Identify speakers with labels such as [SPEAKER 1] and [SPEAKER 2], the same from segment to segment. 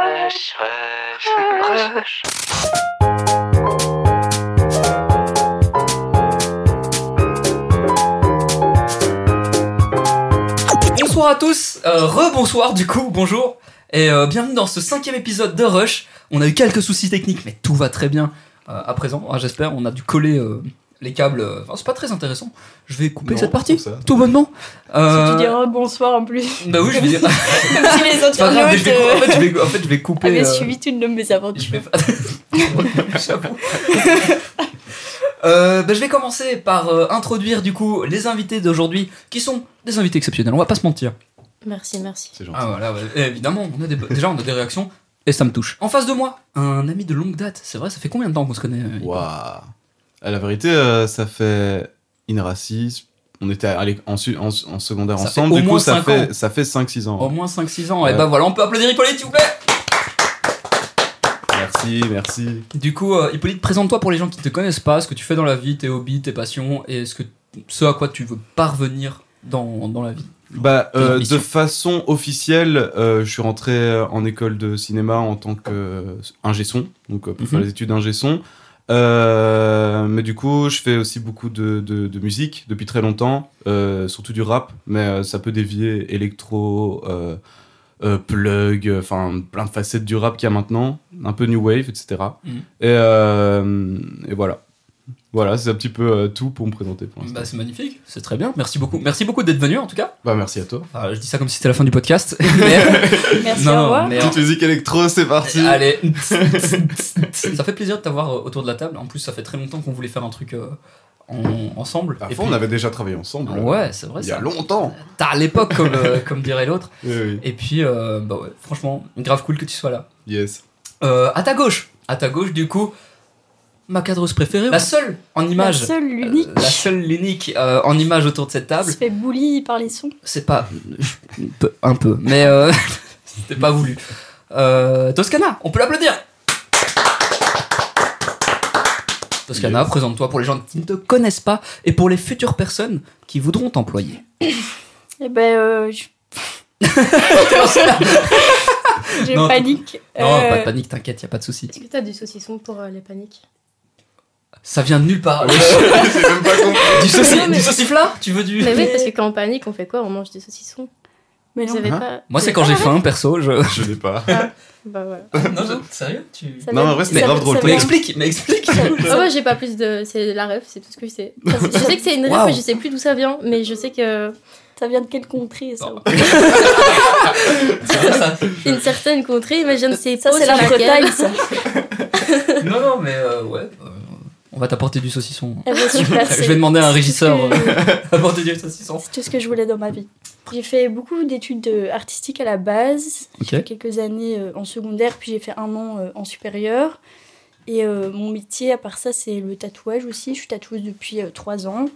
[SPEAKER 1] rush, rush, rush.
[SPEAKER 2] Bonsoir à tous, euh, rebonsoir du coup, bonjour, et euh, bienvenue dans ce cinquième épisode de Rush. On a eu quelques soucis techniques, mais tout va très bien euh, à présent, Ah, j'espère. On a dû coller euh, les câbles, euh, enfin, c'est pas très intéressant. Je vais couper
[SPEAKER 3] Non,
[SPEAKER 2] cette partie,
[SPEAKER 3] comme ça.
[SPEAKER 2] tout bonnement.
[SPEAKER 4] Si
[SPEAKER 2] Euh,
[SPEAKER 4] tu dis bonsoir en plus.
[SPEAKER 2] Bah oui, je vais dire.
[SPEAKER 4] Comme si les
[SPEAKER 2] C'est pas
[SPEAKER 4] internautes
[SPEAKER 2] grave, mais je vais cou- en,
[SPEAKER 4] euh,
[SPEAKER 2] fait, je vais, en fait, je vais couper.
[SPEAKER 4] avaient
[SPEAKER 2] euh,
[SPEAKER 4] suivi une de mes
[SPEAKER 2] Je
[SPEAKER 4] aventures.
[SPEAKER 2] vais pas- J'avoue. Euh, bah, je vais commencer par euh, introduire du coup les invités d'aujourd'hui qui sont des invités exceptionnels, on va pas se mentir.
[SPEAKER 4] Merci, merci.
[SPEAKER 3] C'est gentil.
[SPEAKER 2] Ah voilà, ouais. Et évidemment, on a des... déjà on a des réactions et ça me touche. En face de moi, un ami de longue date, c'est vrai, ça fait combien de temps qu'on se connaît euh,
[SPEAKER 3] Ah, Waouh. À la vérité, euh, ça fait Inracis. On était allés en, su- en, en secondaire
[SPEAKER 2] Ça fait
[SPEAKER 3] ensemble.
[SPEAKER 2] au
[SPEAKER 3] Du
[SPEAKER 2] moins
[SPEAKER 3] coup, ça
[SPEAKER 2] cinq
[SPEAKER 3] fait, ça fait 5-6
[SPEAKER 2] Au
[SPEAKER 3] ans.
[SPEAKER 2] moins 5-6 ans, et
[SPEAKER 3] Ouais.
[SPEAKER 2] bah voilà, on peut applaudir Hippolyte, s'il vous plaît
[SPEAKER 3] Merci, merci.
[SPEAKER 2] Du coup, euh, Hippolyte, présente-toi pour les gens qui ne te connaissent pas, ce que tu fais dans la vie, tes hobbies, tes passions, et ce, que... ce à quoi tu veux parvenir dans, dans la vie.
[SPEAKER 3] Bah, euh,
[SPEAKER 2] Mission.
[SPEAKER 3] de façon officielle, euh, je suis rentré en école de cinéma en tant qu'ingé son, donc euh, pour faire
[SPEAKER 2] Mhm.
[SPEAKER 3] les études d'ingé son. Euh, mais du coup, je fais aussi beaucoup de, de- de musique depuis très longtemps, euh, surtout du rap, mais euh, ça peut dévier électro, euh, euh, plug, euh, enfin plein de facettes du rap qu'il y a maintenant, un peu new wave, etc.
[SPEAKER 2] Mhm.
[SPEAKER 3] Et, euh, et voilà. Voilà, c'est un petit peu euh, tout pour me présenter pour l'instant.
[SPEAKER 2] Bah c'est magnifique, c'est très bien, merci beaucoup. Merci beaucoup d'être venu en tout cas.
[SPEAKER 3] Bah, merci à toi.
[SPEAKER 2] Enfin, Ah, je dis ça comme si c'était la fin du podcast. mais-
[SPEAKER 4] Merci,
[SPEAKER 2] Non,
[SPEAKER 4] au
[SPEAKER 2] non,
[SPEAKER 4] revoir.
[SPEAKER 2] mais- Et
[SPEAKER 3] Petite musique électro, c'est parti.
[SPEAKER 2] Allez, ça fait plaisir de t'avoir euh, autour de la table. En plus, ça fait très longtemps qu'on voulait faire un truc euh, en- ensemble.
[SPEAKER 3] Parfois,
[SPEAKER 2] Et
[SPEAKER 3] on
[SPEAKER 2] puis-
[SPEAKER 3] avait déjà travaillé ensemble. euh,
[SPEAKER 2] Ouais, c'est vrai.
[SPEAKER 3] Il y
[SPEAKER 2] ça.
[SPEAKER 3] a longtemps.
[SPEAKER 2] T'as à l'époque, comme, euh, comme dirait l'autre.
[SPEAKER 3] Oui, oui.
[SPEAKER 2] Et puis, euh, bah ouais, franchement, grave cool que tu sois là.
[SPEAKER 3] Yes.
[SPEAKER 2] Euh, à ta gauche, à ta gauche, du coup, ma cadreuse préférée, la seule en
[SPEAKER 4] La
[SPEAKER 2] image,
[SPEAKER 4] seule, l'unique.
[SPEAKER 2] euh, la seule, l'unique euh, en image autour de cette
[SPEAKER 4] qui
[SPEAKER 2] table.
[SPEAKER 4] se fait bully par les sons.
[SPEAKER 2] C'est pas un peu- un peu, mais euh, c'était pas voulu. Euh, Toscana, on peut l'applaudir. Toscana,
[SPEAKER 3] Yes.
[SPEAKER 2] présente-toi pour les gens qui ne te connaissent pas et pour les futures personnes qui voudront t'employer.
[SPEAKER 4] Eh ben, euh, je- j'ai
[SPEAKER 2] Non,
[SPEAKER 4] panique.
[SPEAKER 2] Non,
[SPEAKER 4] Euh,
[SPEAKER 2] pas de panique, t'inquiète, y a pas de souci.
[SPEAKER 5] Est-ce que t'as du saucisson pour euh, les paniques
[SPEAKER 2] Ça vient de nulle part.
[SPEAKER 3] Ah J'ai même pas compris.
[SPEAKER 2] du sauci-
[SPEAKER 4] Non, mais-
[SPEAKER 2] du sauciflard, tu veux du
[SPEAKER 5] Mais oui,
[SPEAKER 4] Mais-
[SPEAKER 5] parce que quand on panique, on fait quoi On mange du saucisson.
[SPEAKER 4] Mais
[SPEAKER 5] Vous
[SPEAKER 4] non.
[SPEAKER 5] avez
[SPEAKER 3] Hein
[SPEAKER 5] pas.
[SPEAKER 2] Moi,
[SPEAKER 5] vous
[SPEAKER 2] c'est
[SPEAKER 5] avez
[SPEAKER 2] quand
[SPEAKER 5] pas
[SPEAKER 2] j'ai
[SPEAKER 5] la
[SPEAKER 2] faim, perso. Je...
[SPEAKER 3] Je l'ai pas.
[SPEAKER 5] Bah voilà.
[SPEAKER 2] Non, sérieux, tu.
[SPEAKER 5] Ça
[SPEAKER 3] Non,
[SPEAKER 5] m'a-
[SPEAKER 3] en vrai, c'était
[SPEAKER 5] ça-
[SPEAKER 3] grave
[SPEAKER 5] ça
[SPEAKER 3] drôle.
[SPEAKER 5] m'a-
[SPEAKER 2] Mais explique, mais explique.
[SPEAKER 5] Ah ouais, j'ai pas plus de. C'est la ref, c'est tout ce que je sais. Enfin, c'est- je sais que c'est une ref,
[SPEAKER 2] Waouh.
[SPEAKER 5] mais je sais plus d'où ça vient, mais je sais que.
[SPEAKER 4] Ça vient de quelle contrée, ça
[SPEAKER 2] Non. Ça,
[SPEAKER 5] Une certaine contrée, mais je ne sais
[SPEAKER 4] Ça,
[SPEAKER 5] pas.
[SPEAKER 4] c'est la
[SPEAKER 5] sur laquelle.
[SPEAKER 4] Bretagne, ça.
[SPEAKER 2] Non, non, mais euh, ouais. euh, on va t'apporter du saucisson.
[SPEAKER 5] Elle va se
[SPEAKER 2] Je
[SPEAKER 5] placer.
[SPEAKER 2] vais demander à un régisseur
[SPEAKER 4] Parce que
[SPEAKER 2] euh, d'apporter du saucisson.
[SPEAKER 4] C'est tout ce que je voulais dans ma vie. J'ai fait beaucoup d'études euh, artistiques à la base.
[SPEAKER 2] Ok.
[SPEAKER 4] J'ai fait quelques années euh, en secondaire, puis j'ai fait un an euh, en supérieur. Et euh, mon métier, à part ça, c'est le tatouage aussi. Je suis tatoueuse depuis euh, trois ans.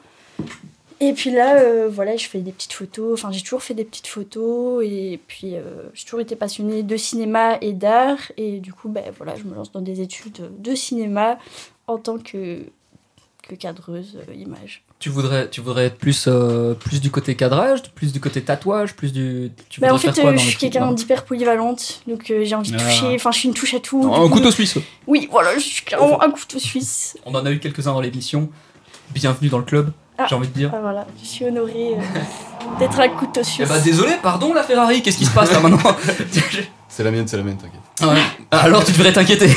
[SPEAKER 4] Et puis là, euh, voilà, je fais des petites photos. Enfin, j'ai toujours fait des petites photos. Et puis, euh, j'ai toujours été passionnée de cinéma et d'art. Et du coup, ben, voilà, je me lance dans des études de cinéma en tant que, que cadreuse euh, image.
[SPEAKER 2] Tu voudrais, tu voudrais être plus, euh, plus du côté cadrage, plus du côté tatouage, plus du. Tu
[SPEAKER 4] Bah,
[SPEAKER 2] voudrais
[SPEAKER 4] en fait,
[SPEAKER 2] faire quoi
[SPEAKER 4] euh,
[SPEAKER 2] dans
[SPEAKER 4] je
[SPEAKER 2] le
[SPEAKER 4] suis
[SPEAKER 2] truc,
[SPEAKER 4] quelqu'un
[SPEAKER 2] là
[SPEAKER 4] d'hyper polyvalente, donc euh, j'ai envie de
[SPEAKER 2] Ah.
[SPEAKER 4] toucher, enfin je suis une touche à tout.
[SPEAKER 2] Non,
[SPEAKER 4] du
[SPEAKER 2] Un
[SPEAKER 4] coup-
[SPEAKER 2] couteau suisse.
[SPEAKER 4] Oui, voilà, je suis clairement un couteau suisse.
[SPEAKER 2] On en a eu quelques-uns dans l'émission. Bienvenue dans le club,
[SPEAKER 4] Ah.
[SPEAKER 2] j'ai envie de dire.
[SPEAKER 4] Ah, voilà, je suis honorée euh, d'être un couteau
[SPEAKER 2] Eh
[SPEAKER 4] suisse.
[SPEAKER 2] bah désolé, pardon la Ferrari, qu'est-ce qui se passe là maintenant
[SPEAKER 3] C'est la mienne, c'est la mienne, t'inquiète.
[SPEAKER 2] Ouais. Alors tu devrais t'inquiéter.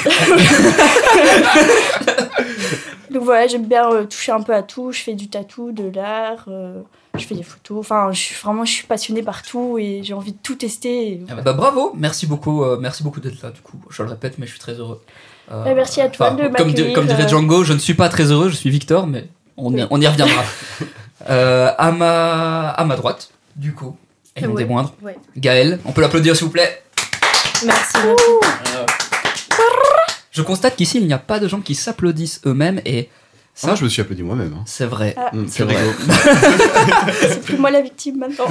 [SPEAKER 4] Donc voilà, j'aime bien euh, toucher un peu à tout, je fais du tatou, de l'art, euh, je fais des photos, enfin je suis vraiment je suis passionnée par tout et j'ai envie de tout tester. et-
[SPEAKER 2] Eh bah, bah, bravo, merci beaucoup, euh, merci beaucoup d'être là. Du coup, je le répète, mais je suis très heureux. Euh,
[SPEAKER 4] Bah, merci à toi
[SPEAKER 2] enfin,
[SPEAKER 4] de
[SPEAKER 2] comme, di-
[SPEAKER 4] m'accueillir.
[SPEAKER 2] comme dirait
[SPEAKER 4] euh,
[SPEAKER 2] Django, je ne suis pas très heureux, je suis Victor, mais on, y,
[SPEAKER 4] Oui.
[SPEAKER 2] on y reviendra. Euh, à ma à ma droite, du coup, et non
[SPEAKER 5] Ouais.
[SPEAKER 2] des moindres,
[SPEAKER 5] Ouais.
[SPEAKER 2] Gaël. On peut l'applaudir s'il vous plaît.
[SPEAKER 5] Merci.
[SPEAKER 2] Je constate qu'ici il n'y a pas de gens qui s'applaudissent eux-mêmes et ça,
[SPEAKER 3] Ça, je me suis applaudi moi-même. hein.
[SPEAKER 2] c'est vrai.
[SPEAKER 4] Ah.
[SPEAKER 3] Mm,
[SPEAKER 2] C'est
[SPEAKER 3] rigolo.
[SPEAKER 4] C'est plus moi la victime maintenant.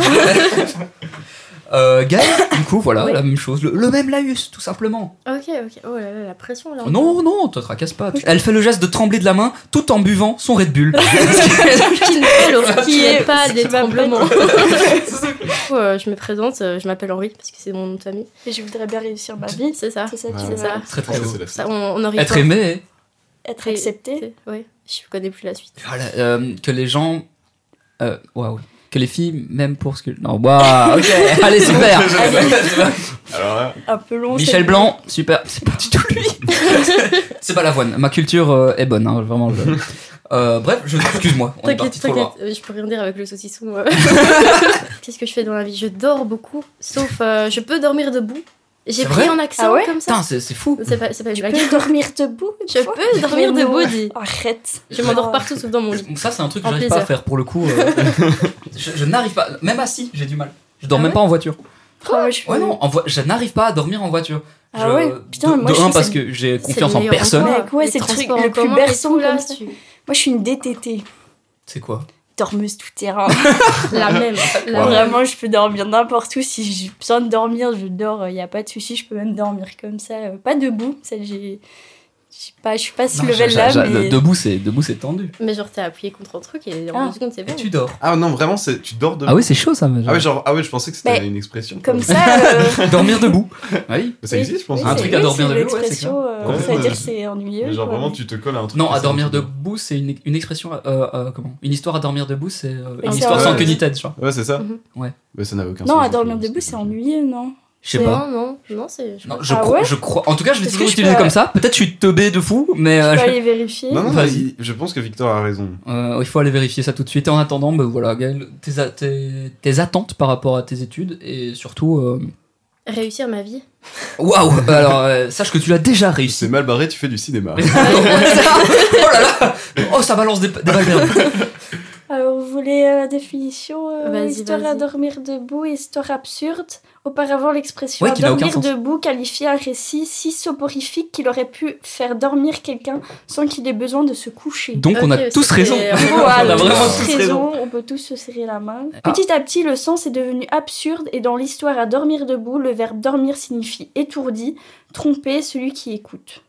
[SPEAKER 2] Euh, Gaël, du coup, voilà,
[SPEAKER 5] Oui.
[SPEAKER 2] la même chose. Le, le même laïus, tout simplement.
[SPEAKER 5] Ok, ok. Oh là là, la pression là.
[SPEAKER 2] Non, non, te tracasse pas. Tu- Elle fait le geste de trembler de la main tout en buvant son Red Bull.
[SPEAKER 5] Qui n'est pas, qui n'est pas des
[SPEAKER 4] C'est ma blague.
[SPEAKER 5] tremblements. Du coup, euh, je me présente, euh, je m'appelle Henri parce que c'est mon nom de famille.
[SPEAKER 4] Et je voudrais bien réussir ma vie.
[SPEAKER 5] C'est ça.
[SPEAKER 4] C'est ça,
[SPEAKER 3] Ouais,
[SPEAKER 4] qui
[SPEAKER 3] ouais.
[SPEAKER 4] va
[SPEAKER 5] C'est
[SPEAKER 2] très
[SPEAKER 5] ça.
[SPEAKER 2] très beau.
[SPEAKER 5] Ça, on, on aurait
[SPEAKER 2] Être aimé,
[SPEAKER 4] être accepté.
[SPEAKER 5] Oui, je connais plus la suite.
[SPEAKER 2] voilà, euh, que les gens. euh, Waouh. Que les filles, même pour ce que. Non, waouh, ok. Allez, super.
[SPEAKER 3] Alors là,
[SPEAKER 4] Un peu long. c'est
[SPEAKER 2] Michel
[SPEAKER 4] le-
[SPEAKER 2] Blanc, super. C'est pas du tout lui. C'est pas l'avoine. Ma culture euh, est bonne, hein, vraiment. je- Euh, bref, je... excuse-moi, on est parti
[SPEAKER 5] T'inquiète,
[SPEAKER 2] trop
[SPEAKER 5] t'inquiète,
[SPEAKER 2] loin.
[SPEAKER 5] euh, je peux rien dire avec le saucisson. euh. Qu'est-ce que je fais dans la vie Je dors beaucoup, sauf euh, je peux dormir debout. J'ai
[SPEAKER 2] C'est
[SPEAKER 5] pris
[SPEAKER 2] vrai
[SPEAKER 5] un accent
[SPEAKER 4] Ah ouais
[SPEAKER 5] comme ça.
[SPEAKER 2] Putain, c'est c'est fou.
[SPEAKER 5] C'est pas, c'est pas une
[SPEAKER 4] Tu
[SPEAKER 5] blague.
[SPEAKER 4] peux dormir debout une
[SPEAKER 5] Je
[SPEAKER 4] fois
[SPEAKER 5] peux dormir
[SPEAKER 4] Mais
[SPEAKER 5] debout,
[SPEAKER 4] non.
[SPEAKER 5] dis.
[SPEAKER 4] Arrête.
[SPEAKER 5] Je m'endors
[SPEAKER 4] Oh.
[SPEAKER 5] partout sauf dans mon lit.
[SPEAKER 2] Ça, c'est un truc que
[SPEAKER 5] Un
[SPEAKER 2] j'arrive pas à
[SPEAKER 5] plaisir.
[SPEAKER 2] faire pour le coup. euh, je je n'arrive pas, même assis, j'ai du mal. Je dors
[SPEAKER 5] Ah
[SPEAKER 2] même
[SPEAKER 5] ouais
[SPEAKER 2] pas en voiture.
[SPEAKER 4] Ah, moi, je
[SPEAKER 2] Ouais,
[SPEAKER 4] peux-
[SPEAKER 2] non, en vo- je n'arrive pas à dormir en voiture.
[SPEAKER 4] Ah
[SPEAKER 2] Je-
[SPEAKER 4] ouais, putain,
[SPEAKER 2] de,
[SPEAKER 4] moi,
[SPEAKER 2] de
[SPEAKER 4] je
[SPEAKER 2] un,
[SPEAKER 4] trouve
[SPEAKER 2] parce
[SPEAKER 4] ça-
[SPEAKER 2] que j'ai
[SPEAKER 5] C'est
[SPEAKER 2] confiance
[SPEAKER 5] le
[SPEAKER 2] en
[SPEAKER 5] meilleur
[SPEAKER 2] personne.
[SPEAKER 5] endroit.
[SPEAKER 4] Mec, ouais,
[SPEAKER 5] Les
[SPEAKER 4] c'est le truc
[SPEAKER 5] transports
[SPEAKER 4] le
[SPEAKER 5] en
[SPEAKER 4] plus
[SPEAKER 5] commun et
[SPEAKER 4] berçant
[SPEAKER 5] tout, là,
[SPEAKER 4] comme ça.
[SPEAKER 5] tu-
[SPEAKER 4] Moi, je suis une DTT.
[SPEAKER 2] C'est quoi
[SPEAKER 4] Dormeuse tout terrain.
[SPEAKER 5] La même. la
[SPEAKER 3] Ouais.
[SPEAKER 5] même.
[SPEAKER 4] Vraiment, je peux dormir n'importe où. Si j'ai besoin de dormir, je dors. Il n'y a pas de souci. Je peux même dormir comme ça. Euh, Pas debout. Ça, j'ai. Je sais pas, je suis pas à ce
[SPEAKER 2] Non, j'a-
[SPEAKER 4] level-là,
[SPEAKER 2] j'a- j'a-
[SPEAKER 4] mais.
[SPEAKER 2] Debout, c'est debout, c'est tendu.
[SPEAKER 5] Mais genre, t'es appuyé contre un truc et en
[SPEAKER 4] Ah.
[SPEAKER 5] deux secondes, c'est bon.
[SPEAKER 2] Et tu dors.
[SPEAKER 3] Ah non, vraiment, c'est- tu dors de.
[SPEAKER 2] Ah oui, c'est chaud ça. mais
[SPEAKER 3] Ah
[SPEAKER 2] genre-
[SPEAKER 3] oui, genre, ah oui, je pensais que c'était
[SPEAKER 4] Mais
[SPEAKER 3] une expression.
[SPEAKER 4] Comme ça. euh,
[SPEAKER 2] Dormir debout. Ah Oui.
[SPEAKER 3] Mais ça
[SPEAKER 4] oui,
[SPEAKER 3] existe, je pense.
[SPEAKER 4] oui,
[SPEAKER 2] Un
[SPEAKER 4] c'est-
[SPEAKER 2] truc à
[SPEAKER 4] oui,
[SPEAKER 2] dormir
[SPEAKER 4] c'est
[SPEAKER 2] debout,
[SPEAKER 4] une
[SPEAKER 2] ouais, c'est
[SPEAKER 4] expression, euh,
[SPEAKER 3] Ouais,
[SPEAKER 4] ça veut
[SPEAKER 3] ouais.
[SPEAKER 4] dire que c'est ennuyeux.
[SPEAKER 3] Mais genre,
[SPEAKER 4] quoi.
[SPEAKER 3] vraiment, tu te colles à un truc.
[SPEAKER 2] Non, à
[SPEAKER 3] assez
[SPEAKER 2] dormir
[SPEAKER 3] rapidement.
[SPEAKER 2] debout, c'est une, une expression. euh, euh, comment Une histoire à dormir debout, c'est euh, une
[SPEAKER 4] c'est
[SPEAKER 2] histoire sans
[SPEAKER 3] vrai.
[SPEAKER 2] queue ni tête, genre.
[SPEAKER 3] Ouais, c'est ça.
[SPEAKER 5] Mhm.
[SPEAKER 2] Ouais.
[SPEAKER 3] Mais ça n'avait aucun sens.
[SPEAKER 4] Non, à
[SPEAKER 3] du coup,
[SPEAKER 4] dormir
[SPEAKER 3] parce
[SPEAKER 4] debout,
[SPEAKER 3] que-
[SPEAKER 4] c'est ennuyeux, non
[SPEAKER 2] Je sais pas.
[SPEAKER 5] Non, non, non, c'est. je-
[SPEAKER 2] Bah. Non, je,
[SPEAKER 4] Ah
[SPEAKER 2] crois,
[SPEAKER 4] ouais
[SPEAKER 2] je crois. En tout cas, je vais
[SPEAKER 4] Est-ce
[SPEAKER 2] toujours
[SPEAKER 4] que je
[SPEAKER 2] utiliser
[SPEAKER 4] peux-
[SPEAKER 2] comme ça. Peut-être je suis teubé de fou, mais.
[SPEAKER 4] Je
[SPEAKER 2] euh,
[SPEAKER 4] peux
[SPEAKER 2] je-
[SPEAKER 4] aller vérifier.
[SPEAKER 3] Non, non,
[SPEAKER 2] Vas-y.
[SPEAKER 3] vas-y. Je pense que Victor a raison.
[SPEAKER 2] Euh, il faut aller vérifier ça tout de suite. Et en attendant, bah, voilà, Gaël, tes, a- tes- tes attentes par rapport à tes études et surtout. euh,
[SPEAKER 5] Réussir ma vie.
[SPEAKER 2] Waouh Alors, euh, sache que tu l'as déjà réussi.
[SPEAKER 3] C'est mal barré, tu fais du cinéma.
[SPEAKER 2] oh là là Oh, ça balance des, des balles perdues.
[SPEAKER 4] Alors, vous voulez euh, la définition euh,
[SPEAKER 5] Vas-y,
[SPEAKER 4] Histoire
[SPEAKER 5] vas-y.
[SPEAKER 4] à dormir debout, histoire absurde. Auparavant, l'expression
[SPEAKER 2] Ouais,
[SPEAKER 4] à
[SPEAKER 2] qui n'a aucun
[SPEAKER 4] dormir
[SPEAKER 2] sens.
[SPEAKER 4] debout qualifiait un récit si soporifique qu'il aurait pu faire dormir quelqu'un sans qu'il ait besoin de se coucher.
[SPEAKER 2] Donc, on a
[SPEAKER 5] Ok,
[SPEAKER 2] tous
[SPEAKER 5] c'était-
[SPEAKER 2] raison.
[SPEAKER 5] on
[SPEAKER 4] Bon,
[SPEAKER 2] a
[SPEAKER 4] à
[SPEAKER 2] vraiment
[SPEAKER 4] tous
[SPEAKER 2] tous
[SPEAKER 4] raison, on peut tous se serrer la main.
[SPEAKER 2] Ah.
[SPEAKER 4] Petit à petit, le sens est devenu absurde et dans l'histoire à dormir debout, le verbe dormir signifie étourdi, tromper celui qui écoute.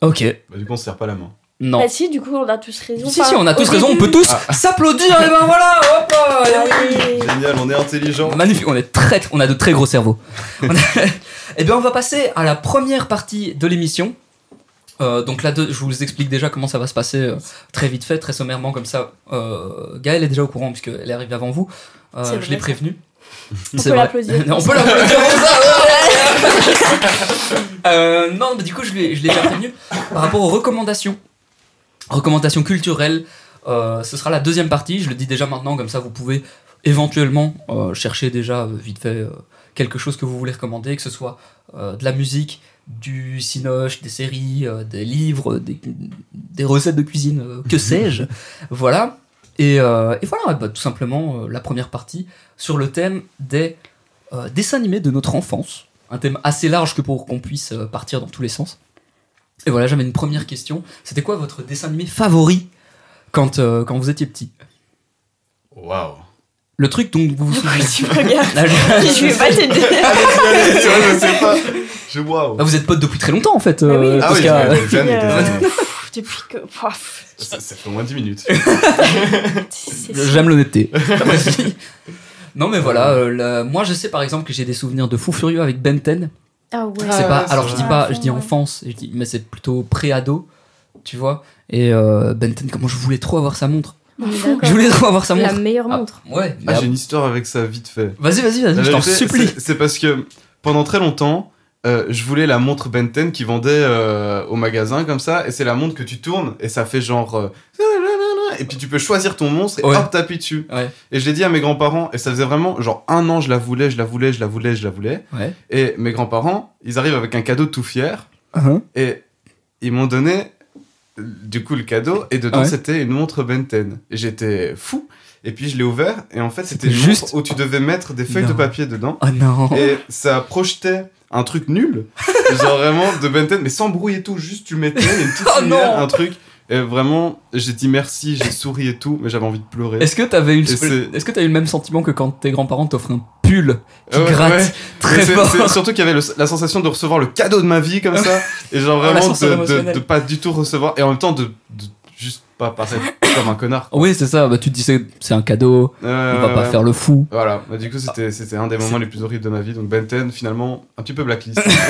[SPEAKER 2] Ok,
[SPEAKER 3] Bah, du coup, on se serre pas la main.
[SPEAKER 2] non.
[SPEAKER 4] Bah si, du coup, on a tous raison.
[SPEAKER 2] Si,
[SPEAKER 4] Enfin,
[SPEAKER 2] si, on a
[SPEAKER 4] au
[SPEAKER 2] tous raison, on
[SPEAKER 4] début-
[SPEAKER 2] peut tous s'applaudir, et ben voilà, hop là, et oui.
[SPEAKER 4] Allez.
[SPEAKER 3] Génial, on est intelligent.
[SPEAKER 2] Magnifique, on est très, on a de très gros cerveaux. On a- Eh bien, on va passer à la première partie de l'émission. Euh, donc là, de- je vous explique déjà comment ça va se passer euh, très vite fait, très sommairement comme ça. Euh, Gaëlle est déjà au courant puisqu'elle est arrivée avant vous. Euh,
[SPEAKER 5] C'est
[SPEAKER 2] je
[SPEAKER 5] vrai,
[SPEAKER 2] l'ai
[SPEAKER 5] ça.
[SPEAKER 2] prévenue.
[SPEAKER 4] On
[SPEAKER 2] C'est
[SPEAKER 4] peut
[SPEAKER 2] vrai.
[SPEAKER 4] l'applaudir.
[SPEAKER 2] on peut l'applaudir pour ça, ouais. Euh, non, mais du coup, je l'ai je l'ai déjà prévenu par rapport aux recommandations. Recommandations culturelles. euh, ce sera la deuxième partie. Je le dis déjà maintenant, comme ça, vous pouvez éventuellement euh, chercher déjà euh, vite fait euh, quelque chose que vous voulez recommander, que ce soit euh, de la musique, du cinoche, des séries, euh, des livres, des, des recettes de cuisine, euh, que sais-je. Voilà. Et, euh, et voilà, bah, tout simplement, euh, la première partie sur le thème des euh, dessins animés de notre enfance. Un thème assez large que pour qu'on puisse euh, partir dans tous les sens. Et voilà, j'avais une première question. C'était quoi votre dessin animé favori quand, euh, quand vous étiez petit
[SPEAKER 3] Waouh.
[SPEAKER 2] Le truc dont vous vous souvenez.
[SPEAKER 4] Tu me regardes.
[SPEAKER 2] Là, je-
[SPEAKER 4] Je vais pas t'aider.
[SPEAKER 3] C'est vrai, je sais pas. Je waouh.
[SPEAKER 2] Ah, vous êtes potes depuis très longtemps en fait. euh,
[SPEAKER 4] Ah oui.
[SPEAKER 3] Ah
[SPEAKER 2] parce
[SPEAKER 3] oui,
[SPEAKER 2] qu'il y a-
[SPEAKER 3] des années, des années.
[SPEAKER 4] euh, Pff, Depuis que. Paf.
[SPEAKER 3] Ça ça fait au moins 10 minutes.
[SPEAKER 4] C'est- c'est-
[SPEAKER 2] J'aime l'honnêteté. J'apprécie. non mais voilà, euh, la- moi je sais par exemple que j'ai des souvenirs de fou furieux avec Ben 10.
[SPEAKER 5] Ah ouais.
[SPEAKER 2] c'est
[SPEAKER 3] ouais,
[SPEAKER 2] pas,
[SPEAKER 3] c'est
[SPEAKER 2] alors je dis
[SPEAKER 4] vrai.
[SPEAKER 2] pas, je dis
[SPEAKER 4] Ouais.
[SPEAKER 2] enfance, je dis, mais c'est plutôt pré-ado, tu vois. Et euh, Ben 10, comment je voulais trop avoir sa montre.
[SPEAKER 5] On est d'accord.
[SPEAKER 2] Je voulais trop avoir sa
[SPEAKER 5] La
[SPEAKER 2] montre.
[SPEAKER 5] meilleure
[SPEAKER 2] Ah,
[SPEAKER 5] montre.
[SPEAKER 2] ouais, mais
[SPEAKER 3] Ah,
[SPEAKER 2] à-
[SPEAKER 3] j'ai une histoire avec ça vite fait.
[SPEAKER 2] vas-y, vas-y, vas-y,
[SPEAKER 3] La
[SPEAKER 2] je t'en
[SPEAKER 3] vérité,
[SPEAKER 2] supplie.
[SPEAKER 3] c'est- C'est parce que pendant très longtemps, euh, je voulais la montre Benten qui vendait euh, au magasin comme ça, et c'est la montre que tu tournes et ça fait genre. euh, et puis tu peux choisir ton monstre et
[SPEAKER 2] Ouais.
[SPEAKER 3] hop, t'appuies dessus.
[SPEAKER 2] Ouais.
[SPEAKER 3] Et je l'ai dit à mes grands-parents, et ça faisait vraiment genre un an, je la voulais, je la voulais, je la voulais, je la voulais.
[SPEAKER 2] Ouais.
[SPEAKER 3] Et mes grands-parents, ils arrivent avec un cadeau tout fier, et ils m'ont donné euh, du coup le cadeau, et dedans
[SPEAKER 2] Ouais.
[SPEAKER 3] c'était une montre Benten. Et j'étais fou, et puis je l'ai ouvert, et en fait c'était une
[SPEAKER 2] Juste-
[SPEAKER 3] montre où tu devais mettre des feuilles de
[SPEAKER 2] Non.
[SPEAKER 3] papier dedans.
[SPEAKER 2] Oh non.
[SPEAKER 3] Et ça projetait un truc nul, genre vraiment de Ben 10, mais sans bruit et tout, juste tu mettais une petite
[SPEAKER 2] Oh
[SPEAKER 3] lumière,
[SPEAKER 2] non
[SPEAKER 3] un truc. Et vraiment, j'ai dit merci, j'ai souri et tout, mais j'avais envie de pleurer.
[SPEAKER 2] Est-ce que t'avais eu,
[SPEAKER 3] Et c'est-
[SPEAKER 2] le... Est-ce que t'as eu le même sentiment que quand tes grands-parents t'offraient un pull qui
[SPEAKER 3] Euh, Ouais,
[SPEAKER 2] gratte
[SPEAKER 3] ouais.
[SPEAKER 2] très
[SPEAKER 3] Mais c'est-
[SPEAKER 2] fort.
[SPEAKER 3] c'est surtout qu'il y avait le- la sensation de recevoir le cadeau de ma vie comme ça, et genre
[SPEAKER 2] Ah, la
[SPEAKER 3] vraiment
[SPEAKER 2] sensation
[SPEAKER 3] de, de,
[SPEAKER 2] émotionnelle.
[SPEAKER 3] de pas du tout recevoir, et en même temps de, de juste pas paraître comme un connard.
[SPEAKER 2] Oui, c'est ça. Bah, tu te dis, c'est c'est un cadeau,
[SPEAKER 3] Euh,
[SPEAKER 2] on va pas faire Ah. le fou.
[SPEAKER 3] Voilà, Bah, du coup c'était c'était un des moments les plus horribles de ma vie, donc Ben 10 finalement un petit peu blacklist.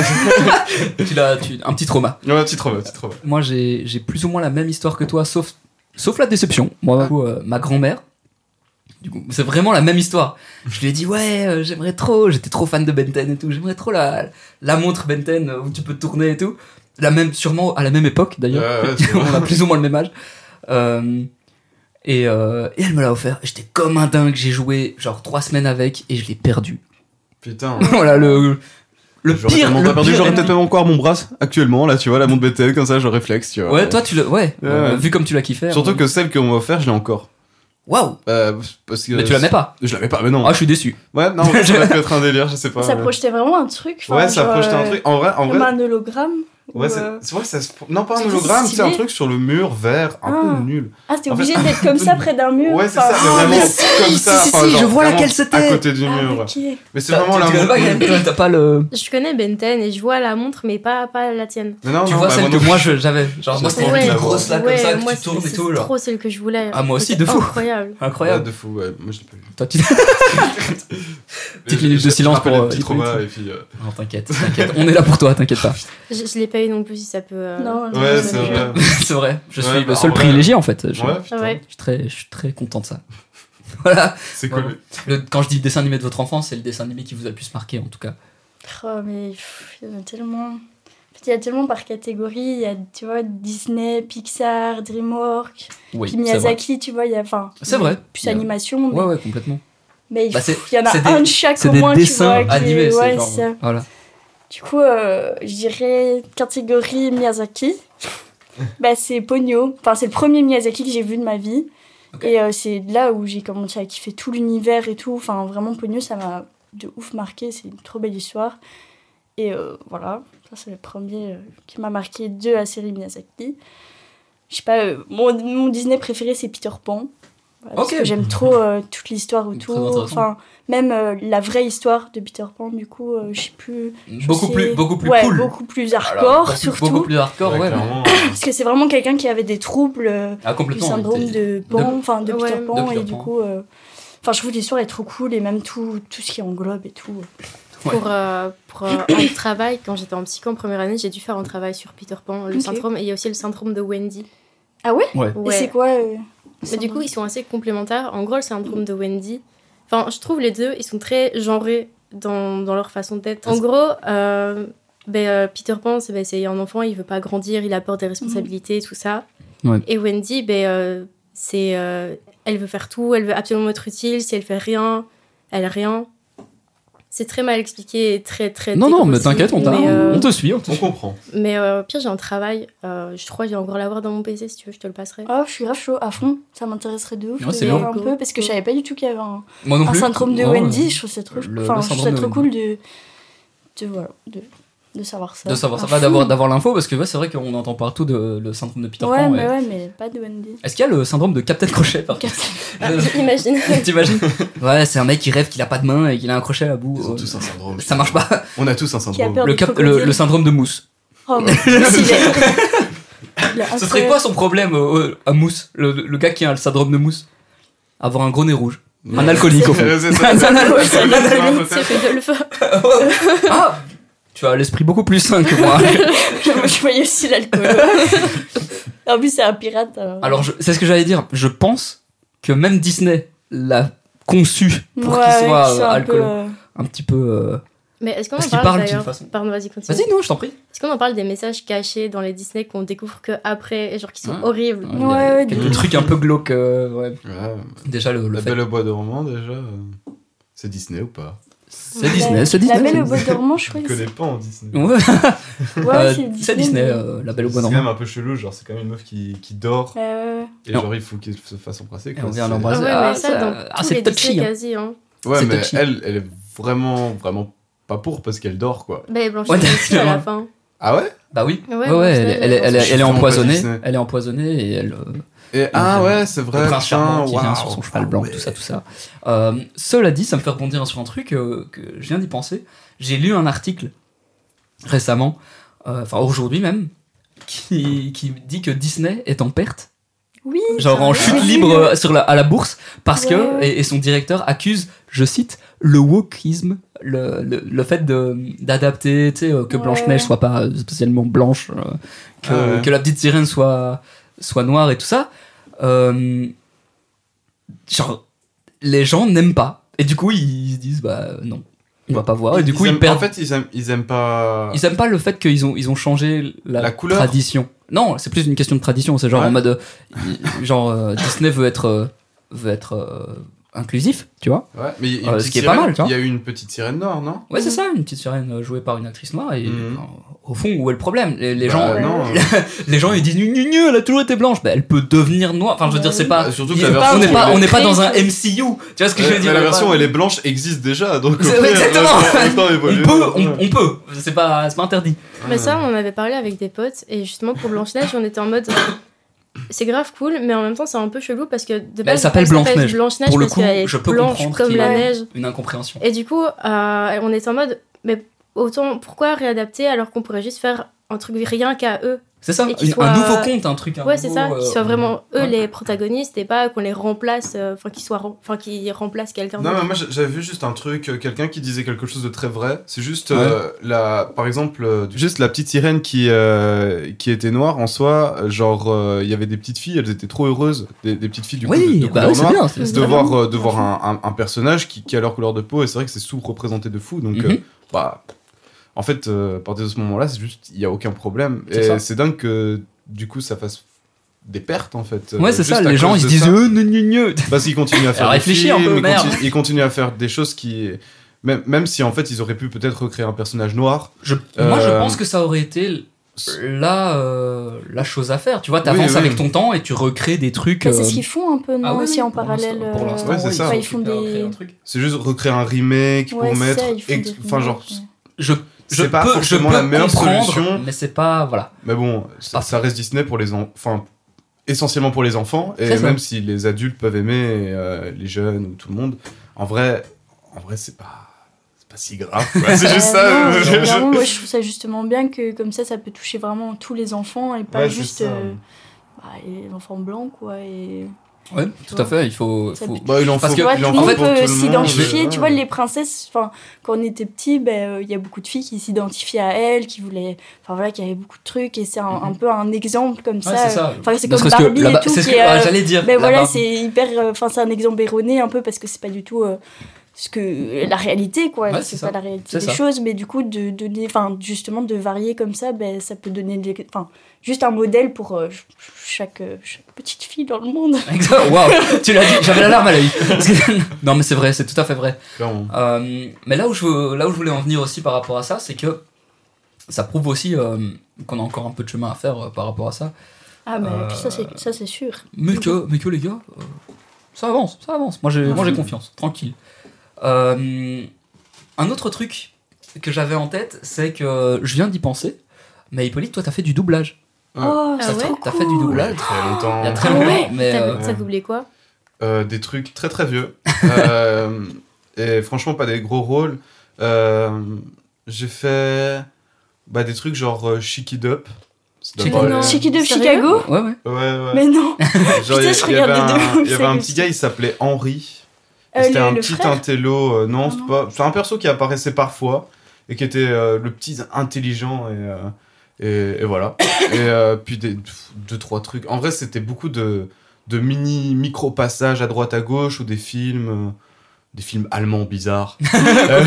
[SPEAKER 2] Tu l'as- tu- un petit trauma.
[SPEAKER 3] ouais, petit trop, petit trop.
[SPEAKER 2] Moi, j'ai j'ai plus ou moins la même histoire que toi, sauf, sauf la déception. Moi,
[SPEAKER 3] Ah.
[SPEAKER 2] du coup, euh, ma grand-mère, du coup, c'est vraiment la même histoire. Je lui ai dit, ouais, euh, j'aimerais trop, j'étais trop fan de Benten et tout, j'aimerais trop la, la montre Benten euh, où tu peux tourner et tout. La même, sûrement à la même époque d'ailleurs.
[SPEAKER 3] Ouais, ouais, c'est
[SPEAKER 2] On a
[SPEAKER 3] vrai.
[SPEAKER 2] plus ou moins le même âge. Euh, et, euh, et elle me l'a offert. J'étais comme un dingue, j'ai joué genre trois semaines avec et je l'ai perdu.
[SPEAKER 3] Putain.
[SPEAKER 2] voilà, le, le
[SPEAKER 3] Ah. J'aurais
[SPEAKER 2] pire.
[SPEAKER 3] tellement
[SPEAKER 2] Le
[SPEAKER 3] pas perdu,
[SPEAKER 2] pire
[SPEAKER 3] j'aurais
[SPEAKER 2] ennemi.
[SPEAKER 3] peut-être même encore mon bras actuellement, là tu vois, la montre Ben 10 comme ça je réflexe, tu vois.
[SPEAKER 2] Ouais, toi, tu le. Ouais,
[SPEAKER 3] Ouais,
[SPEAKER 2] euh,
[SPEAKER 3] ouais.
[SPEAKER 2] vu comme tu l'as kiffé. euh,
[SPEAKER 3] Surtout que celle qu'on m'a offert, je l'ai encore.
[SPEAKER 2] Waouh!
[SPEAKER 3] Euh, parce que
[SPEAKER 2] Mais tu la mets pas.
[SPEAKER 3] Je l'avais pas, mais non.
[SPEAKER 2] Ah, je suis déçu.
[SPEAKER 3] Ouais, non, ça aurait pu être un délire, je sais pas.
[SPEAKER 4] Ça projetait vraiment un truc. enfin,
[SPEAKER 3] Ouais, ça
[SPEAKER 4] genre,
[SPEAKER 3] projetait un
[SPEAKER 4] euh,
[SPEAKER 3] truc. En vrai, en
[SPEAKER 4] Comme
[SPEAKER 3] vrai.
[SPEAKER 4] un hologramme. ou,
[SPEAKER 3] Ouais, c'est
[SPEAKER 4] euh,
[SPEAKER 3] c'est vrai que ça se. pro- Non, pas un
[SPEAKER 4] C'était
[SPEAKER 3] hologramme, c'est un
[SPEAKER 4] stylé.
[SPEAKER 3] truc sur le mur vert, un
[SPEAKER 4] Ah.
[SPEAKER 3] peu nul.
[SPEAKER 4] Ah, t'es
[SPEAKER 3] En fait,
[SPEAKER 4] obligé d'être comme ça près d'un mur.
[SPEAKER 3] Ouais, c'est
[SPEAKER 4] enfin,
[SPEAKER 3] ça, mais
[SPEAKER 4] ah,
[SPEAKER 3] vraiment
[SPEAKER 4] mais-
[SPEAKER 3] comme ça.
[SPEAKER 2] si, si,
[SPEAKER 3] enfin,
[SPEAKER 2] si,
[SPEAKER 3] genre,
[SPEAKER 2] je vois
[SPEAKER 3] vraiment
[SPEAKER 2] laquelle c'était.
[SPEAKER 3] À côté du mur.
[SPEAKER 4] Ah, ok.
[SPEAKER 3] Mais c'est
[SPEAKER 2] T'as-
[SPEAKER 3] vraiment
[SPEAKER 2] tu-
[SPEAKER 3] la
[SPEAKER 2] tu l'as
[SPEAKER 3] montre.
[SPEAKER 2] pas, Gaël, T'as pas le.
[SPEAKER 5] Je connais Benten et je vois la montre, mais pas, pas la tienne.
[SPEAKER 3] Mais non,
[SPEAKER 2] Tu
[SPEAKER 3] non,
[SPEAKER 2] vois
[SPEAKER 3] bah,
[SPEAKER 2] celle
[SPEAKER 3] non
[SPEAKER 2] que
[SPEAKER 3] plus.
[SPEAKER 2] moi je- j'avais. Genre, moi
[SPEAKER 3] Ouais.
[SPEAKER 2] c'était une
[SPEAKER 5] Ouais.
[SPEAKER 2] Ah, grosse là comme ça,
[SPEAKER 5] moi,
[SPEAKER 2] que tu
[SPEAKER 5] c'est-
[SPEAKER 2] tournes et
[SPEAKER 5] c'est
[SPEAKER 2] tout. Genre.
[SPEAKER 5] trop celle que je voulais.
[SPEAKER 2] Ah, moi aussi,
[SPEAKER 5] C'était
[SPEAKER 2] de fou.
[SPEAKER 5] Incroyable.
[SPEAKER 3] Ouais,
[SPEAKER 2] Incroyable.
[SPEAKER 3] de fou, ouais. Moi, je l'ai pas eu.
[SPEAKER 2] Toi, tu. Petite minute de
[SPEAKER 3] Je- je
[SPEAKER 2] silence
[SPEAKER 3] rappelle
[SPEAKER 2] pour,
[SPEAKER 3] les
[SPEAKER 2] euh,
[SPEAKER 3] petits
[SPEAKER 2] Hippolyte.
[SPEAKER 3] traumas, et puis. euh,
[SPEAKER 2] Non, t'inquiète, t'inquiète. On est là pour toi, t'inquiète pas.
[SPEAKER 5] Je, je l'ai pas eu non plus, si ça peut. euh,
[SPEAKER 4] Non, non,
[SPEAKER 3] Ouais,
[SPEAKER 4] non,
[SPEAKER 3] c'est
[SPEAKER 4] non,
[SPEAKER 3] vrai.
[SPEAKER 2] C'est vrai. Je suis
[SPEAKER 3] Ouais,
[SPEAKER 2] le
[SPEAKER 3] bah,
[SPEAKER 2] seul
[SPEAKER 3] en vrai.
[SPEAKER 2] privilégié en fait. Je,
[SPEAKER 3] Ouais,
[SPEAKER 5] ah
[SPEAKER 3] putain.
[SPEAKER 5] ouais.
[SPEAKER 2] je suis très, je suis très content de ça. voilà.
[SPEAKER 3] C'est quoi
[SPEAKER 2] Vraiment. Le- quand je dis le dessin animé de votre enfance, c'est le dessin animé qui vous a le plus marqué en tout cas.
[SPEAKER 4] Oh, mais pff, il y en a tellement. En fait, il y a tellement par catégorie. Il y a, tu vois, Disney, Pixar, DreamWorks,
[SPEAKER 2] Oui,
[SPEAKER 4] puis
[SPEAKER 2] c'est vrai.
[SPEAKER 4] Miyazaki, tu vois, il y a. enfin,
[SPEAKER 2] C'est vrai.
[SPEAKER 4] Plus
[SPEAKER 2] Il y a-
[SPEAKER 4] animation, mais,
[SPEAKER 2] Ouais, ouais, complètement.
[SPEAKER 4] mais
[SPEAKER 2] Bah, c'est-
[SPEAKER 4] pff, il y en
[SPEAKER 2] c'est
[SPEAKER 4] a
[SPEAKER 2] des-
[SPEAKER 4] un de chaque
[SPEAKER 2] C'est
[SPEAKER 4] au
[SPEAKER 2] des
[SPEAKER 4] moins,
[SPEAKER 2] dessins
[SPEAKER 4] tu vois. qui est-
[SPEAKER 2] animés, c'est
[SPEAKER 4] ouais,
[SPEAKER 2] genre.
[SPEAKER 4] c'est ça.
[SPEAKER 2] Voilà.
[SPEAKER 4] Du coup, euh, je dirais catégorie Miyazaki. bah, c'est Ponyo. Enfin, c'est le premier Miyazaki que j'ai vu de ma vie.
[SPEAKER 2] Ok.
[SPEAKER 4] Et euh, c'est là où j'ai commencé à kiffer tout l'univers et tout. Enfin, vraiment, Ponyo, ça m'a de ouf marqué. C'est une trop belle histoire. Et euh, voilà, ça, c'est le premier euh, qui m'a marqué de la série Miyazaki. Je sais pas, euh, mon, mon Disney préféré, c'est Peter Pan. Voilà, parce
[SPEAKER 2] Ok.
[SPEAKER 4] que J'aime trop euh, toute l'histoire autour.
[SPEAKER 2] intéressant.
[SPEAKER 4] Enfin, même euh, la vraie histoire de Peter Pan, du coup, euh, je sais plus.
[SPEAKER 2] Beaucoup
[SPEAKER 4] C'est-
[SPEAKER 2] plus, beaucoup plus
[SPEAKER 4] ouais,
[SPEAKER 2] cool.
[SPEAKER 4] beaucoup plus
[SPEAKER 2] Alors,
[SPEAKER 4] hardcore,
[SPEAKER 2] beaucoup plus-
[SPEAKER 4] surtout.
[SPEAKER 2] Beaucoup plus hardcore, ouais. mais-
[SPEAKER 3] clairement.
[SPEAKER 4] Parce que c'est vraiment quelqu'un qui avait des troubles euh,
[SPEAKER 2] Ah,
[SPEAKER 4] du
[SPEAKER 2] complètement.
[SPEAKER 4] syndrome
[SPEAKER 2] il était-
[SPEAKER 4] de Pan, enfin de,
[SPEAKER 5] Ouais,
[SPEAKER 4] Peter
[SPEAKER 5] de
[SPEAKER 4] Pan,
[SPEAKER 2] Peter
[SPEAKER 4] et du
[SPEAKER 2] Pan.
[SPEAKER 4] coup. euh, Enfin, je trouve que l'histoire est trop cool et même tout, tout ce qui englobe et tout.
[SPEAKER 2] Ouais.
[SPEAKER 5] Pour, euh, pour euh, un travail, quand j'étais en psycho en première année, j'ai dû faire un travail sur Peter Pan, le
[SPEAKER 4] Ok.
[SPEAKER 5] syndrome, et il y a aussi le syndrome de Wendy.
[SPEAKER 4] Ah ouais
[SPEAKER 2] Ouais.
[SPEAKER 4] Et c'est quoi euh,
[SPEAKER 5] Mais Bah, du coup, ils sont assez complémentaires. En gros, le syndrome de Wendy. Enfin, je trouve les deux, ils sont très genrés dans, dans leur façon d'être. En gros, euh, ben, euh, Peter Pan, c'est ben, c'est un enfant, il veut pas grandir, il a peur des responsabilités, tout ça.
[SPEAKER 2] Mhm. Ouais.
[SPEAKER 5] Et Wendy, ben, euh, c'est, euh, elle veut faire tout, elle veut absolument être utile. Si elle fait rien, elle est rien. C'est très mal expliqué et très, très.
[SPEAKER 2] Non, non, mais
[SPEAKER 5] dégrossi,
[SPEAKER 2] t'inquiète, on, t'a-
[SPEAKER 5] Mais, euh,
[SPEAKER 2] on te suit, on te
[SPEAKER 3] On
[SPEAKER 2] suit.
[SPEAKER 3] comprend.
[SPEAKER 5] mais, euh, au pire, j'ai un travail. euh, je crois que j'ai encore l'avoir dans mon PC, si tu veux, je te le passerai.
[SPEAKER 4] Oh, je suis grave chaud, à fond. Ça m'intéresserait de ouf.
[SPEAKER 2] Ouais,
[SPEAKER 4] de
[SPEAKER 2] c'est
[SPEAKER 4] voir
[SPEAKER 5] lourd.
[SPEAKER 4] un peu, parce que je savais pas du tout qu'il y avait un,
[SPEAKER 2] Moi non
[SPEAKER 4] un
[SPEAKER 2] plus.
[SPEAKER 4] syndrome de
[SPEAKER 2] Non,
[SPEAKER 4] Wendy.
[SPEAKER 2] euh,
[SPEAKER 4] Je trouve ça trop,
[SPEAKER 2] le- le
[SPEAKER 4] enfin, je trouve ça
[SPEAKER 2] syndrome de
[SPEAKER 4] trop cool de, de, voilà, de, de savoir ça.
[SPEAKER 2] De savoir ça,
[SPEAKER 4] À
[SPEAKER 2] va,
[SPEAKER 4] fond.
[SPEAKER 2] d'avoir d'avoir l'info, parce que ouais, c'est vrai qu'on entend partout de, le syndrome de Peter
[SPEAKER 4] Ouais,
[SPEAKER 2] Pan.
[SPEAKER 4] mais
[SPEAKER 2] ouais.
[SPEAKER 4] ouais, mais pas de Wendy.
[SPEAKER 2] Est-ce qu'il y a le syndrome de Captain Crochet par Ah.
[SPEAKER 5] Imagine.
[SPEAKER 2] T'imagines Ouais, c'est un mec qui rêve qu'il a pas de main et qu'il a un crochet à la bout.
[SPEAKER 3] Ils ont
[SPEAKER 2] euh,
[SPEAKER 3] tous un syndrome.
[SPEAKER 2] Ça marche pas.
[SPEAKER 3] On a tous un
[SPEAKER 4] Qui a
[SPEAKER 3] syndrome.
[SPEAKER 4] peur
[SPEAKER 2] Le,
[SPEAKER 4] des
[SPEAKER 2] cap- le,
[SPEAKER 4] crocodiles.
[SPEAKER 2] le syndrome de Mousse.
[SPEAKER 4] Oh, mais il est- il est
[SPEAKER 2] Ce serait
[SPEAKER 4] incroyable.
[SPEAKER 2] quoi son problème euh, euh, à Mousse le, le gars qui a le syndrome de Mousse Avoir un gros nez rouge. Un alcoolique au fond.
[SPEAKER 3] Ouais, c'est ça.
[SPEAKER 2] Un
[SPEAKER 4] Ah
[SPEAKER 2] alcoolique.
[SPEAKER 3] C'est
[SPEAKER 5] Ça
[SPEAKER 3] un
[SPEAKER 5] allume,
[SPEAKER 3] alcoolique.
[SPEAKER 5] c'est fait de le feu.
[SPEAKER 2] Ah Tu as l'esprit beaucoup plus sain que moi.
[SPEAKER 4] je voyais aussi l'alcool. en plus, c'est un pirate. euh.
[SPEAKER 2] Alors, je- c'est ce que j'allais dire. Je pense que même Disney l'a conçu pour
[SPEAKER 4] Ouais,
[SPEAKER 2] qu'il soit
[SPEAKER 4] qu'ils
[SPEAKER 2] euh,
[SPEAKER 4] soient un peu,
[SPEAKER 2] alcoolo.
[SPEAKER 4] euh,
[SPEAKER 2] Un petit peu. euh,
[SPEAKER 5] Mais est-ce qu'on
[SPEAKER 2] Parce
[SPEAKER 5] en
[SPEAKER 2] qu'il
[SPEAKER 5] parle,
[SPEAKER 2] parle d'une
[SPEAKER 5] d'ailleurs
[SPEAKER 2] façon.
[SPEAKER 5] Pardon, vas-y, continue.
[SPEAKER 2] Vas-y, non, je t'en prie.
[SPEAKER 5] Est-ce qu'on en parle des messages cachés dans les Disney qu'on découvre que après et genre qui sont
[SPEAKER 2] Hein Ouais.
[SPEAKER 5] horribles
[SPEAKER 2] Il y a
[SPEAKER 4] ouais,
[SPEAKER 2] quelques
[SPEAKER 3] du-
[SPEAKER 2] trucs un peu glauques. euh, ouais.
[SPEAKER 3] Ouais,
[SPEAKER 2] Déjà, le, le
[SPEAKER 3] Mm. La
[SPEAKER 2] fait.
[SPEAKER 3] Belle au bois dormant déjà. euh, C'est Disney ou pas
[SPEAKER 2] C'est
[SPEAKER 4] la-
[SPEAKER 2] Disney, c'est Disney.
[SPEAKER 4] La Belle
[SPEAKER 2] c'est
[SPEAKER 4] au bois dormant, je crois.
[SPEAKER 3] Je
[SPEAKER 4] que
[SPEAKER 3] connais pas en Disney.
[SPEAKER 2] Disney. Ouais.
[SPEAKER 4] c'est- Ouais,
[SPEAKER 2] Euh,
[SPEAKER 4] c'est
[SPEAKER 2] c'est Disney,
[SPEAKER 4] mais-
[SPEAKER 2] euh, La Belle au
[SPEAKER 3] C'est
[SPEAKER 2] bois
[SPEAKER 3] quand
[SPEAKER 2] dormant.
[SPEAKER 3] même un peu chelou, genre c'est quand même une meuf qui, qui dort
[SPEAKER 4] Euh,
[SPEAKER 3] et
[SPEAKER 2] Non.
[SPEAKER 3] genre il faut qu'elle se fasse embrasser.
[SPEAKER 2] Et
[SPEAKER 3] quoi.
[SPEAKER 2] on vient
[SPEAKER 3] C'est-
[SPEAKER 5] Ah
[SPEAKER 2] l'embrasser.
[SPEAKER 5] ouais,
[SPEAKER 2] Ah,
[SPEAKER 5] mais ça,
[SPEAKER 2] ça-
[SPEAKER 5] dans
[SPEAKER 2] ah,
[SPEAKER 5] tous
[SPEAKER 2] c'est
[SPEAKER 5] les Disney
[SPEAKER 2] touchy, hein.
[SPEAKER 5] quasi. Hein.
[SPEAKER 3] Ouais,
[SPEAKER 2] C'est
[SPEAKER 3] mais
[SPEAKER 2] touchy.
[SPEAKER 3] elle, elle est vraiment, vraiment pas pour parce qu'elle dort quoi.
[SPEAKER 5] Ben, Blanche
[SPEAKER 2] Ouais,
[SPEAKER 5] aussi à
[SPEAKER 2] d'accord.
[SPEAKER 5] la fin.
[SPEAKER 3] Ah ouais
[SPEAKER 2] Bah oui.
[SPEAKER 5] Ouais,
[SPEAKER 2] Ouais,
[SPEAKER 5] moi,
[SPEAKER 2] ouais,
[SPEAKER 5] je
[SPEAKER 2] elle,
[SPEAKER 5] l'ai-
[SPEAKER 2] elle- elle-
[SPEAKER 3] Je suis
[SPEAKER 2] elle est
[SPEAKER 3] sûrement pas
[SPEAKER 2] empoisonnée.
[SPEAKER 3] Disney.
[SPEAKER 2] Elle est empoisonnée et elle. euh,
[SPEAKER 3] Et, Ah
[SPEAKER 2] vraiment.
[SPEAKER 3] ouais, c'est vrai.
[SPEAKER 2] le prince
[SPEAKER 3] putain,
[SPEAKER 2] charmant qui vient
[SPEAKER 3] waouh.
[SPEAKER 2] sur son cheval blanc,
[SPEAKER 3] Ah ouais.
[SPEAKER 2] tout ça, tout ça. Euh, cela dit, ça me fait rebondir sur un truc euh, que je viens d'y penser. J'ai lu un article récemment, euh, enfin aujourd'hui même, qui, qui dit que Disney est en perte,
[SPEAKER 4] Oui.
[SPEAKER 2] genre en chute
[SPEAKER 4] J'ai
[SPEAKER 2] libre
[SPEAKER 4] vu.
[SPEAKER 2] euh, sur la- à la bourse, parce que,
[SPEAKER 4] Ouais.
[SPEAKER 2] et, et son directeur accuse, je cite, le wokisme, le, le, le fait de- d'adapter, tu sais, euh, que
[SPEAKER 4] Ouais.
[SPEAKER 2] Blanche-Neige soit pas euh, spécialement blanche, euh, que,
[SPEAKER 3] Ah ouais.
[SPEAKER 2] que la petite sirène soit, soit noire et tout ça. Euh, genre, les gens n'aiment pas. Et du coup, ils se disent, bah non, on va pas voir. Oh, Et du coup, ils,
[SPEAKER 3] aiment-
[SPEAKER 2] perdent.
[SPEAKER 3] En fait, ils aiment, ils aiment pas.
[SPEAKER 2] ils aiment pas le fait qu'ils ont, ils ont changé la,
[SPEAKER 3] Ah. La couleur.
[SPEAKER 2] tradition. Non, c'est plus une question de tradition. C'est genre
[SPEAKER 3] Ouais.
[SPEAKER 2] en mode. euh, il- genre, euh, Disney veut être, euh, veut être euh, inclusif, tu vois.
[SPEAKER 3] Ouais, mais il y a une
[SPEAKER 2] Euh, ce
[SPEAKER 3] petite
[SPEAKER 2] qui est pas
[SPEAKER 3] sirène-
[SPEAKER 2] mal, tu
[SPEAKER 3] Il
[SPEAKER 2] vois.
[SPEAKER 3] y a eu une petite sirène noire, non
[SPEAKER 2] Ouais, c'est
[SPEAKER 4] Mhm.
[SPEAKER 2] ça, une petite sirène euh, jouée par une actrice noire. Et
[SPEAKER 3] Mhm.
[SPEAKER 2] enfin, au fond, où est le problème Les, les
[SPEAKER 3] Bah,
[SPEAKER 2] gens.
[SPEAKER 3] non.
[SPEAKER 2] Les gens ils disent nu nu nu, elle a toujours été blanche, bah elle peut devenir noire. Enfin je veux dire c'est pas.
[SPEAKER 3] Bah, surtout que
[SPEAKER 2] il-
[SPEAKER 3] la
[SPEAKER 2] on
[SPEAKER 3] version,
[SPEAKER 2] n'est pas
[SPEAKER 3] elle est
[SPEAKER 2] on n'est pas dans un
[SPEAKER 4] créée.
[SPEAKER 2] MCU. Tu vois ce que
[SPEAKER 3] Ouais,
[SPEAKER 2] je veux dire
[SPEAKER 3] mais la
[SPEAKER 2] on est
[SPEAKER 3] version,
[SPEAKER 2] pas-
[SPEAKER 3] elle est blanche, existe déjà. Donc, au
[SPEAKER 2] C'est-
[SPEAKER 3] pire,
[SPEAKER 2] exactement.
[SPEAKER 3] euh, autant
[SPEAKER 2] on
[SPEAKER 3] évoluer.
[SPEAKER 2] peut on, on peut. C'est pas c'est pas interdit.
[SPEAKER 5] Mais ça, on en avait parlé avec des potes, et justement pour Blanche-Neige, on était en mode. C'est grave cool, mais en même temps, c'est un peu chelou parce que de
[SPEAKER 2] elle
[SPEAKER 5] base,
[SPEAKER 2] s'appelle
[SPEAKER 5] elle s'appelle
[SPEAKER 2] Blanche-Neige.
[SPEAKER 5] Blanche-Neige
[SPEAKER 2] Pour le
[SPEAKER 5] parce
[SPEAKER 2] coup,
[SPEAKER 5] qu'elle est
[SPEAKER 2] je peux
[SPEAKER 5] blanche
[SPEAKER 2] comprendre
[SPEAKER 5] comme
[SPEAKER 2] qu'il y
[SPEAKER 5] la
[SPEAKER 4] ait-
[SPEAKER 5] neige.
[SPEAKER 2] Une incompréhension.
[SPEAKER 5] Et du coup, euh, on était en mode, mais autant, pourquoi réadapter alors qu'on pourrait juste faire un truc rien qu'à eux
[SPEAKER 2] C'est ça.
[SPEAKER 5] Et qu'il
[SPEAKER 2] une-
[SPEAKER 5] soit-
[SPEAKER 2] Un nouveau conte un truc. un
[SPEAKER 5] Ouais, c'est
[SPEAKER 2] nouveau,
[SPEAKER 5] ça,
[SPEAKER 2] euh,
[SPEAKER 5] qu'ils soient vraiment eux
[SPEAKER 2] ouais.
[SPEAKER 5] les protagonistes et pas qu'on les remplace, euh, enfin qu'ils soient, rem- enfin qu'ils remplacent quelqu'un.
[SPEAKER 3] Non,
[SPEAKER 5] d'autre.
[SPEAKER 3] mais moi j'a- j'avais vu juste un truc, euh, quelqu'un qui disait quelque chose de très vrai. C'est juste, euh, la, par exemple, euh, juste la petite sirène qui, euh, qui était noire en soi. euh, Genre, euh, il y avait des petites filles, elles étaient trop heureuses, des, des petites filles du coup
[SPEAKER 2] Oui,
[SPEAKER 3] de, de
[SPEAKER 2] bah
[SPEAKER 3] couleur
[SPEAKER 2] oui, c'est
[SPEAKER 3] noire,
[SPEAKER 2] bien. c'est- c'est
[SPEAKER 3] de
[SPEAKER 2] très
[SPEAKER 3] voir,
[SPEAKER 2] bien.
[SPEAKER 3] euh, de voir un, un- un personnage qui, qui a leur couleur de peau. Et c'est vrai que c'est sous-représenté de fou. Donc,
[SPEAKER 2] Mhm.
[SPEAKER 3] euh, bah, en fait, euh, à partir de ce moment-là, c'est juste, il n'y a aucun problème.
[SPEAKER 2] C'est ça.
[SPEAKER 3] Et c'est dingue que du coup, ça fasse des pertes en fait. euh,
[SPEAKER 2] Ouais c'est
[SPEAKER 3] juste
[SPEAKER 2] ça.
[SPEAKER 3] à
[SPEAKER 2] Les
[SPEAKER 3] cause
[SPEAKER 2] gens ils
[SPEAKER 3] de
[SPEAKER 2] se disent
[SPEAKER 3] ça.
[SPEAKER 2] euh, nu nu nu.
[SPEAKER 3] Parce qu'ils continuent à faire des
[SPEAKER 2] réfléchis
[SPEAKER 3] films,
[SPEAKER 2] un peu,
[SPEAKER 3] ils,
[SPEAKER 2] merde.
[SPEAKER 3] continuent, ils continuent à faire des choses qui... Même, même si en fait ils auraient pu peut-être recréer un personnage noir.
[SPEAKER 2] Je- Moi je
[SPEAKER 3] Euh,
[SPEAKER 2] pense que ça aurait été la euh, la chose à faire. Tu vois t'avances
[SPEAKER 3] Oui, oui.
[SPEAKER 2] avec ton temps et tu recrées des trucs.
[SPEAKER 4] Bah, c'est
[SPEAKER 2] euh,
[SPEAKER 4] ce qu'ils font un peu, non
[SPEAKER 2] Ah oui,
[SPEAKER 4] Aussi
[SPEAKER 2] oui,
[SPEAKER 4] en
[SPEAKER 2] pour
[SPEAKER 4] parallèle.
[SPEAKER 2] l'instant- pour
[SPEAKER 4] euh,
[SPEAKER 2] l'instant,
[SPEAKER 3] Ouais, c'est
[SPEAKER 4] enfin,
[SPEAKER 3] ça.
[SPEAKER 4] Ils font des.
[SPEAKER 3] C'est juste recréer un remake pour
[SPEAKER 4] Ouais, c'est
[SPEAKER 3] mettre...
[SPEAKER 4] ça, ils font
[SPEAKER 3] ex-
[SPEAKER 4] des
[SPEAKER 3] Enfin genre...
[SPEAKER 4] remakes, ouais.
[SPEAKER 2] Je je
[SPEAKER 3] C'est pas
[SPEAKER 2] peux- je
[SPEAKER 3] forcément
[SPEAKER 2] peux
[SPEAKER 3] la meilleure
[SPEAKER 2] comprendre,
[SPEAKER 3] solution.
[SPEAKER 2] mais c'est pas voilà.
[SPEAKER 3] Mais bon,
[SPEAKER 2] Ah.
[SPEAKER 3] ça, ça reste Disney pour les enfants... Enfin, essentiellement pour les enfants. Et
[SPEAKER 2] C'est ça.
[SPEAKER 3] même si les adultes peuvent aimer, euh, les jeunes ou tout le monde, en vrai, en vrai c'est pas... C'est pas si grave. quoi. C'est
[SPEAKER 4] Euh,
[SPEAKER 3] juste ça.
[SPEAKER 4] non,
[SPEAKER 3] euh, je-
[SPEAKER 4] vraiment, moi, je trouve ça justement bien que comme ça, ça peut toucher vraiment tous les enfants et pas
[SPEAKER 3] Ouais, c'est
[SPEAKER 4] juste
[SPEAKER 3] ça.
[SPEAKER 4] euh, bah, les enfants blancs, quoi. Et...
[SPEAKER 2] Ouais, tout à fait. Il faut.
[SPEAKER 4] Ça
[SPEAKER 2] faut-
[SPEAKER 4] peut-
[SPEAKER 3] Bah, il en
[SPEAKER 2] Parce
[SPEAKER 3] faut,
[SPEAKER 2] que,
[SPEAKER 4] Tu vois,
[SPEAKER 3] il
[SPEAKER 4] tout
[SPEAKER 3] en
[SPEAKER 4] le
[SPEAKER 3] faut pour
[SPEAKER 4] monde
[SPEAKER 3] tout
[SPEAKER 4] peut
[SPEAKER 3] le monde,
[SPEAKER 4] s'identifier.
[SPEAKER 3] ouais.
[SPEAKER 4] Tu vois, les princesses, enfin, quand on était petit, ben, euh, il y a beaucoup de filles qui s'identifiaient à elles, qui voulaient, enfin voilà, qui avaient beaucoup de trucs, et c'est un,
[SPEAKER 2] Mhm.
[SPEAKER 4] un peu un exemple comme
[SPEAKER 2] Ouais,
[SPEAKER 4] ça.
[SPEAKER 2] c'est
[SPEAKER 4] euh,
[SPEAKER 2] ça.
[SPEAKER 4] Enfin, c'est
[SPEAKER 2] Ne
[SPEAKER 4] comme
[SPEAKER 2] serait-ce que
[SPEAKER 4] Barbie
[SPEAKER 2] la
[SPEAKER 4] et
[SPEAKER 2] ba-
[SPEAKER 4] tout
[SPEAKER 2] c'est ce
[SPEAKER 4] qui
[SPEAKER 2] que
[SPEAKER 4] est,
[SPEAKER 2] ah,
[SPEAKER 4] euh,
[SPEAKER 2] j'allais dire.
[SPEAKER 4] Ben
[SPEAKER 2] la
[SPEAKER 4] voilà,
[SPEAKER 2] Barbie.
[SPEAKER 4] c'est hyper, euh, enfin, c'est un exemple erroné un peu parce que c'est pas du tout euh, ce que euh, la réalité, quoi.
[SPEAKER 2] Ouais, c'est
[SPEAKER 4] c'est
[SPEAKER 2] ça.
[SPEAKER 4] pas la réalité
[SPEAKER 2] C'est
[SPEAKER 4] des
[SPEAKER 2] ça.
[SPEAKER 4] choses, mais du coup, de donner, enfin, justement, de varier comme ça, ben, ça peut donner, des- enfin, juste un modèle pour euh, ch- chaque, euh, chaque petite fille dans le monde.
[SPEAKER 2] Exact. Waouh, tu l'as dit, j'avais la larme à l'œil. Parce que- non, mais c'est vrai, c'est tout à fait vrai.
[SPEAKER 3] Clairement.
[SPEAKER 2] Euh, mais là où, je veux- là où je voulais en venir aussi par rapport à ça, c'est que ça prouve aussi euh, qu'on a encore un peu de chemin à faire euh, par rapport à ça.
[SPEAKER 4] Ah, mais
[SPEAKER 2] Euh,
[SPEAKER 4] puis ça, c'est ça, c'est sûr.
[SPEAKER 2] Mais que, mais que les gars, euh, ça avance, ça avance. Moi, j'ai, moi, j'ai confiance, tranquille. Euh, un autre truc que j'avais en tête, c'est que je viens d'y penser. Mais Hippolyte, toi, t'as fait du doublage.
[SPEAKER 3] Ouais.
[SPEAKER 4] Oh,
[SPEAKER 5] Ah
[SPEAKER 4] c'est
[SPEAKER 5] ouais
[SPEAKER 4] trop
[SPEAKER 2] T'as fait du
[SPEAKER 4] cool.
[SPEAKER 3] Il
[SPEAKER 2] doublage
[SPEAKER 3] y a très longtemps.
[SPEAKER 2] il y a très
[SPEAKER 4] Ah
[SPEAKER 2] longtemps.
[SPEAKER 4] ouais
[SPEAKER 2] mais,
[SPEAKER 5] T'as-
[SPEAKER 2] euh,
[SPEAKER 5] Ça doublait quoi
[SPEAKER 3] Euh, des trucs très très vieux. Euh, et franchement, pas des gros rôles. Euh, j'ai fait bah, des trucs genre euh, Chick It Up. C'est
[SPEAKER 2] Chick It
[SPEAKER 3] d'abord
[SPEAKER 2] Up.
[SPEAKER 3] les-
[SPEAKER 4] Chicky de
[SPEAKER 5] Sérieux
[SPEAKER 4] Chicago
[SPEAKER 2] ouais, ouais.
[SPEAKER 3] Ouais, ouais.
[SPEAKER 4] Mais non
[SPEAKER 3] Genre,
[SPEAKER 4] Putain,
[SPEAKER 3] il y-
[SPEAKER 4] je
[SPEAKER 3] il y avait
[SPEAKER 4] regardais de
[SPEAKER 3] un-
[SPEAKER 4] ouf,
[SPEAKER 3] Il y
[SPEAKER 4] ça
[SPEAKER 3] avait un
[SPEAKER 4] aussi.
[SPEAKER 3] petit gars, il s'appelait Henri.
[SPEAKER 4] Euh,
[SPEAKER 3] C'était
[SPEAKER 4] le-
[SPEAKER 3] un
[SPEAKER 4] le
[SPEAKER 3] petit
[SPEAKER 4] frère
[SPEAKER 3] intello. euh, non,
[SPEAKER 4] Ah,
[SPEAKER 3] c'est
[SPEAKER 4] non.
[SPEAKER 3] pas. C'est un perso qui apparaissait parfois et qui était euh, le petit intelligent et. euh, et, et voilà. et euh, puis des, pff, deux, trois trucs. En vrai, c'était beaucoup de, de mini micro-passages à droite à gauche ou des films. euh, des films allemands bizarres. Euh,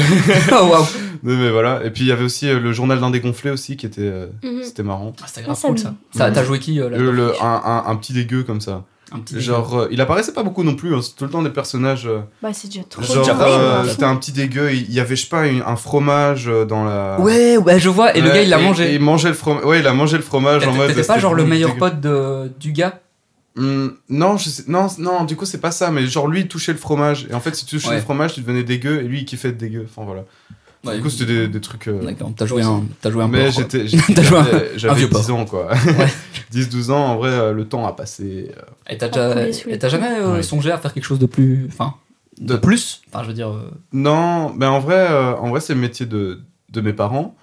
[SPEAKER 2] Oh, waouh.
[SPEAKER 3] mais, mais voilà. Et puis il y avait aussi euh, le journal d'un dégonflé aussi qui était. euh,
[SPEAKER 4] Mm.
[SPEAKER 5] Mhm.
[SPEAKER 3] C'était marrant.
[SPEAKER 2] Ah, C'était grave
[SPEAKER 4] Ah, ça
[SPEAKER 2] cool
[SPEAKER 4] me-
[SPEAKER 2] ça. Ça, T'as joué qui euh, là
[SPEAKER 3] Le- le- un, un- un petit dégueu comme ça.
[SPEAKER 2] Un petit
[SPEAKER 3] Genre, euh, il apparaissait pas beaucoup non plus. hein, c'est tout le temps des personnages. euh,
[SPEAKER 4] Bah, c'est déjà trop
[SPEAKER 3] Genre,
[SPEAKER 2] déjà
[SPEAKER 4] bien.
[SPEAKER 2] pas
[SPEAKER 3] euh,
[SPEAKER 2] mal.
[SPEAKER 3] c'était un petit dégueu. Il il y avait, je sais pas, une- un fromage euh, dans la.
[SPEAKER 2] Ouais, ouais, je vois. Et le
[SPEAKER 3] Ouais,
[SPEAKER 2] gars, il l'a
[SPEAKER 3] et- et
[SPEAKER 2] mangé.
[SPEAKER 3] il mangeait le fromage. Ouais, il a mangé le fromage en mode.
[SPEAKER 2] T'étais pas
[SPEAKER 3] c'était
[SPEAKER 2] genre le
[SPEAKER 3] tout
[SPEAKER 2] meilleur
[SPEAKER 3] dégueu.
[SPEAKER 2] pote de, du gars
[SPEAKER 3] Hum, non, je sais- non, c- non, du coup, c'est pas ça. Mais genre, lui, il touchait le fromage. Et en fait, si tu touchais
[SPEAKER 2] Ouais.
[SPEAKER 3] le fromage, tu devenais dégueu. Et lui, il kiffait être dégueu. Enfin, voilà.
[SPEAKER 2] Ouais,
[SPEAKER 3] du coup, c'était des, des trucs. euh,
[SPEAKER 2] D'accord, t'as joué un, t'as joué un
[SPEAKER 3] mais
[SPEAKER 2] porc, quoi.
[SPEAKER 3] j'étais.
[SPEAKER 2] T'as joué un-
[SPEAKER 3] j'avais-
[SPEAKER 2] un vieux
[SPEAKER 3] J'avais
[SPEAKER 2] porc.
[SPEAKER 3] 10 ans, quoi.
[SPEAKER 2] Ouais.
[SPEAKER 3] 10-12 ans, en vrai, euh, le temps a passé. euh,
[SPEAKER 2] Et t'as
[SPEAKER 4] Pas
[SPEAKER 2] déjà,
[SPEAKER 4] couler sous les
[SPEAKER 2] et t'as jamais euh,
[SPEAKER 3] Ouais.
[SPEAKER 2] songé à faire quelque chose de plus, enfin, de
[SPEAKER 3] De-
[SPEAKER 2] plus, enfin, je veux dire, euh,
[SPEAKER 3] Non, mais en vrai, euh, en vrai c'est le métier de, de mes parents.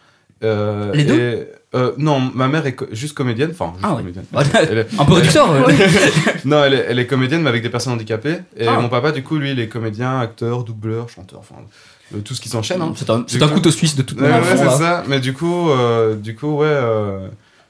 [SPEAKER 3] Euh,
[SPEAKER 2] Les deux
[SPEAKER 3] et, euh, Non, ma mère est co- juste comédienne. Enfin, juste
[SPEAKER 2] Ah ouais.
[SPEAKER 3] comédienne. Elle est-
[SPEAKER 2] un peu réducteur. euh. ouais.
[SPEAKER 3] non, elle est, elle est comédienne, mais avec des personnes handicapées. Et
[SPEAKER 2] Ah.
[SPEAKER 3] mon papa, du coup, lui, il est comédien, acteur, doubleur, chanteur, enfin, euh, tout ce qui s'enchaîne. hein.
[SPEAKER 2] C'est un, c'est
[SPEAKER 3] Du
[SPEAKER 2] un
[SPEAKER 3] coup-
[SPEAKER 2] couteau suisse de toute
[SPEAKER 3] Ouais,
[SPEAKER 2] manière.
[SPEAKER 3] ouais, c'est
[SPEAKER 2] voilà.
[SPEAKER 3] ça. Mais du coup, euh, du coup, ouais, euh,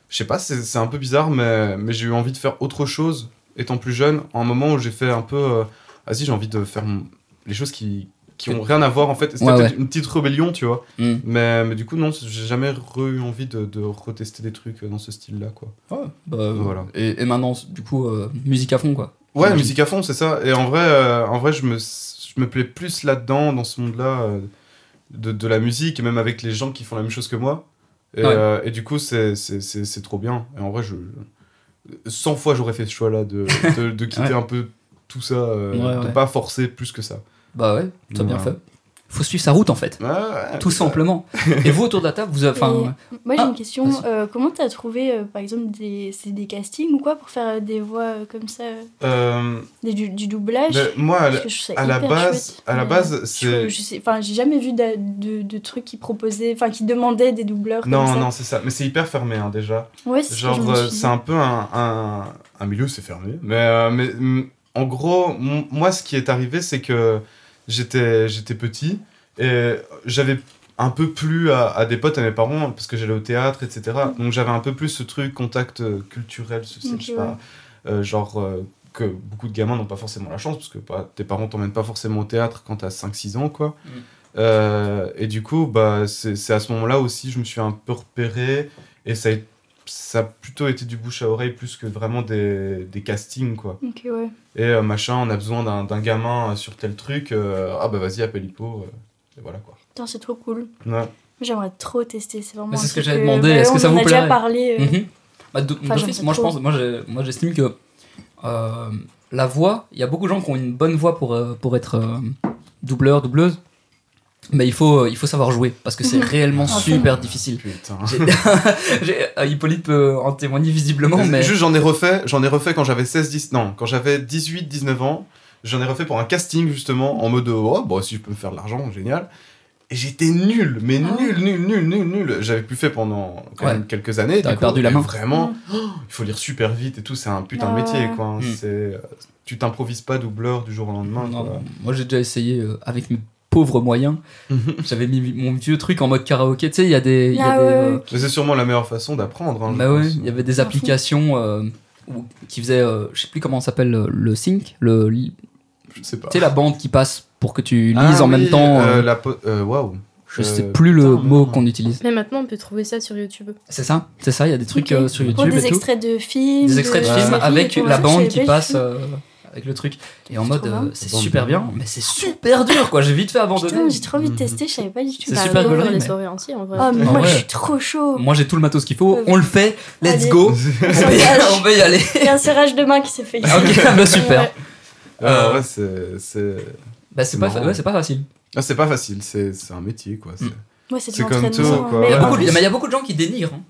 [SPEAKER 3] je sais pas, c'est c'est un peu bizarre, mais, mais j'ai eu envie de faire autre chose étant plus jeune, à un moment où j'ai fait un peu, euh, ah si, j'ai envie de faire mon- les choses qui qui ont rien à voir en fait. C'était
[SPEAKER 2] Ouais,
[SPEAKER 3] peut-être une petite rébellion, tu vois.
[SPEAKER 2] Mm.
[SPEAKER 3] Mais, mais du coup, non, j'ai jamais re- eu envie de, de retester des trucs euh, dans ce style-là, quoi.
[SPEAKER 2] Ouais, bah,
[SPEAKER 3] Voilà.
[SPEAKER 2] Et, et maintenant, du coup, euh, musique à fond, quoi.
[SPEAKER 3] Ouais,
[SPEAKER 2] J'imagine.
[SPEAKER 3] musique à fond, c'est ça. Et en vrai, euh, en vrai, je me, je me plais plus là-dedans, dans ce monde-là, euh, de, de la musique, et même avec les gens qui font la même chose que moi. Et,
[SPEAKER 2] Ouais.
[SPEAKER 3] euh, et du coup, c'est, c'est, c'est, c'est trop bien. Et en vrai, je, je- 100 fois, j'aurais fait ce choix-là de, de, de quitter
[SPEAKER 2] Ouais.
[SPEAKER 3] un peu tout ça, euh,
[SPEAKER 2] Ouais,
[SPEAKER 3] de
[SPEAKER 2] ouais.
[SPEAKER 3] pas forcer plus que ça.
[SPEAKER 2] Bah ouais, t'as bien
[SPEAKER 3] Voilà.
[SPEAKER 2] fait. Faut suivre sa route, en fait.
[SPEAKER 3] Ouais, ouais,
[SPEAKER 2] Tout
[SPEAKER 3] c'est ça.
[SPEAKER 2] simplement. Et vous, autour de la table, vous avez.
[SPEAKER 4] Et
[SPEAKER 2] Enfin,
[SPEAKER 4] Moi j'ai
[SPEAKER 2] Ah,
[SPEAKER 4] une question,
[SPEAKER 2] vas-y.
[SPEAKER 4] euh, comment t'as trouvé euh, par exemple des, c'est des castings ou quoi pour faire euh, des voix euh, comme ça, euh,
[SPEAKER 3] Euh,
[SPEAKER 4] des- du, du doublage
[SPEAKER 3] mais moi, à la,
[SPEAKER 4] Parce que je trouve ça
[SPEAKER 3] à la
[SPEAKER 4] hyper
[SPEAKER 3] base,
[SPEAKER 4] chouette,
[SPEAKER 3] à la
[SPEAKER 4] mais
[SPEAKER 3] base,
[SPEAKER 4] Je,
[SPEAKER 3] c'est.
[SPEAKER 4] je sais, enfin, j'ai jamais vu d'a- de, de, trucs qui proposaient, enfin, qui demandaient des doubleurs.
[SPEAKER 3] Non,
[SPEAKER 4] comme
[SPEAKER 3] non, c'est ça. Mais c'est hyper fermé, hein, déjà.
[SPEAKER 4] ça. Ouais, c'est ce que je
[SPEAKER 3] Genre,
[SPEAKER 4] me
[SPEAKER 3] euh,
[SPEAKER 4] suis
[SPEAKER 3] c'est un peu un, un, un milieu, c'est fermé. Mais, euh, mais mm, en gros, m- moi, ce qui est arrivé, c'est que j'étais j'étais petit et j'avais un peu plus à, à des potes, à mes parents, parce que j'allais au théâtre, etc. Donc j'avais un peu plus ce truc contact euh, culturel, ce-
[SPEAKER 4] Ok,
[SPEAKER 3] je sais pas, euh, genre euh, que beaucoup de gamins n'ont pas forcément la chance, parce que bah, tes parents t'emmènent pas forcément au théâtre quand t'as 5-6 ans, quoi.
[SPEAKER 2] Mm.
[SPEAKER 3] Euh, et du coup, bah, c'est c'est à ce moment-là aussi, je me suis un peu repéré, et ça a, ça a plutôt été du bouche à oreille plus que vraiment des, des castings, quoi.
[SPEAKER 4] dit. Ok, ouais.
[SPEAKER 3] Et euh, machin, on a besoin d'un d'un gamin euh, sur tel truc, euh, ah bah vas-y, appelle Hippo, euh, et voilà, quoi.
[SPEAKER 4] Putain, c'est trop cool.
[SPEAKER 3] Ouais.
[SPEAKER 4] J'aimerais trop tester, c'est vraiment.
[SPEAKER 2] Mais c'est
[SPEAKER 4] un
[SPEAKER 2] ce que
[SPEAKER 4] truc,
[SPEAKER 2] j'avais
[SPEAKER 4] euh,
[SPEAKER 2] demandé,
[SPEAKER 4] bah,
[SPEAKER 2] est-ce que
[SPEAKER 4] on
[SPEAKER 2] ça
[SPEAKER 4] en
[SPEAKER 2] vous
[SPEAKER 4] a déjà
[SPEAKER 2] plairait
[SPEAKER 4] parlé. euh,
[SPEAKER 2] mhm. Bah, de-
[SPEAKER 4] Enfin,
[SPEAKER 2] d'office,
[SPEAKER 4] j'aime
[SPEAKER 2] moi,
[SPEAKER 4] pas
[SPEAKER 2] je
[SPEAKER 4] trop.
[SPEAKER 2] pense, moi, j'ai- moi, j'estime que euh, la voix, il y a beaucoup de gens qui ont une bonne voix pour, euh, pour être euh, doubleur, doubleuse, mais il faut, euh, il faut savoir jouer parce que c'est
[SPEAKER 4] Mhm.
[SPEAKER 2] réellement
[SPEAKER 4] Ah,
[SPEAKER 2] super difficile.
[SPEAKER 3] Putain.
[SPEAKER 2] J'ai- j'ai- euh, Hippolyte peut en témoigner visiblement,
[SPEAKER 3] Juste,
[SPEAKER 2] mais
[SPEAKER 3] j'en ai refait, j'en ai refait quand j'avais 16 10 non, quand j'avais 18 19 ans, j'en ai refait pour un casting justement en mode oh bon si je peux me faire de l'argent, génial. Et j'étais nul, mais
[SPEAKER 4] Ah
[SPEAKER 3] nul, nul, nul, nul, nul. J'avais plus fait pendant quand
[SPEAKER 2] Ouais.
[SPEAKER 3] même quelques années.
[SPEAKER 2] T'avais
[SPEAKER 3] du coup,
[SPEAKER 2] perdu la
[SPEAKER 3] et
[SPEAKER 2] main.
[SPEAKER 3] Vraiment,
[SPEAKER 4] Mm.
[SPEAKER 3] oh, il faut lire super vite et tout. C'est un putain
[SPEAKER 4] Ah
[SPEAKER 3] de métier,
[SPEAKER 4] ouais.
[SPEAKER 3] quoi. hein.
[SPEAKER 2] Mm.
[SPEAKER 3] C'est, euh, tu t'improvises pas doubleur du jour au lendemain.
[SPEAKER 2] Non,
[SPEAKER 3] quoi.
[SPEAKER 2] moi j'ai déjà essayé euh, avec mes pauvres moyens. J'avais mis mon vieux truc en mode karaoké. Tu sais, il y a des, il y a
[SPEAKER 4] Ah
[SPEAKER 2] des,
[SPEAKER 4] ouais,
[SPEAKER 2] euh,
[SPEAKER 4] ouais.
[SPEAKER 3] Mais c'est sûrement la meilleure façon d'apprendre. hein, je
[SPEAKER 2] bah ouais,
[SPEAKER 3] pense.
[SPEAKER 2] il y avait des
[SPEAKER 4] J'en fous.
[SPEAKER 2] applications euh, où- qui faisaient, euh, je sais plus comment ça s'appelle, le, le sync, le, li-
[SPEAKER 3] Je sais pas.
[SPEAKER 2] tu sais la bande qui passe pour que tu lises
[SPEAKER 3] Ah
[SPEAKER 2] en
[SPEAKER 3] oui,
[SPEAKER 2] même temps.
[SPEAKER 3] euh,
[SPEAKER 2] euh,
[SPEAKER 3] la po- euh, Waouh.
[SPEAKER 2] je
[SPEAKER 3] euh,
[SPEAKER 2] sais plus le
[SPEAKER 3] putain,
[SPEAKER 2] mot
[SPEAKER 3] non.
[SPEAKER 2] qu'on utilise.
[SPEAKER 5] Mais maintenant, on peut trouver ça sur YouTube.
[SPEAKER 2] C'est ça, c'est ça. Il y a des trucs
[SPEAKER 4] Ok.
[SPEAKER 2] euh, sur
[SPEAKER 4] Pour
[SPEAKER 2] YouTube
[SPEAKER 4] des
[SPEAKER 2] et tout.
[SPEAKER 4] extraits de films. euh,
[SPEAKER 2] Des extraits de
[SPEAKER 3] Ouais.
[SPEAKER 2] films
[SPEAKER 4] séries
[SPEAKER 2] avec
[SPEAKER 4] et tout,
[SPEAKER 2] la
[SPEAKER 4] ça,
[SPEAKER 2] bande
[SPEAKER 4] j'avais
[SPEAKER 2] qui
[SPEAKER 4] pas
[SPEAKER 2] passe
[SPEAKER 4] vu.
[SPEAKER 2] euh, avec le truc. Et en
[SPEAKER 4] C'est
[SPEAKER 2] mode,
[SPEAKER 4] trop
[SPEAKER 2] euh,
[SPEAKER 4] bien.
[SPEAKER 2] c'est
[SPEAKER 3] Bande
[SPEAKER 2] super
[SPEAKER 3] de-
[SPEAKER 2] bien, mais c'est super dur quoi. J'ai vite fait abandonner.
[SPEAKER 4] Putain, j'ai trop envie de
[SPEAKER 3] Mhm.
[SPEAKER 4] tester, je savais pas du tout.
[SPEAKER 2] C'est
[SPEAKER 5] Bah,
[SPEAKER 2] super
[SPEAKER 5] on peut
[SPEAKER 2] gaulerie,
[SPEAKER 5] faire des
[SPEAKER 2] mais-
[SPEAKER 5] soirées ainsi, en vrai.
[SPEAKER 4] Oh, mais
[SPEAKER 2] Ah
[SPEAKER 4] moi
[SPEAKER 2] ouais.
[SPEAKER 4] je suis trop chaud.
[SPEAKER 2] Moi j'ai tout le matos qu'il faut,
[SPEAKER 4] Euh,
[SPEAKER 2] on le fait, let's
[SPEAKER 4] allez.
[SPEAKER 2] go, on peut, y, on peut y aller.
[SPEAKER 4] Il y a un serrage de main qui s'est fait ici.
[SPEAKER 2] ok, bah super.
[SPEAKER 3] Ah,
[SPEAKER 2] Euh,
[SPEAKER 3] ouais, c'est- c'est.
[SPEAKER 2] Bah c'est pas,
[SPEAKER 3] Marrant.
[SPEAKER 2] fa- ouais, c'est pas facile.
[SPEAKER 3] Ah, c'est pas facile, c'est c'est un métier quoi. c'est-
[SPEAKER 2] Mm.
[SPEAKER 4] Moi, c'est de
[SPEAKER 3] C'est comme tout,
[SPEAKER 4] l'entraînement.
[SPEAKER 3] quoi.
[SPEAKER 4] mais
[SPEAKER 2] Il y
[SPEAKER 3] Ouais.
[SPEAKER 2] a
[SPEAKER 4] en
[SPEAKER 2] beaucoup de- mais
[SPEAKER 4] plus,
[SPEAKER 2] Ah, il y a beaucoup de gens qui dénigrent. hein.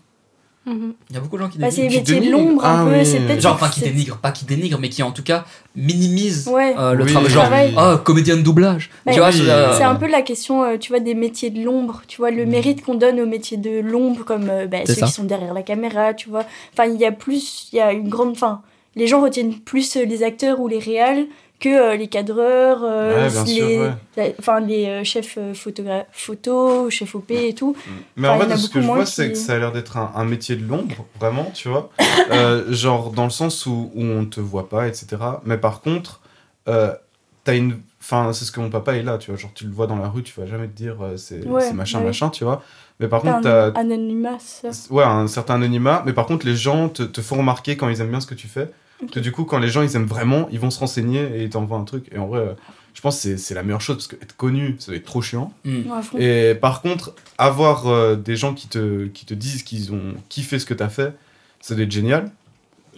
[SPEAKER 5] Mhm.
[SPEAKER 2] Il y a beaucoup de gens qui
[SPEAKER 4] bah, c'est
[SPEAKER 2] dénigrent.
[SPEAKER 4] les
[SPEAKER 3] Qui
[SPEAKER 4] métiers de
[SPEAKER 3] dénigrent.
[SPEAKER 4] l'ombre
[SPEAKER 3] Ah
[SPEAKER 4] un peu,
[SPEAKER 3] oui.
[SPEAKER 4] c'est peut-être.
[SPEAKER 2] Genre, enfin qui
[SPEAKER 4] c'est-
[SPEAKER 2] dénigrent, pas qui dénigrent, mais qui en tout cas minimisent
[SPEAKER 4] Ouais.
[SPEAKER 2] euh, le
[SPEAKER 3] Oui,
[SPEAKER 2] travail.
[SPEAKER 3] oui,
[SPEAKER 2] Genre,
[SPEAKER 4] Pareil.
[SPEAKER 3] oui.
[SPEAKER 2] ah, comédien de doublage.
[SPEAKER 4] Mais
[SPEAKER 2] tu vois,
[SPEAKER 3] oui,
[SPEAKER 2] c'est, euh,
[SPEAKER 4] C'est un peu la question, euh, tu vois, des métiers de l'ombre, tu vois,
[SPEAKER 3] Mm.
[SPEAKER 4] le mérite qu'on donne aux métiers de l'ombre, comme euh, bah,
[SPEAKER 2] C'est
[SPEAKER 4] ceux
[SPEAKER 2] ça.
[SPEAKER 4] qui sont derrière la caméra, tu vois. Enfin, il y a plus, il y a une grande, fin les gens retiennent plus euh, les acteurs ou les réals que euh, les cadreurs, euh,
[SPEAKER 3] Ouais, bien sûr,
[SPEAKER 4] les,
[SPEAKER 3] ouais.
[SPEAKER 4] la- enfin, les euh, chefs euh, photogra- photo, chefs OP et tout.
[SPEAKER 3] Mm. Mais
[SPEAKER 4] Enfin,
[SPEAKER 3] en
[SPEAKER 4] il y en
[SPEAKER 3] fait,
[SPEAKER 4] a
[SPEAKER 3] ce que je
[SPEAKER 4] beaucoup
[SPEAKER 3] vois,
[SPEAKER 4] moins
[SPEAKER 3] c'est
[SPEAKER 4] qui-
[SPEAKER 3] que ça a l'air d'être un, un métier de l'ombre, vraiment, tu vois. Euh, genre, dans le sens où, où on te voit pas, etc. Mais par contre, euh, t'as une. Enfin, c'est ce que mon papa est là, tu vois. Genre, tu le vois dans la rue, tu vas jamais te dire euh, c'est
[SPEAKER 4] Ouais,
[SPEAKER 3] c'est machin,
[SPEAKER 4] ouais.
[SPEAKER 3] machin, tu vois. Mais par
[SPEAKER 4] T'as
[SPEAKER 3] contre,
[SPEAKER 4] un
[SPEAKER 3] t'as.
[SPEAKER 4] anonymat, ça.
[SPEAKER 3] Ouais, un certain anonymat, mais par contre, les gens te, te font remarquer quand ils aiment bien ce que tu fais. Que du coup, quand les gens ils aiment vraiment, ils vont se renseigner et ils t'envoient un truc. Et en vrai, euh, je pense que c'est- c'est la meilleure chose parce que être connu, ça doit être trop chiant.
[SPEAKER 2] hmm.
[SPEAKER 4] Ouais, à fond.
[SPEAKER 3] Et par contre, avoir euh, des gens qui te, qui te disent qu'ils ont kiffé ce que t'as fait, ça doit être génial.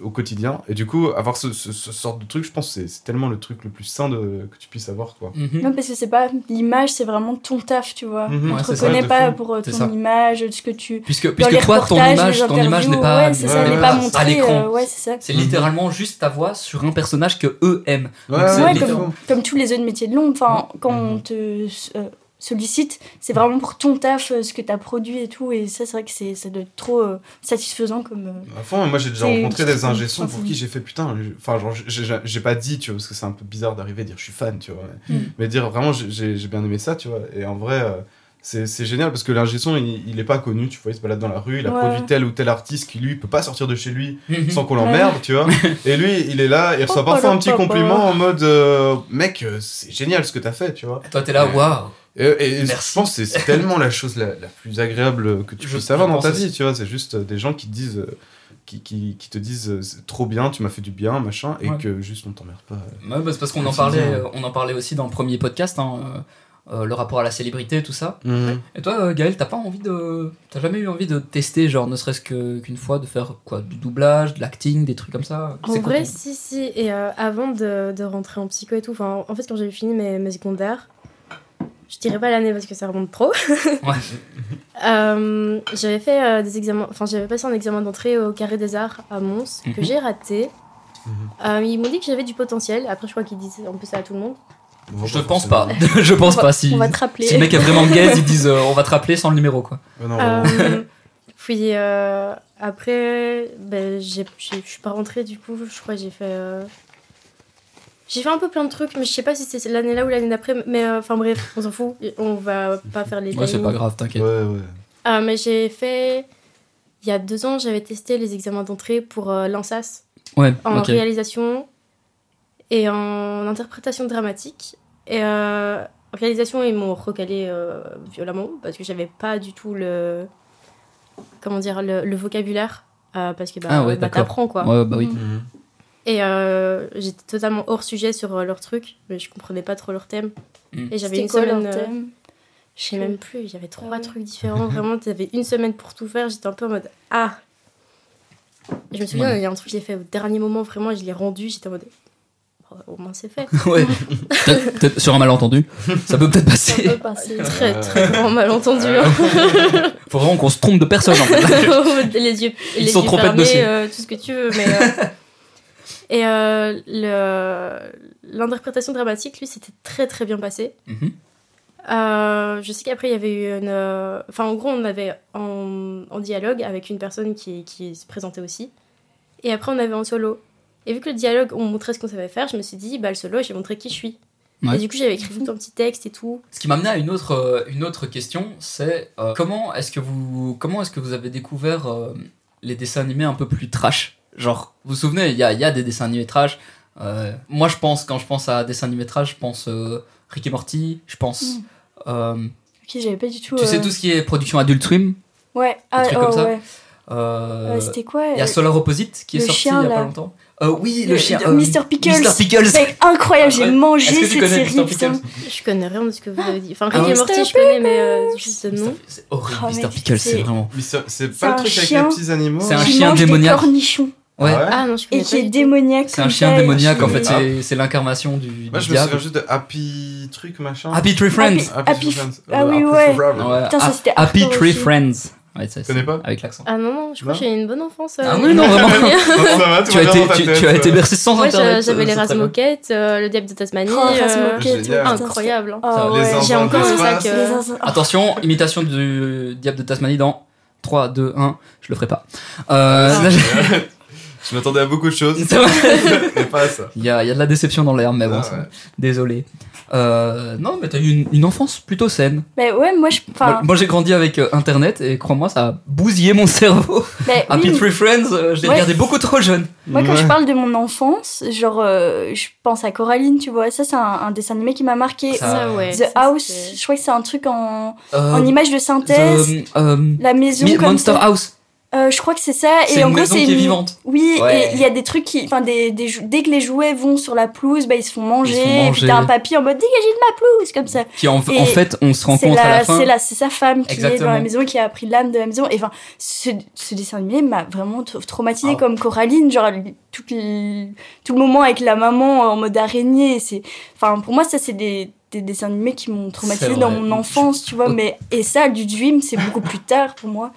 [SPEAKER 3] au quotidien. Et du coup, avoir ce, ce, ce sorte de truc, je pense que c'est- c'est tellement le truc le plus sain de, que tu puisses avoir, quoi.
[SPEAKER 2] Mhm.
[SPEAKER 4] Non, parce que c'est pas l'image, c'est vraiment ton taf, tu vois.
[SPEAKER 3] Mhm.
[SPEAKER 2] Ouais,
[SPEAKER 4] tu te
[SPEAKER 2] c'est ça,
[SPEAKER 4] reconnais
[SPEAKER 3] de
[SPEAKER 4] pas
[SPEAKER 3] fou.
[SPEAKER 4] pour euh,
[SPEAKER 2] C'est
[SPEAKER 4] ton
[SPEAKER 2] ça.
[SPEAKER 4] image, ce que tu.
[SPEAKER 2] Puisque,
[SPEAKER 4] Dans
[SPEAKER 2] puisque
[SPEAKER 4] les
[SPEAKER 2] toi, ton
[SPEAKER 4] reportages,
[SPEAKER 2] image,
[SPEAKER 4] les
[SPEAKER 2] ton image n'est
[SPEAKER 4] interviews,
[SPEAKER 2] pas,
[SPEAKER 4] ouais, c'est ça,
[SPEAKER 3] n'est
[SPEAKER 4] elle n'est
[SPEAKER 3] à
[SPEAKER 4] pas
[SPEAKER 2] à
[SPEAKER 4] montrée. euh,
[SPEAKER 2] l'écran.
[SPEAKER 4] ouais, c'est ça.
[SPEAKER 2] C'est littéralement juste ta voix sur un personnage que eux aiment.
[SPEAKER 3] Ouais,
[SPEAKER 2] Donc, c'est
[SPEAKER 4] Ouais,
[SPEAKER 2] littéralement-
[SPEAKER 3] comme...
[SPEAKER 4] Comme tous les autres métiers de l'ombre, enfin, quand on
[SPEAKER 2] Mhm.
[SPEAKER 4] te euh, sollicite, c'est vraiment pour ton taf, euh, ce que t'as produit et tout. Et ça, c'est vrai que c'est ça doit être trop euh, satisfaisant comme. euh,
[SPEAKER 3] À fond, moi j'ai déjà
[SPEAKER 4] C'est-
[SPEAKER 3] rencontré des
[SPEAKER 4] c'est-
[SPEAKER 3] ingé sons pour
[SPEAKER 4] c'est-
[SPEAKER 3] qui j'ai fait putain, je- enfin genre j'ai- j'ai j'ai pas dit, tu vois, parce que c'est un peu bizarre d'arriver à dire je suis fan, tu vois, mais,
[SPEAKER 2] Mm.
[SPEAKER 3] mais dire vraiment j'ai- j'ai j'ai bien aimé ça, tu vois, et en vrai euh, c'est c'est génial parce que l'ingé son il, il est pas connu, tu vois, il se balade dans la rue, il a
[SPEAKER 4] Ouais. Mm-hmm.
[SPEAKER 3] produit tel ou tel artiste qui lui peut pas sortir de chez lui
[SPEAKER 2] Mhm.
[SPEAKER 3] sans qu'on l'emmerde, tu vois, et lui il est là, il reçoit parfois un petit
[SPEAKER 4] Oh, papa.
[SPEAKER 3] compliment en mode euh, mec, euh, c'est génial ce que t'as fait, tu vois,
[SPEAKER 2] Toi, t'es là, waouh.
[SPEAKER 3] et, et- et
[SPEAKER 2] Merci.
[SPEAKER 3] je pense que c'est- c'est tellement la chose la, la plus agréable que tu
[SPEAKER 2] Je-
[SPEAKER 3] puisses avoir
[SPEAKER 2] je
[SPEAKER 3] dans ta
[SPEAKER 2] pense
[SPEAKER 3] vie,
[SPEAKER 2] aussi.
[SPEAKER 3] tu vois. C'est juste euh, des gens qui te disent, euh, qui, qui, qui te disent, euh, c'est trop bien, tu m'as fait du bien, machin, et
[SPEAKER 2] Ouais.
[SPEAKER 3] que juste on t'emmerde pas.
[SPEAKER 2] Ouais, bah, c'est parce qu'on en
[SPEAKER 3] C'est
[SPEAKER 2] parlait,
[SPEAKER 3] bien.
[SPEAKER 2] euh, on en parlait aussi dans le premier podcast, hein, euh, euh, le rapport à la célébrité, tout ça.
[SPEAKER 3] Mhm.
[SPEAKER 2] Et toi, euh, Gaël, t'as pas envie de, t'as jamais eu envie de tester, genre ne serait-ce que qu'une fois, de faire quoi, du doublage, de l'acting, des trucs comme ça.
[SPEAKER 5] En
[SPEAKER 2] C'est quoi
[SPEAKER 5] vrai,
[SPEAKER 2] ton-
[SPEAKER 5] si, si. Et euh, avant de, de rentrer en psycho et tout, enfin, en fait, quand j'ai fini mes, mes secondaires, je dirais pas l'année parce que ça remonte trop.
[SPEAKER 2] Ouais.
[SPEAKER 5] Euh, j'avais fait euh, des examens, enfin, j'avais passé un examen d'entrée au Carré des Arts à Mons, que
[SPEAKER 2] Mhm.
[SPEAKER 5] j'ai raté.
[SPEAKER 3] Mhm.
[SPEAKER 5] Euh, ils m'ont dit que j'avais du potentiel. Après, je crois qu'ils disent en plus ça à tout le monde.
[SPEAKER 3] Bon,
[SPEAKER 2] Je
[SPEAKER 3] bah,
[SPEAKER 2] pense
[SPEAKER 3] forcément.
[SPEAKER 2] pas. je pense
[SPEAKER 4] on va-
[SPEAKER 2] pas si.
[SPEAKER 4] On va te rappeler.
[SPEAKER 2] Si le mec est vraiment gaze, ils disent euh, on va te rappeler sans le numéro quoi.
[SPEAKER 3] Ouais, non,
[SPEAKER 2] Ah.
[SPEAKER 3] vraiment.
[SPEAKER 5] Euh, puis euh, après, ben, j'ai- j'ai- je suis pas rentrée du coup, je crois que j'ai fait. euh, J'ai fait un peu plein de trucs, mais je sais pas si c'est l'année là ou l'année d'après. Mais euh, enfin bref, on s'en fout, on va pas faire les
[SPEAKER 2] Ouais, c'est
[SPEAKER 5] timings.
[SPEAKER 2] pas grave, t'inquiète.
[SPEAKER 3] Ouais, ouais.
[SPEAKER 5] Ah, mais j'ai fait. Il y a deux ans, j'avais testé les examens d'entrée pour euh, l'ANSAS
[SPEAKER 2] Ouais,
[SPEAKER 5] en
[SPEAKER 2] ok.
[SPEAKER 5] réalisation et en interprétation dramatique. Et euh, en réalisation, ils m'ont recalé euh, violemment parce que j'avais pas du tout le. Comment dire Le, le vocabulaire. euh, parce que bah,
[SPEAKER 2] Ah ouais,
[SPEAKER 5] bah,
[SPEAKER 2] d'accord.
[SPEAKER 5] t'apprends quoi.
[SPEAKER 2] Ouais, bah oui.
[SPEAKER 3] Mhm.
[SPEAKER 5] Et euh, j'étais totalement hors sujet sur euh, leur truc, mais je comprenais pas trop leur thème.
[SPEAKER 2] Mm.
[SPEAKER 5] Et j'avais
[SPEAKER 4] C'était
[SPEAKER 5] une
[SPEAKER 4] quoi
[SPEAKER 5] semaine.
[SPEAKER 4] leur
[SPEAKER 5] euh,
[SPEAKER 4] thème
[SPEAKER 5] je sais même Ah plus, il y avait trois
[SPEAKER 4] ouais.
[SPEAKER 5] trucs différents, vraiment, t'avais une semaine pour tout faire, j'étais un peu en mode Ah Je me souviens,
[SPEAKER 2] Ouais.
[SPEAKER 5] il y a un truc que j'ai fait au dernier moment, vraiment, et je l'ai rendu, j'étais en mode Bon, Au moins c'est fait.
[SPEAKER 2] ouais. Peut-être peut-être sur un malentendu, ça peut peut-être
[SPEAKER 4] Ça
[SPEAKER 2] passer.
[SPEAKER 4] peut passer.
[SPEAKER 5] Très, très grand malentendu. hein.
[SPEAKER 2] Faut vraiment qu'on se trompe de personne en fait.
[SPEAKER 5] les yeux,
[SPEAKER 2] Ils
[SPEAKER 5] les
[SPEAKER 2] sont
[SPEAKER 5] yeux
[SPEAKER 2] trompés de
[SPEAKER 5] fermés,
[SPEAKER 2] dossier.
[SPEAKER 5] euh, tout ce que tu veux, mais. euh, Et euh, le- l'interprétation dramatique, lui, c'était très très bien passé.
[SPEAKER 2] Mhm.
[SPEAKER 5] Euh, je sais qu'après, il y avait eu une. euh, Enfin, en gros, on avait en, en dialogue avec une personne qui, qui se présentait aussi. Et après, on avait en solo. Et vu que le dialogue, on montrait ce qu'on savait faire, je me suis dit, bah, le solo, je vais montrer qui je suis.
[SPEAKER 2] Ouais.
[SPEAKER 5] Et du coup, j'avais écrit tout un petit texte et tout.
[SPEAKER 2] Ce qui m'amène à une autre, euh, une autre question, c'est euh, comment est-ce que vous comment est-ce que vous avez découvert euh, les dessins animés un peu plus trash Genre, vous vous souvenez, il y a, il y a des dessins animés trash. euh, moi, je pense, quand je pense à dessins animés trash, je pense euh, Rick et Morty, je pense.
[SPEAKER 4] Mm.
[SPEAKER 2] euh,
[SPEAKER 4] Ok, j'avais pas du tout.
[SPEAKER 2] tu sais
[SPEAKER 4] euh,
[SPEAKER 2] tout ce qui est production Adult Swim.
[SPEAKER 4] Ouais, ah,
[SPEAKER 2] trucs
[SPEAKER 4] oh,
[SPEAKER 2] comme ça.
[SPEAKER 4] ouais.
[SPEAKER 2] euh,
[SPEAKER 4] Euh, C'était quoi
[SPEAKER 2] il y a
[SPEAKER 4] euh,
[SPEAKER 2] Solar Opposite qui est
[SPEAKER 4] le
[SPEAKER 2] sorti
[SPEAKER 4] chien,
[SPEAKER 2] il y a
[SPEAKER 4] là.
[SPEAKER 2] pas longtemps. Euh, oui, le,
[SPEAKER 4] le-
[SPEAKER 2] chien.
[SPEAKER 4] le
[SPEAKER 2] euh,
[SPEAKER 4] Mr. Pickles.
[SPEAKER 2] Mr. Pickles.
[SPEAKER 4] C'est incroyable,
[SPEAKER 2] Ouais.
[SPEAKER 4] j'ai
[SPEAKER 2] Est-ce
[SPEAKER 4] mangé
[SPEAKER 2] que tu
[SPEAKER 4] cette
[SPEAKER 2] connais Mr.
[SPEAKER 4] série.
[SPEAKER 2] Pickles
[SPEAKER 4] putain.
[SPEAKER 5] Je connais rien de ce que vous avez dit. Enfin,
[SPEAKER 2] Ah
[SPEAKER 5] Rick
[SPEAKER 2] ouais.
[SPEAKER 5] et Morty, je connais, mais euh, juste le nom.
[SPEAKER 2] Putain, C'est horrible,
[SPEAKER 4] Oh,
[SPEAKER 2] Mr.
[SPEAKER 4] mec,
[SPEAKER 2] Pickles,
[SPEAKER 4] Ah, c'est-
[SPEAKER 2] c'est vraiment.
[SPEAKER 3] Mais c'est- c'est
[SPEAKER 4] C'est
[SPEAKER 3] pas
[SPEAKER 4] un
[SPEAKER 3] le truc avec les
[SPEAKER 4] chien.
[SPEAKER 3] petits animaux.
[SPEAKER 2] C'est un
[SPEAKER 4] Qui
[SPEAKER 2] chien
[SPEAKER 4] mange des
[SPEAKER 2] démoniaque.
[SPEAKER 4] cornichons
[SPEAKER 2] Ouais.
[SPEAKER 3] Ah ouais
[SPEAKER 5] Ah non, je connais
[SPEAKER 4] Et
[SPEAKER 5] pas
[SPEAKER 4] qui est
[SPEAKER 5] du tout.
[SPEAKER 4] démoniaque.
[SPEAKER 2] C'est un
[SPEAKER 4] comme
[SPEAKER 2] chien
[SPEAKER 4] ça, et
[SPEAKER 2] démoniaque
[SPEAKER 4] qui-
[SPEAKER 2] en fait,
[SPEAKER 3] Ah.
[SPEAKER 2] c'est- c'est l'incarnation du,
[SPEAKER 3] Moi
[SPEAKER 2] du
[SPEAKER 3] je me souviens
[SPEAKER 2] diable.
[SPEAKER 3] juste de Happy Truc machin.
[SPEAKER 2] Happy Tree Friends.
[SPEAKER 4] Happy-
[SPEAKER 3] Friends.
[SPEAKER 4] ah oui,
[SPEAKER 3] Happy
[SPEAKER 4] ouais.
[SPEAKER 3] Friends.
[SPEAKER 2] Ouais,
[SPEAKER 4] Putain, ça
[SPEAKER 2] ha-
[SPEAKER 4] c'était
[SPEAKER 2] Happy
[SPEAKER 4] hardcore
[SPEAKER 2] Tree
[SPEAKER 4] aussi.
[SPEAKER 2] Friends. Ouais, ça,
[SPEAKER 3] Tu connais
[SPEAKER 2] c'est-
[SPEAKER 3] pas
[SPEAKER 2] Avec l'accent.
[SPEAKER 5] Ah non, non, je crois
[SPEAKER 3] Non
[SPEAKER 5] que j'ai eu une bonne enfance.
[SPEAKER 2] Ah
[SPEAKER 5] euh,
[SPEAKER 2] oui, non, vraiment.
[SPEAKER 3] Ça va, tout
[SPEAKER 2] Tu as
[SPEAKER 3] va bien
[SPEAKER 2] été,
[SPEAKER 3] dans ta
[SPEAKER 2] tu,
[SPEAKER 3] tête,
[SPEAKER 2] tu as été
[SPEAKER 3] euh.
[SPEAKER 2] bercé sans
[SPEAKER 5] Moi,
[SPEAKER 2] internet.
[SPEAKER 5] je- j'avais
[SPEAKER 2] euh,
[SPEAKER 5] les
[SPEAKER 2] c'est très bien.
[SPEAKER 5] Razmoquettes, euh, le diable de Tasmanie.
[SPEAKER 4] Oh,
[SPEAKER 5] euh,
[SPEAKER 4] Razmoket,
[SPEAKER 3] Génial.
[SPEAKER 4] ouais, putain, c'était-
[SPEAKER 5] incroyable. hein.
[SPEAKER 4] Ah
[SPEAKER 3] Les
[SPEAKER 4] ouais.
[SPEAKER 3] enfants
[SPEAKER 5] J'ai encore
[SPEAKER 3] de
[SPEAKER 5] un sac.
[SPEAKER 3] l'espace.
[SPEAKER 4] Les
[SPEAKER 5] euh,
[SPEAKER 4] enfants-
[SPEAKER 2] Attention, imitation du diable de Tasmanie dans 3, 2, 1. Je le ferai pas. Euh,
[SPEAKER 5] Ah.
[SPEAKER 2] là, je-
[SPEAKER 3] Je m'attendais à beaucoup de choses,
[SPEAKER 2] C'est vrai.
[SPEAKER 3] mais pas à ça.
[SPEAKER 2] Il y, a, il y a de la déception dans l'air, mais bon,
[SPEAKER 3] Ah,
[SPEAKER 2] c'est-
[SPEAKER 3] ouais.
[SPEAKER 2] désolé. Euh, non, mais t'as eu une, une enfance plutôt saine.
[SPEAKER 4] Mais ouais, moi je.
[SPEAKER 2] Moi,
[SPEAKER 4] Enfin,
[SPEAKER 2] moi, j'ai grandi avec euh, Internet et crois-moi, ça a bousillé mon cerveau.
[SPEAKER 4] mais oui,
[SPEAKER 2] Happy Tree Friends, euh, je l'ai
[SPEAKER 4] Ouais.
[SPEAKER 2] regardé beaucoup trop jeune.
[SPEAKER 4] Moi, quand
[SPEAKER 3] Ouais.
[SPEAKER 4] je parle de mon enfance, genre, euh, je pense à Coraline, tu vois. Ça, c'est un, un dessin animé qui m'a marqué.
[SPEAKER 2] Ça,
[SPEAKER 5] Ça, ouais.
[SPEAKER 4] The
[SPEAKER 5] ça,
[SPEAKER 4] House,
[SPEAKER 5] c'était-
[SPEAKER 4] je crois que c'est un truc en,
[SPEAKER 2] Euh,
[SPEAKER 4] en image de synthèse.
[SPEAKER 2] the, euh,
[SPEAKER 4] La maison
[SPEAKER 2] Mi-
[SPEAKER 4] comme
[SPEAKER 2] Monster
[SPEAKER 4] ça.
[SPEAKER 2] House.
[SPEAKER 4] Euh, je crois que c'est ça.
[SPEAKER 2] C'est une maison qui est vivante.
[SPEAKER 4] Oui,
[SPEAKER 2] Ouais.
[SPEAKER 4] et il y a des trucs qui. Enfin, des, des jou- dès que les jouets vont sur la pelouse, bah, ils se font manger.
[SPEAKER 2] Ils se font
[SPEAKER 4] Et puis
[SPEAKER 2] manger.
[SPEAKER 4] t'as un papy en mode dégagez de ma pelouse, comme ça.
[SPEAKER 2] Qui en,
[SPEAKER 4] Et
[SPEAKER 2] en fait, on se
[SPEAKER 4] C'est
[SPEAKER 2] rencontre à
[SPEAKER 4] la-
[SPEAKER 2] la fin.
[SPEAKER 4] c'est la- c'est sa femme qui est dans
[SPEAKER 2] Exactement.
[SPEAKER 4] la maison, qui a pris l'âme de la maison. Et enfin, ce, ce dessin animé m'a vraiment tra- traumatisée
[SPEAKER 2] Ah.
[SPEAKER 4] comme Coraline, genre elle- tout le, tout le moment avec la maman en mode araignée. C'est, enfin, pour moi, ça c'est des, des dessins animés qui m'ont traumatisée
[SPEAKER 2] C'est
[SPEAKER 4] dans
[SPEAKER 2] vrai.
[SPEAKER 4] mon enfance, tu vois.
[SPEAKER 2] Ok.
[SPEAKER 4] Mais et ça, du Dream, c'est beaucoup plus tard pour moi.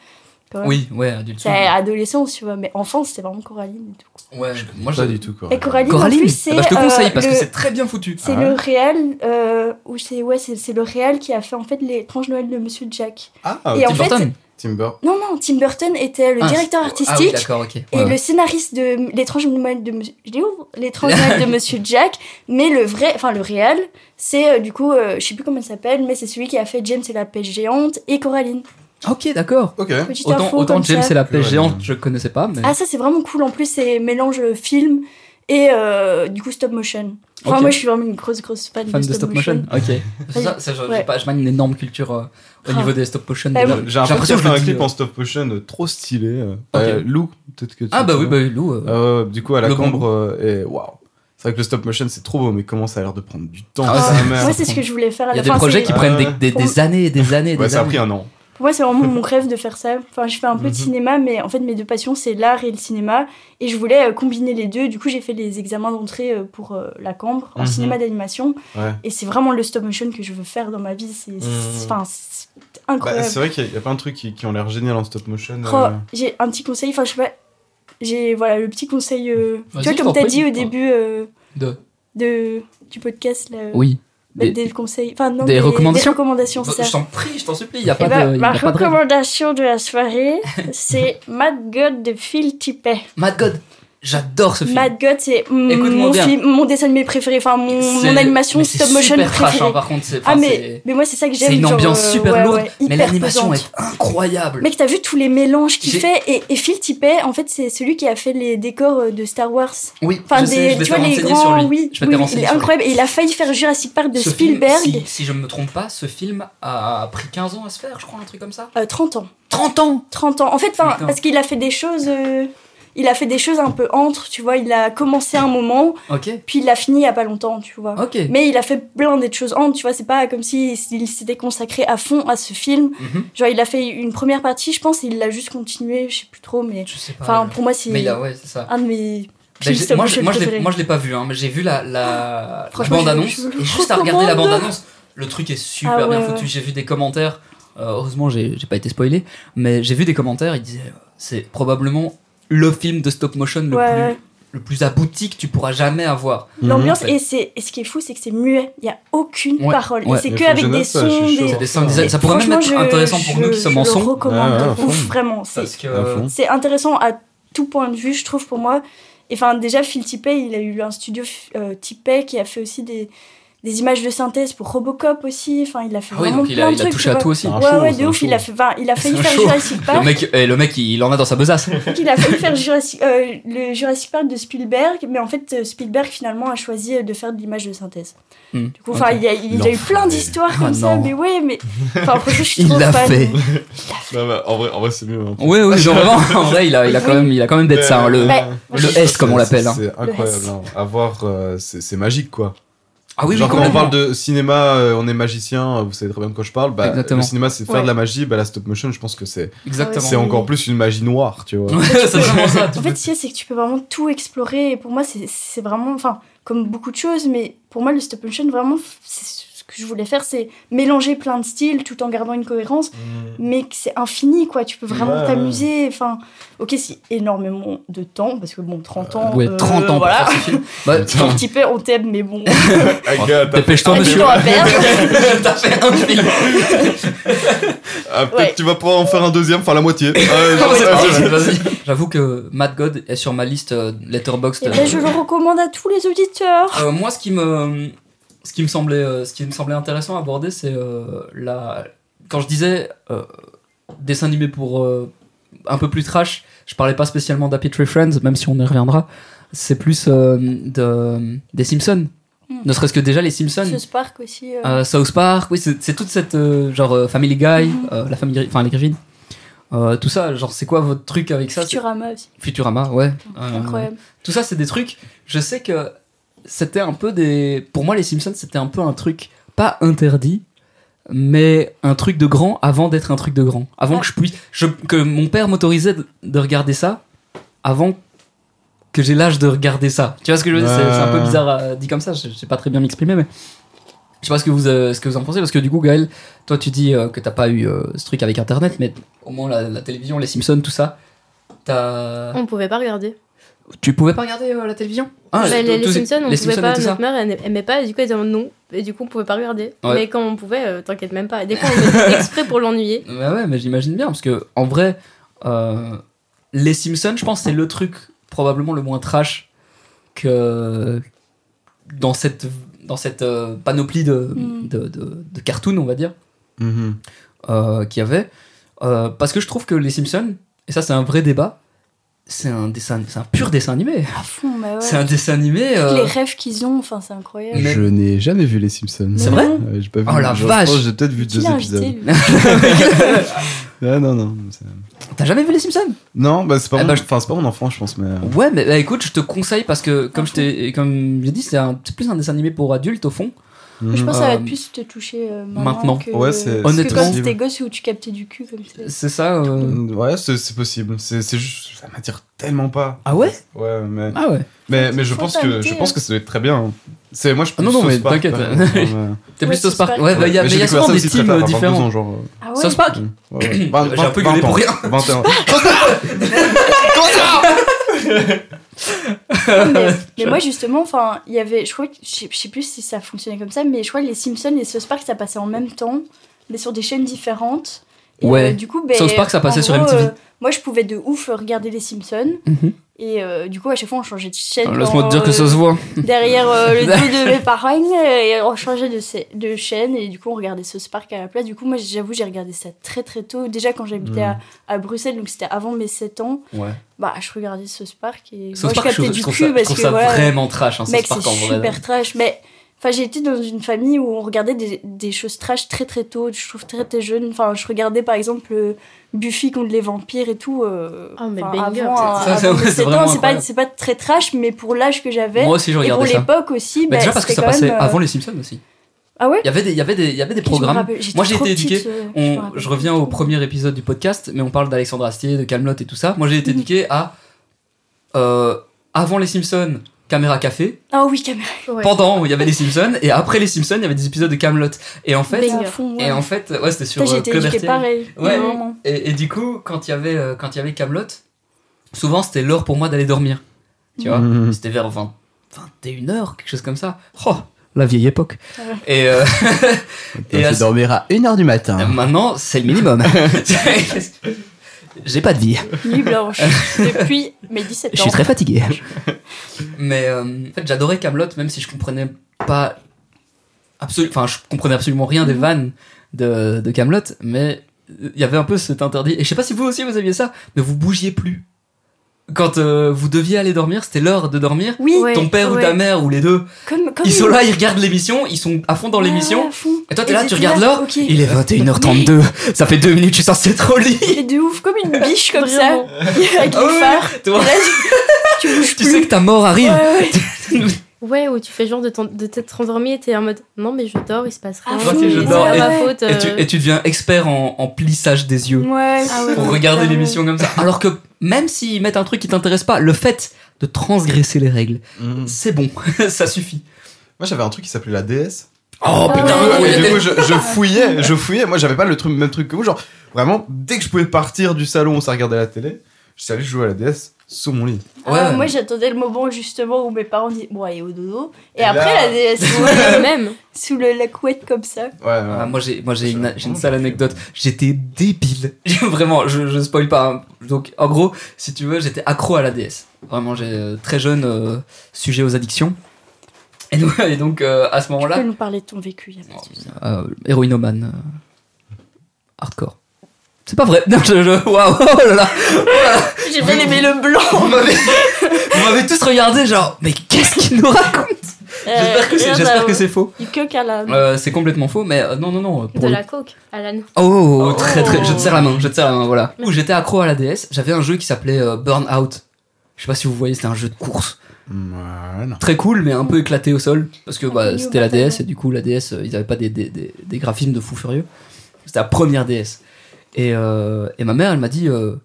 [SPEAKER 4] quand même.
[SPEAKER 2] Oui, ouais, adulte.
[SPEAKER 4] C'est adolescence, tu vois. Mais enfance, c'est vraiment Coraline. Et, tout.
[SPEAKER 2] Ouais, moi
[SPEAKER 3] Pas
[SPEAKER 2] j'ai
[SPEAKER 3] du tout, quoi.
[SPEAKER 4] et Coraline, en
[SPEAKER 2] Coraline,
[SPEAKER 4] plus, c'est
[SPEAKER 2] bah, je te
[SPEAKER 4] euh,
[SPEAKER 2] conseille parce
[SPEAKER 4] le-
[SPEAKER 2] que c'est très bien foutu.
[SPEAKER 4] c'est
[SPEAKER 3] Ah ouais.
[SPEAKER 4] le réel, euh, ou c'est ouais, c'est c'est le réel qui a fait en fait les tranches Noël de Monsieur Jack.
[SPEAKER 3] Ah,
[SPEAKER 4] Et en
[SPEAKER 2] Tim
[SPEAKER 4] fait,
[SPEAKER 2] Burton.
[SPEAKER 3] Timber.
[SPEAKER 4] Non, non, Tim Burton était le
[SPEAKER 2] Ah,
[SPEAKER 4] directeur
[SPEAKER 2] Ah oui,
[SPEAKER 4] artistique
[SPEAKER 2] d'accord, ok.
[SPEAKER 4] et
[SPEAKER 2] Ouais,
[SPEAKER 4] le scénariste de L'étrange Noël de Monsieur... Je l'ai où L'étrange Noël de Monsieur Jack, mais le vrai, enfin le réel, c'est euh, du coup, euh, je sais plus comment il s'appelle, mais c'est celui qui a fait James et la pêche géante et Coraline.
[SPEAKER 2] ouais. Ok, d'accord.
[SPEAKER 3] Ok.
[SPEAKER 4] Petite
[SPEAKER 2] Autant,
[SPEAKER 4] info
[SPEAKER 2] autant
[SPEAKER 4] comme
[SPEAKER 2] James
[SPEAKER 4] ça.
[SPEAKER 2] et la pêche
[SPEAKER 3] Ouais.
[SPEAKER 2] géante, je connaissais pas, mais.
[SPEAKER 4] Ah ça c'est vraiment cool, en plus c'est mélange euh, film et euh, du coup stop motion. Enfin
[SPEAKER 2] Ok.
[SPEAKER 4] moi je suis vraiment une grosse grosse fan,
[SPEAKER 2] Fan de stop motion, ok. C'est
[SPEAKER 4] Oui.
[SPEAKER 2] ça, ça, je,
[SPEAKER 4] Ouais.
[SPEAKER 2] j'ai pas- je manie une énorme culture euh, au
[SPEAKER 4] Ah.
[SPEAKER 2] niveau des stop motion.
[SPEAKER 4] Ah
[SPEAKER 2] déjà.
[SPEAKER 4] oui.
[SPEAKER 3] J'ai l'impression de
[SPEAKER 2] je
[SPEAKER 3] faire un
[SPEAKER 2] le dis,
[SPEAKER 3] clip
[SPEAKER 2] euh,
[SPEAKER 3] en stop motion euh, trop stylé. euh. Euh, Lou, peut-être que tu
[SPEAKER 2] Ah bah oui,
[SPEAKER 3] tu
[SPEAKER 2] bah
[SPEAKER 3] vois.
[SPEAKER 2] oui, Lou. euh,
[SPEAKER 3] Ah ouais, du coup, à la
[SPEAKER 2] Le
[SPEAKER 3] cambre, euh, et waouh. C'est vrai que le stop motion, c'est trop beau, mais comment ça a l'air de prendre du temps
[SPEAKER 2] Ah ouais,
[SPEAKER 3] sa
[SPEAKER 2] ça-
[SPEAKER 3] mère.
[SPEAKER 4] moi c'est ce que je voulais faire à
[SPEAKER 2] Il y
[SPEAKER 4] la
[SPEAKER 2] a des
[SPEAKER 4] fin,
[SPEAKER 2] projets
[SPEAKER 4] c'est-
[SPEAKER 2] qui
[SPEAKER 3] Ah
[SPEAKER 2] prennent
[SPEAKER 3] ouais.
[SPEAKER 2] des, des, des années et des années et des
[SPEAKER 3] Ouais, ça a
[SPEAKER 2] années.
[SPEAKER 3] pris un an.
[SPEAKER 4] Pour moi, c'est vraiment mon rêve de faire ça. Enfin, je fais un peu
[SPEAKER 3] Mhm.
[SPEAKER 4] de cinéma, mais en fait, mes deux passions, c'est l'art et le cinéma. Et je voulais euh, combiner les deux. Du coup, j'ai fait les examens d'entrée euh, pour euh, la Cambre en
[SPEAKER 3] Mhm.
[SPEAKER 4] cinéma d'animation.
[SPEAKER 3] Ouais.
[SPEAKER 4] Et c'est vraiment le stop motion que je veux faire dans ma vie. C'est
[SPEAKER 3] Mhm.
[SPEAKER 4] c'est- enfin, c'est
[SPEAKER 3] Bah,
[SPEAKER 4] incroyable.
[SPEAKER 3] c'est vrai qu'il y, a- il y a plein de trucs qui, qui ont l'air génial en stop motion.
[SPEAKER 4] Oh,
[SPEAKER 3] euh.
[SPEAKER 4] J'ai un petit conseil. Enfin, je sais pas. J'ai voilà, le petit conseil. euh,
[SPEAKER 2] Vas-y,
[SPEAKER 4] tu vois,
[SPEAKER 2] je t'en
[SPEAKER 4] comme t'as
[SPEAKER 2] prie.
[SPEAKER 4] dit au début euh,
[SPEAKER 2] De-
[SPEAKER 4] de, du podcast, là, euh,
[SPEAKER 2] Oui.
[SPEAKER 4] bah,
[SPEAKER 2] Des-
[SPEAKER 4] des, conseils. Enfin, non,
[SPEAKER 2] des recommandations
[SPEAKER 4] Des recommandations, c'est ça.
[SPEAKER 2] Je t'en prie, je t'en supplie, il n'y a
[SPEAKER 4] Eh
[SPEAKER 2] pas
[SPEAKER 4] ben,
[SPEAKER 2] de. y
[SPEAKER 4] ma
[SPEAKER 2] a pas de règle.
[SPEAKER 4] recommandation de la soirée, c'est Mad God de Phil Tippett.
[SPEAKER 2] Mad God, j'adore ce film.
[SPEAKER 4] Mad God, c'est mm,
[SPEAKER 2] Écoute-moi
[SPEAKER 4] mon,
[SPEAKER 2] bien.
[SPEAKER 4] film- mon dessin animé préféré, enfin mon,
[SPEAKER 2] C'est-
[SPEAKER 4] mon animation
[SPEAKER 2] mais c'est
[SPEAKER 4] stop motion
[SPEAKER 2] super trash,
[SPEAKER 4] préférée.
[SPEAKER 2] hein, par contre, c'est.
[SPEAKER 4] ah,
[SPEAKER 2] enfin,
[SPEAKER 4] mais,
[SPEAKER 2] c'est-
[SPEAKER 4] mais moi, c'est ça que j'aime.
[SPEAKER 2] c'est une
[SPEAKER 4] genre,
[SPEAKER 2] ambiance
[SPEAKER 4] euh,
[SPEAKER 2] super
[SPEAKER 4] ouais,
[SPEAKER 2] lourde,
[SPEAKER 4] ouais,
[SPEAKER 2] mais
[SPEAKER 4] hyper
[SPEAKER 2] l'animation
[SPEAKER 4] pesante.
[SPEAKER 2] est incroyable.
[SPEAKER 4] Mec, t'as vu tous les mélanges qu'il
[SPEAKER 2] J'ai-
[SPEAKER 4] fait et, et Phil Tippett, en fait, c'est celui qui a fait les décors euh, de Star Wars.
[SPEAKER 2] Oui,
[SPEAKER 4] Enfin,
[SPEAKER 2] je
[SPEAKER 4] des,
[SPEAKER 2] sais, je vais
[SPEAKER 4] tu
[SPEAKER 2] te
[SPEAKER 4] vois, les
[SPEAKER 2] renseigner
[SPEAKER 4] grands,
[SPEAKER 2] sur lui.
[SPEAKER 4] oui,
[SPEAKER 2] je vais
[SPEAKER 4] oui,
[SPEAKER 2] te
[SPEAKER 4] il
[SPEAKER 2] renseigner
[SPEAKER 4] est
[SPEAKER 2] sur lui.
[SPEAKER 4] incroyable. Et il a failli faire Jurassic Park de
[SPEAKER 2] Ce film,
[SPEAKER 4] Spielberg.
[SPEAKER 2] si, si je ne me trompe pas, ce film a pris 15 ans à se faire, je crois, un truc comme ça.
[SPEAKER 4] Euh, 30 ans.
[SPEAKER 2] 30 ans
[SPEAKER 4] 30 ans. En fait, 'fin,
[SPEAKER 2] Putain.
[SPEAKER 4] parce qu'il a fait des choses. euh, il a fait des choses un peu entre, tu vois. Il a commencé un moment,
[SPEAKER 2] Ok,
[SPEAKER 4] puis il l'a fini il y a pas longtemps, tu vois.
[SPEAKER 2] ok.
[SPEAKER 4] Mais il a fait plein d'autres choses entre, tu vois. C'est pas comme si il s'était consacré à fond à ce film.
[SPEAKER 2] Mhm.
[SPEAKER 4] Genre, il a fait une première partie, je pense, et il l'a juste continué, je sais plus trop, mais.
[SPEAKER 2] Je sais pas.
[SPEAKER 4] Enfin,
[SPEAKER 2] ouais.
[SPEAKER 4] pour moi, c'est
[SPEAKER 2] Mais là, ouais, c'est ça.
[SPEAKER 4] un de mes.
[SPEAKER 2] Ben, j'ai-
[SPEAKER 4] films stop
[SPEAKER 2] moi, je,
[SPEAKER 4] motion
[SPEAKER 2] moi, je l'ai,
[SPEAKER 4] préférés.
[SPEAKER 2] moi, je l'ai pas vu, hein, mais j'ai vu la, la- la,
[SPEAKER 4] Franchement,
[SPEAKER 2] bande-annonce.
[SPEAKER 4] je- je le
[SPEAKER 2] Et juste à regarder la
[SPEAKER 4] recommande.
[SPEAKER 2] bande-annonce, le truc est super
[SPEAKER 4] Ah ouais,
[SPEAKER 2] bien foutu.
[SPEAKER 4] ouais.
[SPEAKER 2] J'ai vu des commentaires. euh, heureusement, j'ai, j'ai pas été spoilé, mais j'ai vu des commentaires. Ils disaient euh, c'est probablement le film de stop motion le,
[SPEAKER 4] Ouais,
[SPEAKER 2] plus,
[SPEAKER 4] ouais.
[SPEAKER 2] le plus abouti que tu pourras jamais avoir.
[SPEAKER 4] L'ambiance,
[SPEAKER 2] Mhm.
[SPEAKER 4] et, c'est- et ce qui est fou, c'est que c'est muet. Il y a aucune
[SPEAKER 2] Ouais,
[SPEAKER 4] parole.
[SPEAKER 2] ouais.
[SPEAKER 4] Et c'est
[SPEAKER 3] Mais
[SPEAKER 4] que
[SPEAKER 3] faut que
[SPEAKER 4] avec
[SPEAKER 3] je
[SPEAKER 4] des
[SPEAKER 3] note ça, je
[SPEAKER 4] sons,
[SPEAKER 3] suis chaud.
[SPEAKER 4] des.
[SPEAKER 2] C'est des sound design. Ça pourrait même
[SPEAKER 4] Franchement,
[SPEAKER 2] être
[SPEAKER 4] je-
[SPEAKER 2] intéressant pour
[SPEAKER 4] je-
[SPEAKER 2] nous qui sommes en
[SPEAKER 4] Je le
[SPEAKER 2] son. Ah,
[SPEAKER 3] Ouais, ouais,
[SPEAKER 4] recommande
[SPEAKER 3] à
[SPEAKER 4] de ouf,
[SPEAKER 3] fond.
[SPEAKER 4] vraiment. C'est
[SPEAKER 2] Parce que
[SPEAKER 3] À fond.
[SPEAKER 4] c'est intéressant à tout point de vue, je trouve, pour moi. Et Enfin, déjà, Phil Tippett, il a eu un studio euh, Tippett qui a fait aussi des, des images de synthèse pour Robocop aussi. Enfin, il a fait
[SPEAKER 2] Ah oui,
[SPEAKER 4] vraiment
[SPEAKER 2] donc il
[SPEAKER 4] plein
[SPEAKER 2] a,
[SPEAKER 4] de
[SPEAKER 2] il a
[SPEAKER 4] trucs.
[SPEAKER 2] touché à
[SPEAKER 4] tu
[SPEAKER 2] tout aussi.
[SPEAKER 3] Ah,
[SPEAKER 4] vois.
[SPEAKER 3] tout. Un show,
[SPEAKER 4] Ouais, ouais,
[SPEAKER 3] c'est
[SPEAKER 4] de
[SPEAKER 3] un
[SPEAKER 4] ouf. Il
[SPEAKER 3] show.
[SPEAKER 4] a, fait, enfin, il a failli
[SPEAKER 2] C'est un
[SPEAKER 4] faire
[SPEAKER 2] show.
[SPEAKER 4] Jurassic
[SPEAKER 2] Le
[SPEAKER 4] Park.
[SPEAKER 2] mec, eh, le mec, il en a dans sa besace.
[SPEAKER 4] il a failli faire Jurassic, euh, le Jurassic Park de Spielberg, mais en fait, euh, Spielberg finalement a choisi de faire de l'image de synthèse.
[SPEAKER 2] Hmm.
[SPEAKER 4] Du coup, enfin,
[SPEAKER 2] Ok.
[SPEAKER 4] il y a, il y a eu plein
[SPEAKER 3] L'enfoiré.
[SPEAKER 4] d'histoires
[SPEAKER 2] Ah,
[SPEAKER 4] comme ça,
[SPEAKER 2] non.
[SPEAKER 4] mais ouais, mais. Enfin, franchement, je suis
[SPEAKER 2] Il
[SPEAKER 4] trop
[SPEAKER 2] l'a
[SPEAKER 4] fan.
[SPEAKER 2] fait.
[SPEAKER 3] Bah, bah, en vrai, en vrai c'est mieux. hein.
[SPEAKER 2] Oui, oui, genre vraiment, en vrai, il a, il a quand même, il a quand même d'être ça. hein, le,
[SPEAKER 4] Ouais.
[SPEAKER 2] le S, comme on l'appelle, hein.
[SPEAKER 3] C'est incroyable. hein. À voir, euh, c'est c'est magique quoi.
[SPEAKER 2] Ah oui, oui,
[SPEAKER 3] Genre quand on
[SPEAKER 2] complètement.
[SPEAKER 3] parle de cinéma, euh, on est magicien, vous savez très bien de quoi je parle. Bah,
[SPEAKER 2] Exactement.
[SPEAKER 3] Le cinéma, c'est faire
[SPEAKER 5] Ouais.
[SPEAKER 3] de la magie. Bah, la stop motion, je pense que c'est
[SPEAKER 2] Exactement.
[SPEAKER 3] c'est encore plus une magie noire, tu vois.
[SPEAKER 2] Ouais, c'est vraiment ça.
[SPEAKER 4] En fait, si, c'est que tu peux vraiment tout explorer. Et pour moi, c'est- c'est vraiment, enfin, comme beaucoup de choses, mais pour moi, le stop motion, vraiment, c'est ce que je voulais faire, c'est mélanger plein de styles tout en gardant une
[SPEAKER 2] Mm.
[SPEAKER 4] cohérence, mais que c'est infini, quoi. Tu peux vraiment
[SPEAKER 3] Ouais, ouais.
[SPEAKER 4] t'amuser. Enfin, ok, c'est énormément de temps, parce que bon, 30 ans.
[SPEAKER 2] Ouais,
[SPEAKER 4] euh,
[SPEAKER 2] 30 ans
[SPEAKER 4] voilà.
[SPEAKER 2] pour faire ce film. Bah,
[SPEAKER 4] Un petit peu, on t'aime, mais bon.
[SPEAKER 3] Ah, gars, t'as-
[SPEAKER 2] Dépêche-toi,
[SPEAKER 4] on a du
[SPEAKER 2] monsieur.
[SPEAKER 4] temps à perdre.
[SPEAKER 2] T'as fait un film.
[SPEAKER 3] ah, peut-être
[SPEAKER 4] Ouais.
[SPEAKER 3] tu vas pouvoir en faire un deuxième, enfin la moitié. Ah,
[SPEAKER 2] Non,
[SPEAKER 3] genre,
[SPEAKER 2] c'est pas
[SPEAKER 3] ouais,
[SPEAKER 2] grave, vas-y. J'avoue que Mad God est sur ma liste euh, Letterboxd.
[SPEAKER 4] Et ben, je le recommande à tous les auditeurs.
[SPEAKER 2] Euh, moi, ce qui me, ce qui me semblait, euh, ce qui me semblait intéressant à aborder, c'est euh, la. Quand je disais euh, dessin animé pour euh, un peu plus trash, je parlais pas spécialement d'Happy Tree Friends, même si on y reviendra. C'est plus euh, de, des Simpsons.
[SPEAKER 4] Hmm.
[SPEAKER 2] Ne serait-ce que déjà les Simpsons.
[SPEAKER 4] Ce Spark aussi.
[SPEAKER 2] Ah,
[SPEAKER 4] euh,
[SPEAKER 2] Euh, South Park, oui, c'est c'est toute cette euh, genre euh, Family Guy,
[SPEAKER 4] Mhm.
[SPEAKER 2] euh, la famille, Gri- enfin les Griffin. euh, tout ça, genre c'est quoi votre truc avec ça c'est-
[SPEAKER 4] Futurama aussi.
[SPEAKER 2] Futurama, ouais. Euh,
[SPEAKER 4] Incroyable.
[SPEAKER 2] tout ça, c'est des trucs. Je sais que c'était un peu des. Pour moi, les Simpsons, c'était un peu un truc pas interdit, mais un truc de grand avant d'être un truc de grand. Avant que je puisse, je- que mon père m'autorisait de, de regarder ça, avant que j'ai l'âge de regarder ça. Tu vois ce que je veux dire C'est- C'est un peu
[SPEAKER 3] Ouais.
[SPEAKER 2] bizarre à- dit comme ça. Je, je sais pas très bien m'exprimer, mais. Je sais pas ce que, vous, euh, ce que vous en pensez, parce que du coup, Gaël, toi tu dis euh, que t'as pas eu euh, ce truc avec internet, mais au moins la, la télévision, les Simpsons, tout ça, t'as.
[SPEAKER 5] On pouvait pas regarder.
[SPEAKER 2] Tu pouvais pas regarder euh, la télévision Ah,
[SPEAKER 5] Bah, les, les
[SPEAKER 2] tous-
[SPEAKER 5] Simpsons, on
[SPEAKER 2] les
[SPEAKER 5] pouvait
[SPEAKER 2] Simpsons et
[SPEAKER 5] pas.
[SPEAKER 2] tout ça.
[SPEAKER 5] Notre mère, elle aimait pas, et du coup, elle disait non. Et du coup, on pouvait pas regarder.
[SPEAKER 2] Ouais.
[SPEAKER 5] Mais quand on pouvait, euh, t'inquiète même pas. Des fois, on le faisait exprès pour l'ennuyer.
[SPEAKER 2] Bah ouais, mais j'imagine bien, parce que en vrai, euh, les Simpsons, je pense, c'est le truc probablement le moins trash que dans cette, dans cette euh, panoplie de,
[SPEAKER 5] Hmm.
[SPEAKER 4] Mm.
[SPEAKER 2] de, de- de cartoons, on va dire,
[SPEAKER 6] Mhm.
[SPEAKER 2] euh, qu'il y avait. Euh, parce que je trouve que les Simpsons, et ça c'est un vrai débat, c'est un, dessin, c'est un pur dessin animé.
[SPEAKER 5] Ah
[SPEAKER 4] À fond, mais ouais.
[SPEAKER 2] C'est un dessin animé.
[SPEAKER 4] Tous
[SPEAKER 2] euh,
[SPEAKER 4] Les rêves qu'ils ont, enfin, c'est
[SPEAKER 3] Mhm.
[SPEAKER 4] incroyable.
[SPEAKER 2] Mais-
[SPEAKER 6] Je n'ai jamais vu les Simpsons.
[SPEAKER 2] C'est vrai
[SPEAKER 6] Ouais, J'ai pas vu.
[SPEAKER 2] Oh la
[SPEAKER 6] je
[SPEAKER 2] vache
[SPEAKER 6] pense que J'ai peut-être vu
[SPEAKER 4] Qui
[SPEAKER 6] deux
[SPEAKER 4] l'a invité,
[SPEAKER 6] épisodes.
[SPEAKER 4] lui
[SPEAKER 6] Ah, non, non. c'est-
[SPEAKER 2] T'as jamais vu les Simpsons
[SPEAKER 6] Non, bah, c'est pas,
[SPEAKER 2] Eh
[SPEAKER 6] mon...
[SPEAKER 2] ben, je-
[SPEAKER 6] enfin, c'est pas mon enfant, je pense, mais. euh,
[SPEAKER 2] Ouais, mais bah, écoute, je te conseille parce que, comme je t'ai, comme j'ai dit, c'est un- c'est plus un dessin animé pour adultes au fond.
[SPEAKER 4] Je
[SPEAKER 6] mhm.
[SPEAKER 4] pense que ça va
[SPEAKER 2] Euh,
[SPEAKER 4] plus te toucher euh,
[SPEAKER 2] maintenant.
[SPEAKER 4] maintenant. que-
[SPEAKER 6] Ouais, c'est-
[SPEAKER 4] que
[SPEAKER 2] Honnêtement.
[SPEAKER 4] quand t'étais gosse où tu captais du cul comme ça.
[SPEAKER 2] C'est ça. euh.
[SPEAKER 6] Ouais, c'est c'est possible. C'est c'est juste, ça m'attire tellement pas.
[SPEAKER 2] Ah ouais
[SPEAKER 6] Ouais, mais
[SPEAKER 2] Ah ouais.
[SPEAKER 6] mais, mais je pense que je
[SPEAKER 4] spontanéité,
[SPEAKER 6] pense que ça doit être très bien. hein. C'est moi je.
[SPEAKER 2] Ah non, non,
[SPEAKER 6] South
[SPEAKER 2] mais
[SPEAKER 6] Park,
[SPEAKER 2] t'inquiète.
[SPEAKER 6] par exemple, hein,
[SPEAKER 2] T'es
[SPEAKER 4] Ouais,
[SPEAKER 2] plus South
[SPEAKER 4] South
[SPEAKER 2] Park.
[SPEAKER 4] Park.
[SPEAKER 2] Ouais,
[SPEAKER 6] mais-
[SPEAKER 2] bah, il y a,
[SPEAKER 6] mais
[SPEAKER 2] mais
[SPEAKER 6] j'ai
[SPEAKER 2] il y a
[SPEAKER 6] découvert
[SPEAKER 2] souvent
[SPEAKER 6] ça
[SPEAKER 2] des
[SPEAKER 6] aussi très
[SPEAKER 2] teams
[SPEAKER 6] tard,
[SPEAKER 2] euh,
[SPEAKER 6] à 22
[SPEAKER 2] différents.
[SPEAKER 6] ans, genre,
[SPEAKER 4] Ah
[SPEAKER 2] South Park
[SPEAKER 6] euh, ouais, ouais. Vingt-
[SPEAKER 2] J'ai un peu
[SPEAKER 6] vingt-
[SPEAKER 2] gueulé pour rien.
[SPEAKER 6] 21.
[SPEAKER 4] mais, mais moi justement, enfin, il y avait, je crois, que- je sais- je sais plus si ça fonctionnait comme ça, mais je crois que les Simpsons et South Park ça passait en même temps, mais sur des chaînes différentes. Et,
[SPEAKER 2] Ouais.
[SPEAKER 4] euh, du coup, ben,
[SPEAKER 2] South Park, ça passait
[SPEAKER 4] en
[SPEAKER 2] sur
[SPEAKER 4] gros,
[SPEAKER 2] MTV.
[SPEAKER 4] euh, moi, je pouvais de ouf regarder les Simpsons.
[SPEAKER 2] Mhm.
[SPEAKER 4] Et euh, du coup, à chaque fois, on changeait de chaîne.
[SPEAKER 2] Oh, Ah, Laisse-moi te
[SPEAKER 4] dans,
[SPEAKER 2] dire que ça se
[SPEAKER 4] euh,
[SPEAKER 2] voit.
[SPEAKER 4] Derrière euh, le dos de mes parents, et on changeait de, sa- de chaîne. Et du coup, on regardait South Park à la place. Du coup, moi, j'avoue, j'ai regardé ça très très tôt. Déjà, quand j'habitais
[SPEAKER 2] Mm.
[SPEAKER 6] Mhm.
[SPEAKER 4] à, à Bruxelles, donc c'était avant mes 7 ans,
[SPEAKER 2] Ouais.
[SPEAKER 4] bah, je regardais South Park. Et
[SPEAKER 2] South
[SPEAKER 4] moi,
[SPEAKER 2] Park,
[SPEAKER 4] je
[SPEAKER 2] je,
[SPEAKER 4] captais
[SPEAKER 2] trouve- je
[SPEAKER 4] du
[SPEAKER 2] trouve
[SPEAKER 4] cul
[SPEAKER 2] ça, je
[SPEAKER 4] parce
[SPEAKER 2] trouve
[SPEAKER 4] que
[SPEAKER 2] ça
[SPEAKER 4] voilà.
[SPEAKER 2] vraiment trash. Hein,
[SPEAKER 4] Mec,
[SPEAKER 2] South
[SPEAKER 4] c'est
[SPEAKER 2] Park en vrai.
[SPEAKER 4] super trash. Mais enfin, j'ai été dans une famille où on regardait des, des choses trash très très tôt. Je trouve très très jeune. Enfin, je regardais par exemple euh, Buffy contre les vampires et tout. euh,
[SPEAKER 5] Ah, mais
[SPEAKER 4] enfin,
[SPEAKER 5] banger.
[SPEAKER 4] avant,
[SPEAKER 2] Ça, ça,
[SPEAKER 4] avant
[SPEAKER 2] ouais,
[SPEAKER 4] mes
[SPEAKER 2] c'est
[SPEAKER 4] 7
[SPEAKER 2] vraiment
[SPEAKER 4] ans, c'est pas,
[SPEAKER 2] incroyable.
[SPEAKER 4] c'est pas très trash, mais pour l'âge que j'avais.
[SPEAKER 2] Moi aussi, je
[SPEAKER 4] Et pour
[SPEAKER 2] regardais ça.
[SPEAKER 4] l'époque aussi,
[SPEAKER 2] Mais
[SPEAKER 4] bah,
[SPEAKER 2] déjà parce que
[SPEAKER 4] c'était
[SPEAKER 2] ça
[SPEAKER 4] quand
[SPEAKER 2] passait
[SPEAKER 4] même, euh,
[SPEAKER 2] avant les Simpsons aussi.
[SPEAKER 4] Ah ouais
[SPEAKER 2] Il y avait des, il y avait des, il y avait des
[SPEAKER 4] Ok, je me
[SPEAKER 2] programmes.
[SPEAKER 4] rappelle, j'étais
[SPEAKER 2] Moi, j'ai
[SPEAKER 4] trop
[SPEAKER 2] été éduqué,
[SPEAKER 4] petite, euh, je me
[SPEAKER 2] On,
[SPEAKER 4] rappelle
[SPEAKER 2] je reviens
[SPEAKER 4] plus
[SPEAKER 2] au
[SPEAKER 4] trop.
[SPEAKER 2] premier épisode du podcast, mais on parle d'Alexandre Astier, de Camelot et tout ça. Moi, j'ai
[SPEAKER 4] Mhm.
[SPEAKER 2] été éduqué à euh, avant les Simpsons, Caméra Café.
[SPEAKER 4] Ah oui, caméra.
[SPEAKER 5] Ouais.
[SPEAKER 2] Pendant, il y avait les Simpsons, et après les Simpsons, il y avait des épisodes de Camelot. Et en fait,
[SPEAKER 5] Banger.
[SPEAKER 4] à fond, ouais.
[SPEAKER 2] et en fait, ouais, c'était sur
[SPEAKER 4] Putain, j'ai
[SPEAKER 2] euh,
[SPEAKER 4] été
[SPEAKER 2] Claude
[SPEAKER 4] éduquée
[SPEAKER 2] Berthier.
[SPEAKER 4] pareil.
[SPEAKER 2] Ouais.
[SPEAKER 4] vraiment.
[SPEAKER 2] Et, et du coup, quand il y avait euh, quand il y avait Camelot, souvent c'était l'heure pour moi d'aller dormir. Tu vois,
[SPEAKER 6] Mhm.
[SPEAKER 2] c'était vers 20, 21h, quelque chose comme ça. Oh, la vieille époque.
[SPEAKER 4] Ouais.
[SPEAKER 2] Et euh,
[SPEAKER 6] Je
[SPEAKER 2] Et à
[SPEAKER 6] vais
[SPEAKER 2] ce-
[SPEAKER 6] dormir à 1h du matin.
[SPEAKER 2] Euh, maintenant, c'est le minimum. J'ai pas de vie.
[SPEAKER 4] Nuit blanche. Depuis mes 17 ans.
[SPEAKER 2] fatigué. Mais euh, en fait, j'adorais Camelot, même si je comprenais pas, absolu- enfin, je comprenais absolument rien des vannes de, de Camelot, mais euh, il y avait un peu cet interdit. Et je sais pas si vous aussi vous aviez ça, mais vous bougiez plus. Quand euh, vous deviez aller dormir, c'était l'heure de dormir.
[SPEAKER 4] Oui,
[SPEAKER 5] Ouais.
[SPEAKER 2] Ton père ou
[SPEAKER 5] ouais.
[SPEAKER 2] ta mère ou les deux,
[SPEAKER 4] comme, comme
[SPEAKER 2] ils sont là, ils regardent l'émission, ils sont à fond dans l'émission. Et toi, t'es là, tu regardes l'heure. Il est 21h32, ça fait deux minutes, je suis censé être au lit.
[SPEAKER 4] Il est de ouf, comme une biche comme ça,
[SPEAKER 5] Vraiment.
[SPEAKER 4] avec
[SPEAKER 2] Ah
[SPEAKER 4] les
[SPEAKER 2] ouais,
[SPEAKER 4] phares.
[SPEAKER 2] tu vois.
[SPEAKER 4] Et là, tu, tu
[SPEAKER 2] Tu
[SPEAKER 4] bouges plus.
[SPEAKER 2] sais que ta mort arrive.
[SPEAKER 4] Ouais, ouais.
[SPEAKER 5] Ouais, où tu fais genre de, t'en- de t'être endormi et t'es en mode non, mais je dors, il se passe rien.
[SPEAKER 4] Ah,
[SPEAKER 2] Ok, je
[SPEAKER 5] c'est
[SPEAKER 2] dors.
[SPEAKER 5] pas
[SPEAKER 2] Et-
[SPEAKER 5] ma faute.
[SPEAKER 2] Et tu,
[SPEAKER 5] euh,
[SPEAKER 2] et tu deviens expert en, en plissage des yeux.
[SPEAKER 4] Ouais.
[SPEAKER 5] Ah ouais,
[SPEAKER 2] Pour
[SPEAKER 5] ouais,
[SPEAKER 2] regarder l'émission comme ça. Alors que même s'ils mettent un truc qui t'intéresse pas, le fait de transgresser les règles,
[SPEAKER 6] Mhm.
[SPEAKER 2] c'est bon, ça suffit.
[SPEAKER 6] Moi j'avais un truc qui s'appelait la DS.
[SPEAKER 2] Oh
[SPEAKER 4] Ah
[SPEAKER 2] putain,
[SPEAKER 4] ouais.
[SPEAKER 2] oui,
[SPEAKER 6] Et
[SPEAKER 2] il y
[SPEAKER 6] du
[SPEAKER 2] a
[SPEAKER 6] coup,
[SPEAKER 2] des-
[SPEAKER 6] je, je fouillais, je fouillais. Moi, j'avais pas le truc, même truc que vous. Genre, vraiment, dès que je pouvais partir du salon où ça regardait la télé, je suis allé jouer à la DS sous mon lit.
[SPEAKER 4] Ah,
[SPEAKER 2] Ouais, ouais.
[SPEAKER 4] Moi, j'attendais le moment justement où mes parents disaient Bon, allez, au dodo. Et,
[SPEAKER 5] Eh
[SPEAKER 6] Et
[SPEAKER 5] ben.
[SPEAKER 4] après,
[SPEAKER 6] là-
[SPEAKER 4] la déesse,
[SPEAKER 5] ouais, même.
[SPEAKER 4] sous le- la couette comme ça.
[SPEAKER 6] Ouais, ouais.
[SPEAKER 2] Ah, moi j'ai moi j'ai
[SPEAKER 6] Ça,
[SPEAKER 2] une,
[SPEAKER 6] vraiment,
[SPEAKER 2] j'ai une
[SPEAKER 6] j'ai
[SPEAKER 2] sale
[SPEAKER 6] fait.
[SPEAKER 2] anecdote. J'étais débile. Vraiment, je, je spoil pas. hein. Donc en gros, si tu veux, j'étais accro à la DS. Vraiment, j'ai euh, très jeune euh, sujet aux addictions. Et donc, et donc, euh, à ce
[SPEAKER 4] Tu
[SPEAKER 2] moment-là,
[SPEAKER 4] peux nous parler de ton vécu, y a pas de souci.
[SPEAKER 2] euh, héroïnomane euh, hardcore. C'est pas vrai. Non, je, je- waouh, oh là là.
[SPEAKER 4] J'ai bien aimé le blanc.
[SPEAKER 2] On m'avait, on m'avait tous regardé genre, mais qu'est-ce qu'il nous raconte J'espère que c'est-
[SPEAKER 4] Euh, rien
[SPEAKER 2] j'espère que
[SPEAKER 4] à-
[SPEAKER 2] c'est faux.
[SPEAKER 4] Du coq à l'âne.
[SPEAKER 2] Euh, c'est complètement faux, mais euh, non, non, non. pour
[SPEAKER 5] De
[SPEAKER 2] le-
[SPEAKER 5] la coke, Alan.
[SPEAKER 2] Oh,
[SPEAKER 4] Oh.
[SPEAKER 2] très très. Je te serre la main, je te serre la main, voilà. Où j'étais accro à la DS, j'avais un jeu qui s'appelait euh, Burnout. Je sais pas si vous voyez, c'était un jeu de course.
[SPEAKER 6] Voilà.
[SPEAKER 2] Très cool, mais un peu éclaté au sol. Parce que bah,
[SPEAKER 4] Oui,
[SPEAKER 2] c'était la
[SPEAKER 4] oui, oui.
[SPEAKER 2] DS, et du coup, la DS, euh, ils avaient pas des, des, des- des graphismes de fou furieux. C'était la première DS. Et, euh, et ma mère, elle m'a dit euh,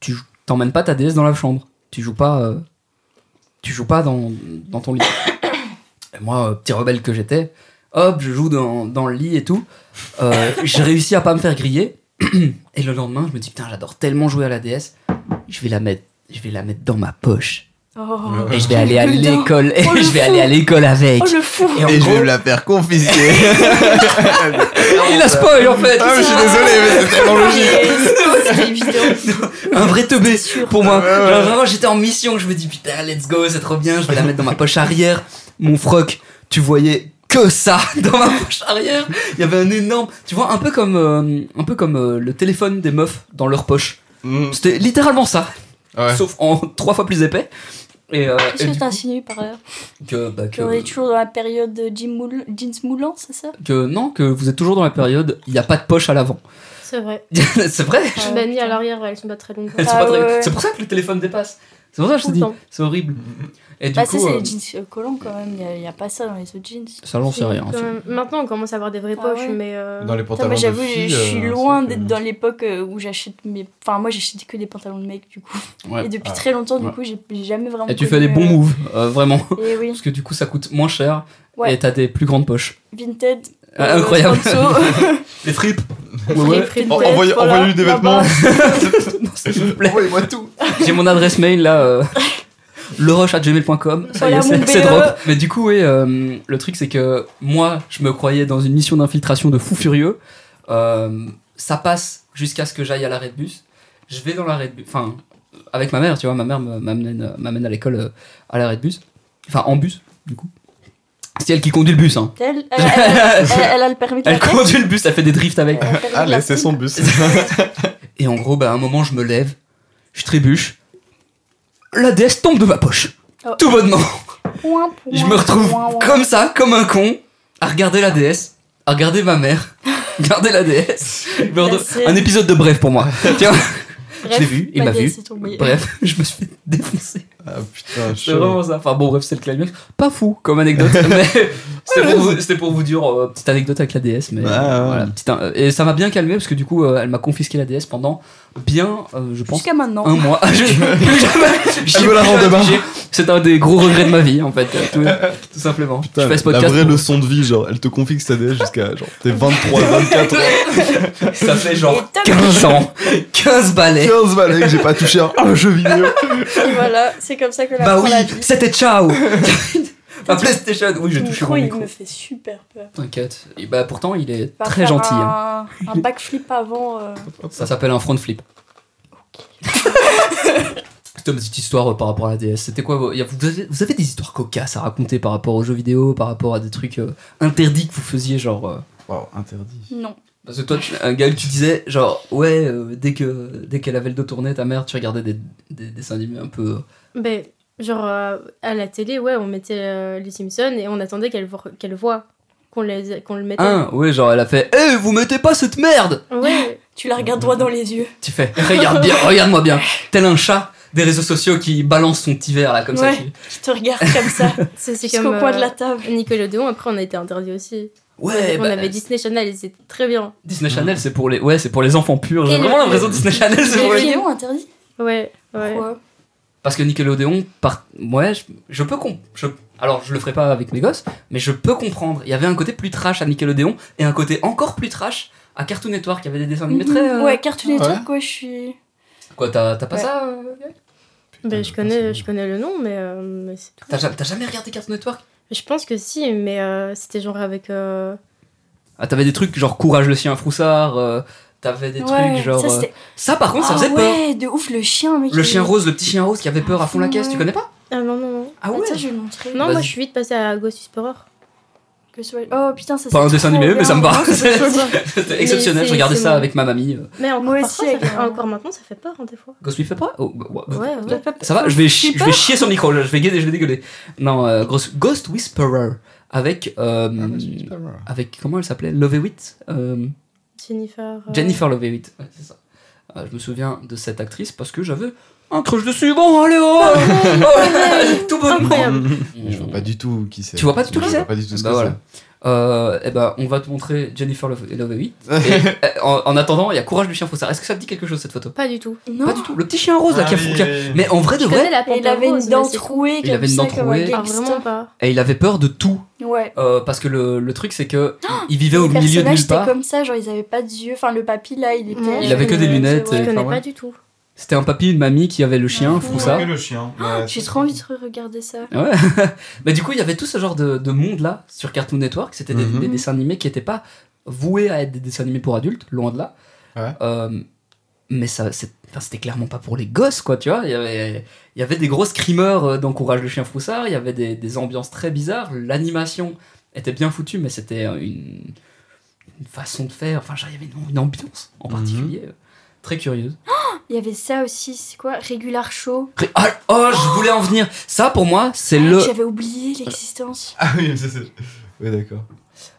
[SPEAKER 2] Tu jou- t'emmènes pas ta DS dans la chambre. Tu joues pas, euh, tu joues pas dans, dans ton lit. Et moi, euh, petit rebelle que j'étais, hop, je joue dans, dans le lit et tout. Euh, j'ai réussi à pas me faire griller. Et le lendemain, je me dis putain, j'adore tellement jouer à la DS. Je vais la mettre, je vais la mettre dans ma poche
[SPEAKER 4] Oh.
[SPEAKER 2] et je vais aller à
[SPEAKER 4] Quel gars.
[SPEAKER 2] l'école et
[SPEAKER 4] Oh, le
[SPEAKER 2] je vais
[SPEAKER 4] fou.
[SPEAKER 2] aller à l'école avec.
[SPEAKER 4] Oh, le fou
[SPEAKER 2] Et en
[SPEAKER 6] Et je
[SPEAKER 2] gros,
[SPEAKER 6] vais me la faire confisquer.
[SPEAKER 2] il a spoil en fait.
[SPEAKER 6] Ah, mais je suis désolé, mais c'est tellement logique.
[SPEAKER 4] Oh, C'est évident.
[SPEAKER 2] un vrai teubé pour moi.
[SPEAKER 6] Ouais, ouais.
[SPEAKER 2] Genre, vraiment, j'étais en mission, je me dis putain, let's go, c'est trop bien, je vais la mettre dans ma poche arrière. Mon froc, tu voyais que ça dans ma poche arrière. Il y avait un énorme, tu vois, un peu comme, euh, un peu comme euh, le téléphone des meufs dans leur poche.
[SPEAKER 6] Mm.
[SPEAKER 2] C'était littéralement ça,
[SPEAKER 6] Ouais.
[SPEAKER 2] sauf en trois fois plus épais. Et, euh, et
[SPEAKER 4] Qu'est-ce que
[SPEAKER 2] du-
[SPEAKER 4] t'insinues par là
[SPEAKER 2] que, bah, que-
[SPEAKER 4] On est toujours dans la période de jean moul- jeans moulants, c'est ça
[SPEAKER 2] que- non, que vous êtes toujours dans la période, il n'y a pas de poche à l'avant.
[SPEAKER 5] C'est vrai. Ah,
[SPEAKER 2] c'est vrai.
[SPEAKER 4] Euh,
[SPEAKER 5] Je m'ai mis à l'arrière, elles sont pas très longues.
[SPEAKER 2] Elles sont
[SPEAKER 4] Ah
[SPEAKER 2] pas très-
[SPEAKER 4] ouais.
[SPEAKER 2] C'est pour ça que le téléphone dépasse. C'est pour ça que je te
[SPEAKER 5] Tout le
[SPEAKER 2] dis,
[SPEAKER 5] temps.
[SPEAKER 2] c'est horrible. Et du
[SPEAKER 4] Bah, ça,
[SPEAKER 2] coup,
[SPEAKER 4] c'est
[SPEAKER 2] euh,
[SPEAKER 4] les jeans euh, collants quand même. Il n'y a, pas ça dans les autres jeans.
[SPEAKER 2] ça j'en sais rien.
[SPEAKER 5] Quand même, Maintenant, on commence à avoir des vraies
[SPEAKER 4] Ah
[SPEAKER 5] poches,
[SPEAKER 4] ouais.
[SPEAKER 5] mais. euh,
[SPEAKER 6] Dans les
[SPEAKER 4] Putain,
[SPEAKER 6] pantalons.
[SPEAKER 4] mais
[SPEAKER 6] de
[SPEAKER 4] j'avoue, je
[SPEAKER 6] filles,
[SPEAKER 4] je
[SPEAKER 6] euh,
[SPEAKER 4] suis
[SPEAKER 6] c'est
[SPEAKER 4] loin
[SPEAKER 6] que-
[SPEAKER 4] d'être dans l'époque euh, où j'achète mes. Enfin, moi, j'achetais que des pantalons de mec, du coup.
[SPEAKER 2] Ouais.
[SPEAKER 4] Et depuis
[SPEAKER 6] Ah.
[SPEAKER 4] très longtemps, du
[SPEAKER 2] Ouais.
[SPEAKER 4] coup, j'ai j'ai jamais vraiment.
[SPEAKER 2] Et tu fais
[SPEAKER 4] connu,
[SPEAKER 2] des bons
[SPEAKER 4] euh,
[SPEAKER 2] moves, euh, vraiment.
[SPEAKER 4] Et oui,
[SPEAKER 2] Parce que du coup, ça coûte moins cher
[SPEAKER 4] Ouais.
[SPEAKER 2] et t'as des plus grandes poches.
[SPEAKER 4] Vinted.
[SPEAKER 2] Ah,
[SPEAKER 4] euh,
[SPEAKER 2] incroyable.
[SPEAKER 4] Sponso.
[SPEAKER 2] Les fripes
[SPEAKER 5] les
[SPEAKER 2] ouais.
[SPEAKER 5] fripes.
[SPEAKER 6] Oh, envoyez-
[SPEAKER 4] Voilà,
[SPEAKER 6] Envoyez-lui des
[SPEAKER 4] là-bas.
[SPEAKER 6] vêtements.
[SPEAKER 2] Non, s'il vous plaît.
[SPEAKER 6] Envoyez-moi tout.
[SPEAKER 2] J'ai mon adresse mail là. euh, leroche.gmail.com. Ça y est,
[SPEAKER 4] Voilà
[SPEAKER 2] c'est-
[SPEAKER 4] mon
[SPEAKER 2] c'est
[SPEAKER 4] BE.
[SPEAKER 2] drop. Mais du coup, oui, euh, le truc, c'est que moi, je me croyais dans une mission d'infiltration de fou furieux. Euh, ça passe jusqu'à ce que j'aille à l'arrêt de bus. Je vais dans l'arrêt de bus. Enfin, avec ma mère, tu vois, ma mère me- m'amène m'amène à l'école euh, à l'arrêt de bus. Enfin, en bus, du coup. C'est elle qui conduit le bus, hein.
[SPEAKER 4] Elle, elle, elle- elle- elle a le permis de la
[SPEAKER 2] Elle
[SPEAKER 4] tête.
[SPEAKER 2] conduit le bus, elle fait des drifts avec.
[SPEAKER 4] Elle a le permis de la
[SPEAKER 6] Allez, c'est
[SPEAKER 4] tête.
[SPEAKER 6] Ah, son bus.
[SPEAKER 2] Et en gros, bah, à un moment, je me lève, je trébuche, la DS tombe de ma poche.
[SPEAKER 4] Oh.
[SPEAKER 2] Tout bonnement.
[SPEAKER 4] Ouin,
[SPEAKER 2] Je
[SPEAKER 4] ouin,
[SPEAKER 2] me retrouve
[SPEAKER 4] ouin, ouin.
[SPEAKER 2] comme ça, comme un con, à regarder la DS, à regarder ma mère, regarder la DS. Je me retrouve-
[SPEAKER 4] scène.
[SPEAKER 2] Un épisode de Bref pour moi. Tiens, je l'ai
[SPEAKER 4] Bref,
[SPEAKER 2] vu, il
[SPEAKER 4] ma
[SPEAKER 2] m'a
[SPEAKER 4] DS
[SPEAKER 2] vu.
[SPEAKER 4] est tombée.
[SPEAKER 2] Bref, je me suis fait défoncer.
[SPEAKER 6] Ah putain,
[SPEAKER 2] C'est
[SPEAKER 6] chaud.
[SPEAKER 2] vraiment ça. Enfin bon, bref, c'est le climax. Pas fou comme anecdote, mais c'était pour, vous- c'était pour vous dire euh, petite anecdote avec la DS. Mais,
[SPEAKER 6] Ouais,
[SPEAKER 2] euh,
[SPEAKER 6] ouais.
[SPEAKER 2] voilà, petite, euh, et ça m'a bien calmé parce que du coup, euh, elle m'a confisqué la DS pendant bien, euh, je pense,
[SPEAKER 4] Jusqu'à maintenant.
[SPEAKER 2] un mois. Je- plus jamais. J'ai
[SPEAKER 6] me la
[SPEAKER 2] plus
[SPEAKER 6] rend
[SPEAKER 2] jamais
[SPEAKER 6] demain.
[SPEAKER 2] j'ai- C'est un des gros regrets de ma vie en fait, euh, tout, tout simplement.
[SPEAKER 6] Putain,
[SPEAKER 2] je fais ce
[SPEAKER 6] la
[SPEAKER 2] podcast.
[SPEAKER 6] vraie
[SPEAKER 2] pour-
[SPEAKER 6] leçon de vie, genre, elle te confie que ça dé jusqu'à genre t'es 23, 24 ans.
[SPEAKER 2] ça fait genre
[SPEAKER 4] Et toc,
[SPEAKER 2] 15 ans, 15 balais.
[SPEAKER 6] 15 balais que j'ai pas touché à un jeu vidéo.
[SPEAKER 4] et voilà, c'est comme ça que la
[SPEAKER 2] Bah
[SPEAKER 4] prend
[SPEAKER 2] oui,
[SPEAKER 4] la vie.
[SPEAKER 2] c'était ciao. Ma PlayStation, oui, j'ai touché
[SPEAKER 4] micro,
[SPEAKER 2] mon
[SPEAKER 4] il
[SPEAKER 2] micro.
[SPEAKER 4] me fait super peur.
[SPEAKER 2] T'inquiète. Et bah pourtant, il est
[SPEAKER 4] Va
[SPEAKER 2] très
[SPEAKER 4] faire
[SPEAKER 2] gentil. hein.
[SPEAKER 4] Un, un backflip avant. euh,
[SPEAKER 2] Ça s'appelle un front flip. C'était ma petite histoire euh, par rapport à la DS. C'était quoi vos- y a- vous avez, vous avez des histoires cocasses à raconter par rapport aux jeux vidéo, par rapport à des trucs euh, interdits que vous faisiez, genre. euh,
[SPEAKER 6] Waouh, interdit.
[SPEAKER 4] Non.
[SPEAKER 2] Parce que toi, tu- un gars, tu disais, genre, ouais, euh, dès que dès qu'elle avait le dos tourné, ta mère, tu regardais des, des dessins animés un peu.
[SPEAKER 5] Ben, genre, euh, à la télé, ouais, on mettait euh, les Simpsons et on attendait qu'elle vo- qu'elle voit qu'on les- qu'on le mettait.
[SPEAKER 2] Hein, ouais, genre, elle a fait, hé, vous mettez pas cette merde
[SPEAKER 5] Ouais,
[SPEAKER 4] Tu la regardes droit dans les yeux.
[SPEAKER 2] Tu fais, regarde bien, regarde-moi bien, tel un chat des réseaux sociaux qui balance son petit verre là, comme ça.
[SPEAKER 4] Ouais.
[SPEAKER 2] qui-
[SPEAKER 4] Qui te regarde comme ça.
[SPEAKER 5] c'est c'est
[SPEAKER 4] Jusqu'au
[SPEAKER 5] comme.
[SPEAKER 4] coin de
[SPEAKER 5] euh,
[SPEAKER 4] la table.
[SPEAKER 5] Nickelodeon, après on a été interdit aussi.
[SPEAKER 2] Ouais,
[SPEAKER 5] on
[SPEAKER 2] bah,
[SPEAKER 5] avait Disney Channel et c'était très bien.
[SPEAKER 2] Disney Channel, c'est pour les, ouais, c'est pour les enfants purs. J'ai
[SPEAKER 5] Et le-
[SPEAKER 2] vraiment l'impression que Disney Channel, c'est pour
[SPEAKER 4] Les
[SPEAKER 5] oui.
[SPEAKER 2] les.
[SPEAKER 4] vidéos interdites
[SPEAKER 5] Ouais, ouais.
[SPEAKER 4] Pourquoi
[SPEAKER 2] Parce que Nickelodeon, par... ouais, je, je peux comp... je... Alors, je le ferai pas avec mes gosses, mais je peux comprendre. Il y avait un côté plus trash à Nickelodeon et un côté encore plus trash à Cartoon Network. Il y avait des dessins animés très. euh,
[SPEAKER 4] Mhm. Ouais, Cartoon
[SPEAKER 6] ouais.
[SPEAKER 4] Network, quoi, je suis.
[SPEAKER 2] Quoi, t'as t'as pas
[SPEAKER 4] Ouais.
[SPEAKER 2] ça euh, Gaël
[SPEAKER 5] Ben, je, connais, je connais le nom, mais, euh, mais c'est tout.
[SPEAKER 2] Ah, T'as ja- t'as jamais regardé Cartoon Network
[SPEAKER 5] Je pense que si, mais euh, c'était genre avec. euh,
[SPEAKER 2] Ah, t'avais des trucs genre Courage le chien froussard, euh, t'avais des
[SPEAKER 4] ouais,
[SPEAKER 2] trucs genre.
[SPEAKER 4] Ça,
[SPEAKER 2] euh,
[SPEAKER 4] c'était-
[SPEAKER 2] ça, par contre, ça
[SPEAKER 4] Ah
[SPEAKER 2] faisait peur.
[SPEAKER 4] ouais, de ouf, le chien, mec.
[SPEAKER 2] Le
[SPEAKER 4] il-
[SPEAKER 2] chien rose, le petit chien rose qui avait peur à fond la caisse, tu
[SPEAKER 4] Ouais.
[SPEAKER 2] connais pas
[SPEAKER 5] Ah non, non, non.
[SPEAKER 2] Ah ouais
[SPEAKER 4] Attends, je vais le montrer.
[SPEAKER 5] Non,
[SPEAKER 2] Vas-y.
[SPEAKER 5] moi je suis vite passée à Ghost Whisperer.
[SPEAKER 4] Le Sauvage- Oh putain, ça
[SPEAKER 2] Pas un
[SPEAKER 4] c'est
[SPEAKER 2] dessin
[SPEAKER 4] trop
[SPEAKER 2] animé, mais
[SPEAKER 4] bien.
[SPEAKER 2] ça me va.
[SPEAKER 4] Non, ça, c'est trop bien.
[SPEAKER 2] C'était exceptionnel,
[SPEAKER 5] c'est-
[SPEAKER 2] je regardais
[SPEAKER 5] c'est
[SPEAKER 2] ça
[SPEAKER 5] bon.
[SPEAKER 2] avec ma mamie. euh,
[SPEAKER 5] Mais encore,
[SPEAKER 4] Moi
[SPEAKER 5] parfois,
[SPEAKER 4] aussi,
[SPEAKER 5] ça fait-
[SPEAKER 4] avec-
[SPEAKER 5] encore maintenant, ça fait peur, hein, des fois.
[SPEAKER 2] Ghost Whip fait pas Oh, bah, ouais.
[SPEAKER 5] Ouais, ouais.
[SPEAKER 2] Ça va, je vais, chi-
[SPEAKER 4] J'ai
[SPEAKER 2] je vais chier sur le micro, là, je vais gueuler, je vais dégueuler. Non, euh, grosse- Ghost Whisperer avec. euh,
[SPEAKER 6] Ah,
[SPEAKER 4] Ah,
[SPEAKER 6] bah,
[SPEAKER 2] avec comment elle s'appelait Love Hewitt euh,
[SPEAKER 5] Jennifer. euh,
[SPEAKER 2] Jennifer Love Hewitt. Ouais, c'est ça. Euh, je me souviens de cette actrice parce que j'avais un crush dessus. Bon, allez, oh, oh, Tout bonnement
[SPEAKER 5] Incroyable.
[SPEAKER 6] Mais Je vois pas du tout qui c'est.
[SPEAKER 2] Tu vois pas du tout qui
[SPEAKER 6] Je
[SPEAKER 2] c'est
[SPEAKER 6] vois pas du tout ce
[SPEAKER 2] Bah
[SPEAKER 6] que
[SPEAKER 2] voilà. Euh, eh ben, on va te montrer Jennifer Love, Love Hewitt. Et, euh, en, en attendant, il y a Courage du chien foussard. Est-ce que ça te dit quelque chose cette photo
[SPEAKER 5] Pas du tout.
[SPEAKER 4] Non,
[SPEAKER 2] Pas du tout. Le petit chien rose là
[SPEAKER 6] Ah
[SPEAKER 2] qui a
[SPEAKER 6] oui,
[SPEAKER 2] fou- qui a-
[SPEAKER 6] oui, oui.
[SPEAKER 2] Mais en vrai Ah, de
[SPEAKER 5] Je
[SPEAKER 2] vrai,
[SPEAKER 5] connais la
[SPEAKER 4] Et
[SPEAKER 5] Panthère
[SPEAKER 4] il avait
[SPEAKER 5] Rose,
[SPEAKER 4] une dent
[SPEAKER 5] mais c'est-
[SPEAKER 4] trouée,
[SPEAKER 2] Il avait une
[SPEAKER 4] comme
[SPEAKER 2] dent
[SPEAKER 4] ça, comme un
[SPEAKER 2] trouée.
[SPEAKER 5] Ah,
[SPEAKER 4] gangster.
[SPEAKER 5] vraiment pas.
[SPEAKER 2] et il avait peur de tout.
[SPEAKER 4] Ouais.
[SPEAKER 2] Euh, parce que le, le truc c'est que il vivait au
[SPEAKER 4] Les
[SPEAKER 2] milieu de
[SPEAKER 4] personnages
[SPEAKER 2] nulle
[SPEAKER 4] étaient
[SPEAKER 2] part.
[SPEAKER 4] comme ça, genre ils avaient pas d'yeux. Enfin, le papy là, il était.
[SPEAKER 5] Il avait que des
[SPEAKER 4] euh,
[SPEAKER 2] lunettes
[SPEAKER 4] c'est
[SPEAKER 5] Je
[SPEAKER 2] et-
[SPEAKER 4] vrai.
[SPEAKER 5] connais
[SPEAKER 2] enfin, ouais.
[SPEAKER 5] pas du tout.
[SPEAKER 2] C'était un papy, une mamie qui avait le chien,
[SPEAKER 5] Ah,
[SPEAKER 4] Ouais.
[SPEAKER 2] Froussard.
[SPEAKER 6] le chien.
[SPEAKER 2] Ah,
[SPEAKER 4] J'ai trop envie de regarder ça.
[SPEAKER 2] Ouais. Mais Bah, du coup, il y avait tout ce genre de, de monde là sur Cartoon Network. C'était des,
[SPEAKER 6] Mhm.
[SPEAKER 2] des dessins animés qui n'étaient pas voués à être des dessins animés pour adultes, loin de là.
[SPEAKER 6] Ouais.
[SPEAKER 2] Euh, mais ça, c'est- enfin, c'était clairement pas pour les gosses, quoi, tu vois. Il y avait, il y avait des grosses screamers euh, dans Courage le chien Froussard. Il y avait des, des ambiances très bizarres. L'animation était bien foutue, mais c'était euh, une, une façon de faire. Enfin, genre, il y avait une, une ambiance
[SPEAKER 6] Mhm.
[SPEAKER 2] en particulier euh, très curieuse.
[SPEAKER 4] Il y avait ça aussi, c'est quoi Regular Show.
[SPEAKER 2] Ré- Ah, oh, je voulais en venir. Ça, pour moi, c'est le.
[SPEAKER 4] J'avais oublié l'existence.
[SPEAKER 6] Ah oui, mais ça c'est. Oui, d'accord.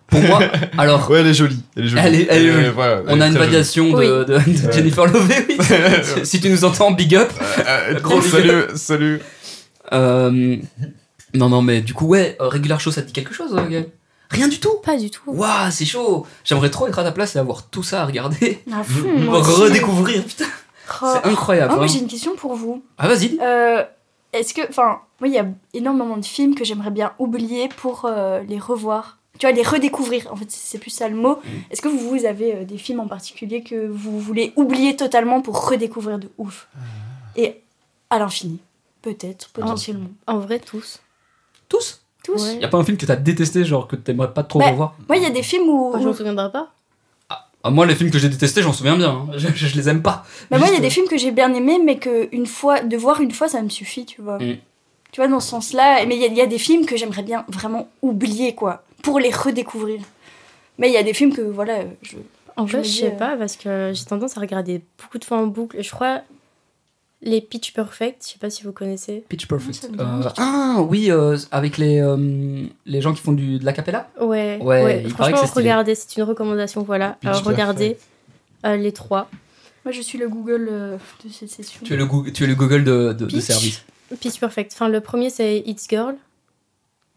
[SPEAKER 2] Pour moi, alors.
[SPEAKER 6] Ouais, elle est jolie. Elle est jolie.
[SPEAKER 2] Elle est- elle est jolie.
[SPEAKER 6] voilà, elle
[SPEAKER 2] On
[SPEAKER 6] est
[SPEAKER 2] a une
[SPEAKER 6] très jolie.
[SPEAKER 2] variation de,
[SPEAKER 5] Oui.
[SPEAKER 2] de- de
[SPEAKER 6] Ouais.
[SPEAKER 2] Jennifer Love Hewitt. Si- si tu nous entends, big up.
[SPEAKER 6] Euh, euh, gros salut, salut.
[SPEAKER 2] Euh, non, non, mais du coup, ouais, euh, Regular Show, ça te dit quelque chose, euh, Gaël Rien du tout.
[SPEAKER 5] Pas du tout.
[SPEAKER 2] Waouh, c'est chaud. J'aimerais trop être à ta place et avoir tout ça à regarder.
[SPEAKER 4] À fond, Ah, moi aussi.
[SPEAKER 2] Redécouvrir, putain,
[SPEAKER 4] Oh.
[SPEAKER 2] c'est incroyable.
[SPEAKER 4] Ah, moi
[SPEAKER 2] hein.
[SPEAKER 4] j'ai une question pour vous.
[SPEAKER 2] Ah, vas-y.
[SPEAKER 4] Euh, Est-ce que, enfin, moi il y a énormément de films que j'aimerais bien oublier pour euh, les revoir. Tu vois, les redécouvrir. En fait, c'est c'est plus ça le mot. Est-ce que vous, vous avez euh, des films en particulier que vous voulez oublier totalement pour redécouvrir de ouf Et à l'infini, peut-être, potentiellement.
[SPEAKER 5] En vrai, tous.
[SPEAKER 2] Tous
[SPEAKER 4] Tous.
[SPEAKER 5] Ah. Ouais.
[SPEAKER 2] Y a pas un film que t'as détesté, genre que t'aimerais pas trop
[SPEAKER 4] Bah.
[SPEAKER 2] revoir
[SPEAKER 4] Moi, il y a des films où.
[SPEAKER 5] Enfin, je m'en souviendrai pas.
[SPEAKER 2] ah, Moi, les films que j'ai détestés, j'en souviens bien. hein. Je, je- je les aime pas.
[SPEAKER 4] Bah, moi, il y a
[SPEAKER 2] Juste, euh,
[SPEAKER 4] des films que j'ai bien aimés, mais que une fois, de voir une fois, ça me suffit, tu vois.
[SPEAKER 2] Mm.
[SPEAKER 4] Tu vois, dans ce sens-là. Mais il y, a- il y a des films que j'aimerais bien vraiment oublier, quoi, pour les redécouvrir. Mais il y a des films que, voilà, je.
[SPEAKER 5] En
[SPEAKER 4] Je
[SPEAKER 5] vrai, je
[SPEAKER 4] me dis,
[SPEAKER 5] sais
[SPEAKER 4] euh,
[SPEAKER 5] pas, parce que j'ai tendance à regarder beaucoup de fois en boucle. Je crois les Pitch Perfect, je sais pas si vous connaissez.
[SPEAKER 2] Pitch
[SPEAKER 4] ça
[SPEAKER 2] Perfect.
[SPEAKER 4] me dit rien
[SPEAKER 2] Euh, ah, oui, euh, avec les, euh, les gens qui font du, de la capella.
[SPEAKER 5] Ouais,
[SPEAKER 2] Ouais, il paraît que
[SPEAKER 5] franchement,
[SPEAKER 2] c'est stylé.
[SPEAKER 5] regardez, c'est une recommandation, voilà.
[SPEAKER 6] Pitch
[SPEAKER 5] Alors, regardez euh, les trois.
[SPEAKER 4] Moi, je suis le Google euh, de cette session.
[SPEAKER 2] Tu es le, Google- tu es le Google de, de, de
[SPEAKER 4] Pitch.
[SPEAKER 2] service.
[SPEAKER 5] Pitch Perfect. Enfin, le premier, c'est It's Girl.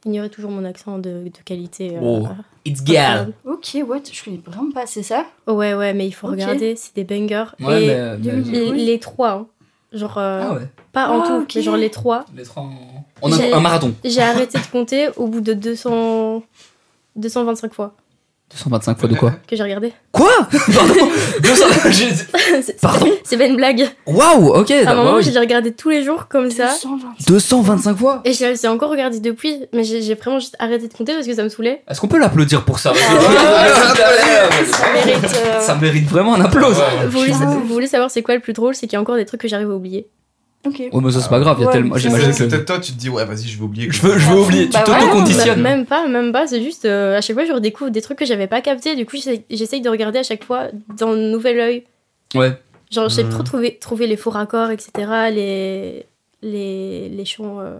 [SPEAKER 5] Ignorez toujours mon accent de, de qualité. euh,
[SPEAKER 2] Oh.
[SPEAKER 5] euh,
[SPEAKER 2] It's
[SPEAKER 5] incroyable.
[SPEAKER 4] Ok, what Je connais vraiment pas, c'est ça
[SPEAKER 5] Ouais, ouais, mais il faut
[SPEAKER 4] Ok.
[SPEAKER 5] regarder, c'est des bangers.
[SPEAKER 2] Ouais,
[SPEAKER 5] Et
[SPEAKER 2] mais- mais,
[SPEAKER 4] Demi-
[SPEAKER 5] les, les trois, hein. genre, euh,
[SPEAKER 2] Ah ouais.
[SPEAKER 5] pas en
[SPEAKER 4] Ah,
[SPEAKER 5] tout,
[SPEAKER 4] ok.
[SPEAKER 5] mais genre les trois.
[SPEAKER 2] Les trois en- On a
[SPEAKER 5] J'ai-
[SPEAKER 2] un marathon.
[SPEAKER 5] J'ai arrêté de compter au bout de 200... 225 fois
[SPEAKER 2] 225 fois de quoi
[SPEAKER 5] que j'ai regardé.
[SPEAKER 2] Quoi Pardon 200... j'ai-
[SPEAKER 5] C'est- c'est-
[SPEAKER 2] Pardon
[SPEAKER 5] C'est pas une blague.
[SPEAKER 2] Waouh, ok.
[SPEAKER 5] À un
[SPEAKER 2] d'accord,
[SPEAKER 5] moment,
[SPEAKER 2] oui.
[SPEAKER 5] j'ai regardé tous les jours comme ça.
[SPEAKER 4] 220.
[SPEAKER 2] 225 fois
[SPEAKER 5] Et je l'ai encore regardé depuis, mais j'ai j'ai vraiment juste arrêté de compter parce que ça me saoulait.
[SPEAKER 2] Est-ce qu'on peut l'applaudir pour ça
[SPEAKER 4] Ça mérite. euh,
[SPEAKER 2] Ça mérite vraiment un applause.
[SPEAKER 5] Vous voulez,
[SPEAKER 4] putain.
[SPEAKER 5] vous voulez savoir c'est quoi le plus drôle C'est qu'il y a encore des trucs que j'arrive à oublier.
[SPEAKER 4] Ok.
[SPEAKER 2] Oh, mais ça, c'est pas grave, il y a
[SPEAKER 4] Ouais,
[SPEAKER 2] tellement.
[SPEAKER 4] ça,
[SPEAKER 2] J'imagine
[SPEAKER 6] C'est
[SPEAKER 2] que.
[SPEAKER 6] peut-être toi, tu te dis, ouais, vas-y, je vais oublier.
[SPEAKER 2] Je veux, je veux
[SPEAKER 3] Ah,
[SPEAKER 2] oublier, tu
[SPEAKER 4] Bah ouais,
[SPEAKER 5] Bah,
[SPEAKER 2] t'auto-conditionnes.
[SPEAKER 5] même pas, même pas, c'est juste euh, à chaque fois je redécouvre des trucs que j'avais pas capté, du coup j'essaye- j'essaye de regarder à chaque fois d'un nouvel œil.
[SPEAKER 2] Ouais.
[SPEAKER 5] Genre j'ai
[SPEAKER 2] Hmm.
[SPEAKER 6] Mhm.
[SPEAKER 5] trop trouvé, trouvé les faux raccords, etc., les, les, les chants. euh,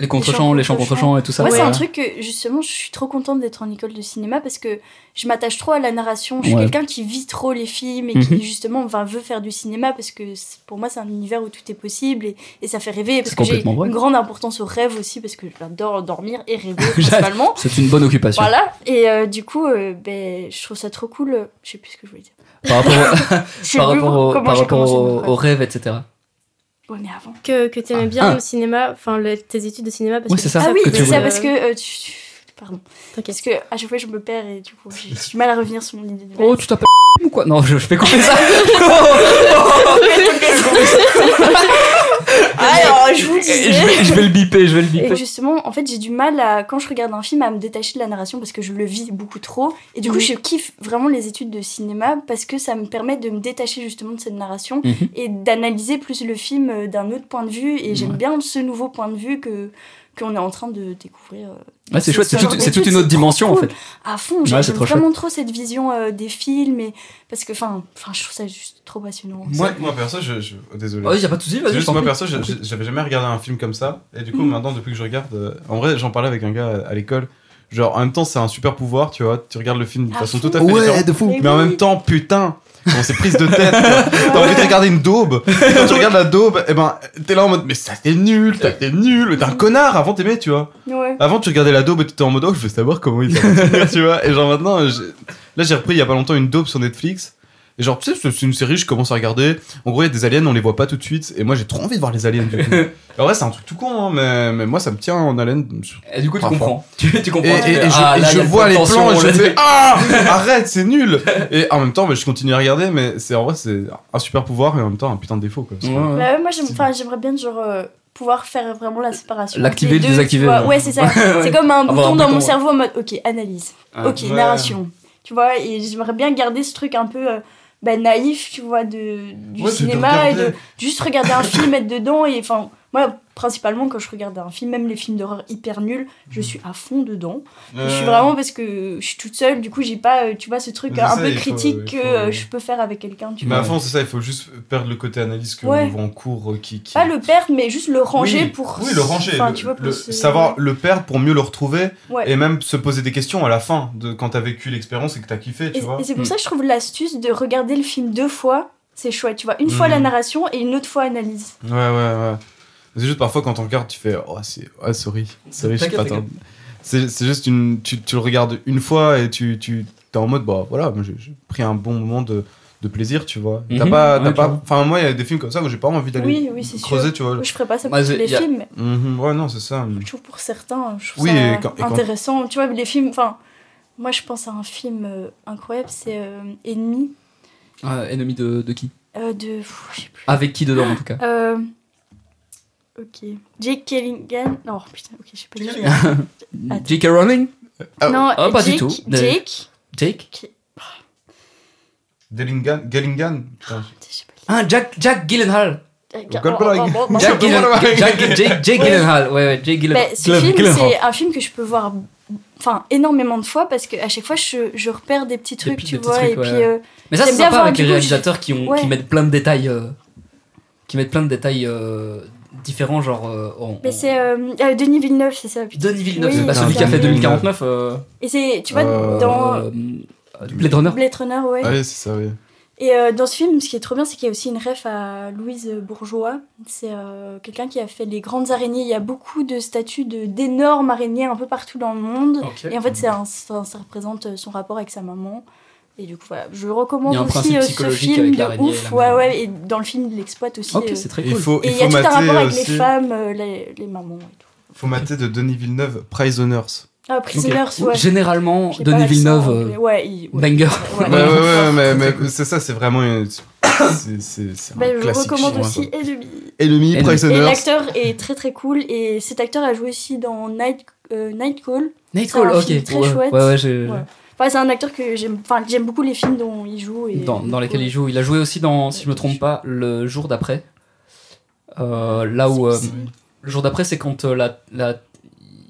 [SPEAKER 2] Les contre-champs, les champs contre-champs et tout ça.
[SPEAKER 4] Moi, c'est
[SPEAKER 2] ouais. hein.
[SPEAKER 4] un truc que justement, je suis trop contente d'être en école de cinéma parce que je m'attache trop à la narration. Je suis
[SPEAKER 2] Ouais.
[SPEAKER 4] quelqu'un qui vit trop les films et
[SPEAKER 2] Mhm.
[SPEAKER 4] qui justement enfin, veut faire du cinéma parce que c'est- pour moi, c'est un univers où tout est possible et, et ça fait rêver. Parce
[SPEAKER 2] C'est
[SPEAKER 4] que j'ai
[SPEAKER 2] complètement vrai.
[SPEAKER 4] une grande importance au rêve aussi parce que j'adore dormir et rêver principalement.
[SPEAKER 2] C'est une bonne occupation.
[SPEAKER 4] Voilà, et euh, du coup, euh, ben, je trouve ça trop cool. euh, Je sais plus ce que je voulais dire.
[SPEAKER 2] Par rapport, au-
[SPEAKER 4] Je sais
[SPEAKER 2] par
[SPEAKER 4] plus
[SPEAKER 2] rapport, au-
[SPEAKER 4] comment
[SPEAKER 2] par
[SPEAKER 4] j'ai
[SPEAKER 2] rapport
[SPEAKER 4] commencé
[SPEAKER 2] au-
[SPEAKER 4] mon
[SPEAKER 2] aux
[SPEAKER 4] phrase.
[SPEAKER 2] rêves, etc.
[SPEAKER 4] Ouais, mais avant.
[SPEAKER 5] que, que t'aimais
[SPEAKER 2] Ah.
[SPEAKER 5] bien
[SPEAKER 2] Ah.
[SPEAKER 5] au cinéma, enfin le- tes études de cinéma. Parce
[SPEAKER 2] Ouais,
[SPEAKER 5] que
[SPEAKER 2] c'est ça.
[SPEAKER 4] Ah oui,
[SPEAKER 2] que tu
[SPEAKER 4] c'est
[SPEAKER 2] voulais.
[SPEAKER 4] ça, parce que. euh, tu- Pardon. Parce
[SPEAKER 5] T'inquiète.
[SPEAKER 4] que à chaque fois, je me perds et du coup, j'ai du mal à revenir sur mon idée de
[SPEAKER 2] Oh, tu t'appelles ou quoi Non, je, je fais couper ça.
[SPEAKER 4] Alors, je vous le
[SPEAKER 2] Et
[SPEAKER 4] disais.
[SPEAKER 2] je, vais, je vais le biper, je vais le biper.
[SPEAKER 4] Et justement, en fait, j'ai du mal à, quand je regarde un film, à me détacher de la narration parce que je le vis beaucoup trop. Et du coup,
[SPEAKER 5] Mhm.
[SPEAKER 4] je kiffe vraiment les études de cinéma parce que ça me permet de me détacher justement de cette narration
[SPEAKER 2] Mhm.
[SPEAKER 4] et d'analyser plus le film euh, d'un autre point de vue. Et j'aime bien ce nouveau point de vue que, qu'on est en train de découvrir. euh,
[SPEAKER 2] Ouais, Ah, c'est
[SPEAKER 4] ce-
[SPEAKER 2] chouette,
[SPEAKER 4] ce
[SPEAKER 2] c'est
[SPEAKER 4] genre
[SPEAKER 2] tout- c'est toute
[SPEAKER 4] d'études,
[SPEAKER 2] une autre
[SPEAKER 4] c'est trop
[SPEAKER 2] dimension en
[SPEAKER 4] cool.
[SPEAKER 2] fait.
[SPEAKER 4] à fond.
[SPEAKER 2] Ouais,
[SPEAKER 4] J'aime
[SPEAKER 2] c'est trop
[SPEAKER 4] vraiment trop cette vision euh, des films, et... parce que enfin, enfin, je trouve ça juste trop passionnant.
[SPEAKER 2] Moi-
[SPEAKER 3] Moi, moi perso, je, je- oh, désolé.
[SPEAKER 2] Ouais, Ah y a pas de soucis, vas-y.
[SPEAKER 3] C'est
[SPEAKER 2] je
[SPEAKER 3] juste
[SPEAKER 2] t'en
[SPEAKER 3] moi
[SPEAKER 2] prie. Mm.
[SPEAKER 3] perso, je- je- j'avais jamais regardé un film comme ça. Et du coup, maintenant, depuis que je regarde, euh, en vrai, j'en parlais avec un gars à- à l'école. Genre, en même temps, c'est un super pouvoir, tu vois. Tu regardes le film de
[SPEAKER 4] À
[SPEAKER 3] façon
[SPEAKER 4] fond.
[SPEAKER 3] tout à fait différente.
[SPEAKER 7] de fou.
[SPEAKER 3] Mais en même temps, putain, on s'est prise de tête. quoi. T'as envie de regarder une daube. Et quand tu regardes la daube, et ben, t'es là en mode, mais ça t'es nul,
[SPEAKER 2] Euh,
[SPEAKER 3] ça t'es nul, mais t'es un connard. Avant t'aimais, tu vois.
[SPEAKER 4] Ouais.
[SPEAKER 3] Avant tu regardais la daube et t'étais en mode, oh, je veux savoir comment il va finir, tu vois. Et genre maintenant, j'ai- là j'ai repris il y a pas longtemps une daube sur Netflix. Et genre, tu sais, c'est- c'est une série, je commence à regarder. En gros, il y a des aliens, on les voit pas tout de suite. Et moi, j'ai trop envie de voir les aliens, du coup. En vrai, c'est un truc tout con, hein, mais, mais moi, ça me tient en haleine.
[SPEAKER 2] Et du coup, tu
[SPEAKER 3] Parfois.
[SPEAKER 2] comprends. Tu, tu
[SPEAKER 3] Et,
[SPEAKER 2] comprends.
[SPEAKER 3] et-
[SPEAKER 2] tu fais,
[SPEAKER 3] et je,
[SPEAKER 2] ah,
[SPEAKER 3] et
[SPEAKER 2] là,
[SPEAKER 3] je
[SPEAKER 2] y a le
[SPEAKER 3] vois
[SPEAKER 2] point
[SPEAKER 3] les
[SPEAKER 2] de tension,
[SPEAKER 3] plans et
[SPEAKER 2] on
[SPEAKER 3] je
[SPEAKER 2] l'a
[SPEAKER 3] me fais
[SPEAKER 2] fait.
[SPEAKER 3] Ah Arrête, c'est nul Et en même temps, bah, je continue à regarder, mais c'est en vrai, c'est un super pouvoir et en même temps un putain de défaut. Quoi. C'est-
[SPEAKER 2] Ouais, ouais.
[SPEAKER 4] Bah ouais, moi, j'aime- enfin, j'aimerais bien genre euh, pouvoir faire vraiment la séparation.
[SPEAKER 2] L'activer,
[SPEAKER 4] entre les
[SPEAKER 2] le
[SPEAKER 4] deux,
[SPEAKER 2] désactiver,
[SPEAKER 4] tu vois.
[SPEAKER 2] ouais.
[SPEAKER 4] Ouais, c'est ça.
[SPEAKER 2] Ouais.
[SPEAKER 4] C'est comme un bouton
[SPEAKER 2] un
[SPEAKER 4] dans
[SPEAKER 2] bouton,
[SPEAKER 4] mon
[SPEAKER 2] ouais.
[SPEAKER 4] cerveau en mode ok, analyse,
[SPEAKER 2] Ouais.
[SPEAKER 4] ok,
[SPEAKER 3] Ouais.
[SPEAKER 4] narration. Tu vois, et j'aimerais bien garder ce truc un peu euh, bah, naïf, tu vois, de, du
[SPEAKER 3] Ouais, c'est de
[SPEAKER 4] cinéma et de
[SPEAKER 3] regarder.
[SPEAKER 4] juste regarder un film, être dedans. Et enfin, moi, principalement, quand je regarde un film, même les films d'horreur hyper nuls, je suis à fond dedans. Je suis vraiment parce que je suis toute seule, du coup, j'ai pas, euh, tu vois, ce truc
[SPEAKER 3] Mais
[SPEAKER 4] un
[SPEAKER 3] ça,
[SPEAKER 4] peu
[SPEAKER 3] il faut-
[SPEAKER 4] critique
[SPEAKER 3] il
[SPEAKER 4] que
[SPEAKER 3] faut- Bah
[SPEAKER 4] euh, je peux faire avec quelqu'un, tu
[SPEAKER 3] Mais
[SPEAKER 4] vois.
[SPEAKER 3] à fond, c'est ça, il faut juste perdre le côté analyse que
[SPEAKER 4] Ouais.
[SPEAKER 3] l'on voit en cours euh, qui. qui-
[SPEAKER 4] Pas le perdre, mais juste le ranger
[SPEAKER 3] Oui,
[SPEAKER 4] pour.
[SPEAKER 3] Oui, le ranger.
[SPEAKER 4] enfin,
[SPEAKER 3] le-
[SPEAKER 4] tu vois, pour
[SPEAKER 3] le-
[SPEAKER 4] se-
[SPEAKER 3] Savoir le perdre pour mieux le retrouver
[SPEAKER 4] Ouais.
[SPEAKER 3] et même se poser des questions à la fin de quand t'as vécu l'expérience et que t'as kiffé,
[SPEAKER 4] Et,
[SPEAKER 3] tu vois.
[SPEAKER 4] et c'est
[SPEAKER 2] Mm.
[SPEAKER 4] pour ça que je trouve l'astuce de regarder le film deux fois, c'est chouette, tu vois. Une
[SPEAKER 3] Mm.
[SPEAKER 4] fois la narration et une autre fois analyse.
[SPEAKER 3] Ouais, ouais, ouais. C'est juste parfois quand on regarde, tu fais Oh, c'est. Ah, sorry. Sorry, je sais
[SPEAKER 2] T'inquiète,
[SPEAKER 3] pas.
[SPEAKER 2] t'inquiète.
[SPEAKER 3] t'en- C'est c'est juste une. Tu, tu le regardes une fois et tu. tu T'es en mode, bah voilà, moi, j'ai j'ai pris un bon moment de, de plaisir, tu vois. T'as
[SPEAKER 2] Mhm,
[SPEAKER 3] pas. t'as
[SPEAKER 2] ouais,
[SPEAKER 3] pas
[SPEAKER 2] clairement.
[SPEAKER 3] enfin, moi, il y a des films comme ça où j'ai pas envie d'aller
[SPEAKER 4] Oui, oui, c'est sûr.
[SPEAKER 3] creuser, tu vois.
[SPEAKER 4] Je ferais pas ça pour
[SPEAKER 2] Moi,
[SPEAKER 4] tous
[SPEAKER 2] j'ai-
[SPEAKER 4] les
[SPEAKER 2] y a-
[SPEAKER 4] films, mais
[SPEAKER 3] Mhm, ouais, non, c'est ça.
[SPEAKER 4] je trouve pour certains, je trouve
[SPEAKER 3] Oui,
[SPEAKER 4] ça
[SPEAKER 3] et quand- et quand-
[SPEAKER 4] intéressant. Tu vois, les films, enfin, moi je pense à un film euh, incroyable, c'est euh, Ennemi
[SPEAKER 2] Ah, Ennemi de, de qui
[SPEAKER 4] euh, de. pff, je sais plus.
[SPEAKER 2] Avec qui dedans en tout cas
[SPEAKER 4] Euh, ok. Jake Kellingan. Non, putain, ok, je sais pas du tout. Attends.
[SPEAKER 2] J.K. Rowling
[SPEAKER 3] Ah,
[SPEAKER 4] Non,
[SPEAKER 2] ah, pas du
[SPEAKER 4] Jake-
[SPEAKER 2] tout.
[SPEAKER 4] Jake.
[SPEAKER 2] Jake
[SPEAKER 3] Dellingan. Gallingan. Putain,
[SPEAKER 4] Putain, je sais pas.
[SPEAKER 2] Ah, Jack, Jack Gyllenhaal
[SPEAKER 3] Goldberg.
[SPEAKER 4] Oh, oh, oh, oh,
[SPEAKER 2] Jack
[SPEAKER 4] oh,
[SPEAKER 2] Gyllenhaal. Jack, Jake, Jake Gyllenhaal. Ouais, ouais, Jake Gyllenhaal.
[SPEAKER 4] Bah, ce film, c'est un film que je peux voir enfin énormément de fois parce que à chaque fois je, je repère des petits trucs,
[SPEAKER 2] petits-
[SPEAKER 4] tu
[SPEAKER 2] des petits
[SPEAKER 4] vois,
[SPEAKER 2] trucs,
[SPEAKER 4] et
[SPEAKER 2] ouais.
[SPEAKER 4] puis euh,
[SPEAKER 2] Mais ça,
[SPEAKER 4] J'aime
[SPEAKER 2] c'est
[SPEAKER 4] bien
[SPEAKER 2] sympa
[SPEAKER 4] voir,
[SPEAKER 2] avec
[SPEAKER 4] du
[SPEAKER 2] les
[SPEAKER 4] coup, je-
[SPEAKER 2] réalisateurs qui, ont,
[SPEAKER 4] Ouais.
[SPEAKER 2] qui mettent plein de détails, euh, qui mettent plein de détails euh, différents, genre. euh, en-
[SPEAKER 4] mais
[SPEAKER 2] en-
[SPEAKER 4] c'est euh, euh, Denis Villeneuve, c'est ça. putain.
[SPEAKER 2] Denis Villeneuve,
[SPEAKER 4] Oui,
[SPEAKER 2] c'est pas celui qui a fait
[SPEAKER 4] Denis
[SPEAKER 2] 2049. euh,
[SPEAKER 4] Et c'est tu vois
[SPEAKER 3] Euh,
[SPEAKER 4] dans
[SPEAKER 2] euh, euh, Blade Runner.
[SPEAKER 4] Blade Runner, ouais.
[SPEAKER 3] Ah, oui, c'est ça, oui.
[SPEAKER 4] Et euh, dans ce film, ce qui est trop bien, c'est qu'il y a aussi une ref à Louise Bourgeois. C'est euh, quelqu'un qui a fait les grandes araignées. Il y a beaucoup de statues de d'énormes araignées un peu partout dans le monde. Et en fait, c'est un- ça, ça représente euh, son rapport avec sa maman. Et du coup, voilà. je recommande
[SPEAKER 2] Il y a un
[SPEAKER 4] aussi
[SPEAKER 2] principe
[SPEAKER 4] euh, ce
[SPEAKER 2] psychologique
[SPEAKER 4] film
[SPEAKER 2] avec
[SPEAKER 4] de
[SPEAKER 2] l'araignée et
[SPEAKER 4] ouf.
[SPEAKER 2] la
[SPEAKER 4] Ouais,
[SPEAKER 2] maman.
[SPEAKER 4] ouais. Et dans le film, il l'exploite aussi.
[SPEAKER 2] Ok,
[SPEAKER 4] euh,
[SPEAKER 2] c'est très
[SPEAKER 3] Il
[SPEAKER 2] cool.
[SPEAKER 3] faut,
[SPEAKER 4] Et
[SPEAKER 3] il
[SPEAKER 4] il y a
[SPEAKER 3] faut
[SPEAKER 4] tout un
[SPEAKER 3] mater
[SPEAKER 4] rapport avec
[SPEAKER 3] aussi-
[SPEAKER 4] les femmes, euh, les, les mamans et tout.
[SPEAKER 3] faut mater de Denis Villeneuve Prisoners.
[SPEAKER 4] Ah,
[SPEAKER 2] Ok.
[SPEAKER 4] Prisoners, ouais.
[SPEAKER 2] Généralement,
[SPEAKER 4] J'ai pas
[SPEAKER 2] Denis
[SPEAKER 4] l'accent
[SPEAKER 2] Villeneuve,
[SPEAKER 4] anglais.
[SPEAKER 2] euh,
[SPEAKER 4] ouais, il- ouais.
[SPEAKER 2] banger.
[SPEAKER 4] Ouais.
[SPEAKER 3] Ouais, ouais, ouais, ouais, mais,
[SPEAKER 2] Très,
[SPEAKER 3] mais
[SPEAKER 2] très cool.
[SPEAKER 3] c'est ça, c'est vraiment. une- c'est- C'est c'est un
[SPEAKER 4] Bah, je
[SPEAKER 3] classique
[SPEAKER 4] recommande
[SPEAKER 3] chinois,
[SPEAKER 4] aussi
[SPEAKER 3] quoi.
[SPEAKER 4] Enemy.
[SPEAKER 3] Enemy,
[SPEAKER 2] Et
[SPEAKER 4] Et
[SPEAKER 3] Prisoners.
[SPEAKER 4] l'acteur est très très cool. Et cet acteur a joué aussi dans Night, euh, Night Call.
[SPEAKER 2] Night
[SPEAKER 4] C'est un
[SPEAKER 2] Call, ok.
[SPEAKER 4] film très
[SPEAKER 2] ouais,
[SPEAKER 4] chouette.
[SPEAKER 2] ouais, ouais, j'ai-
[SPEAKER 4] Ouais. Enfin, c'est un acteur que j'aime. Enfin, j'aime beaucoup les films dont il joue. Et...
[SPEAKER 2] Dans, dans lesquels il joue. Il a joué aussi dans, si je me trompe pas, le jour d'après. Euh, là où. euh, le jour d'après, c'est quand euh, la, la-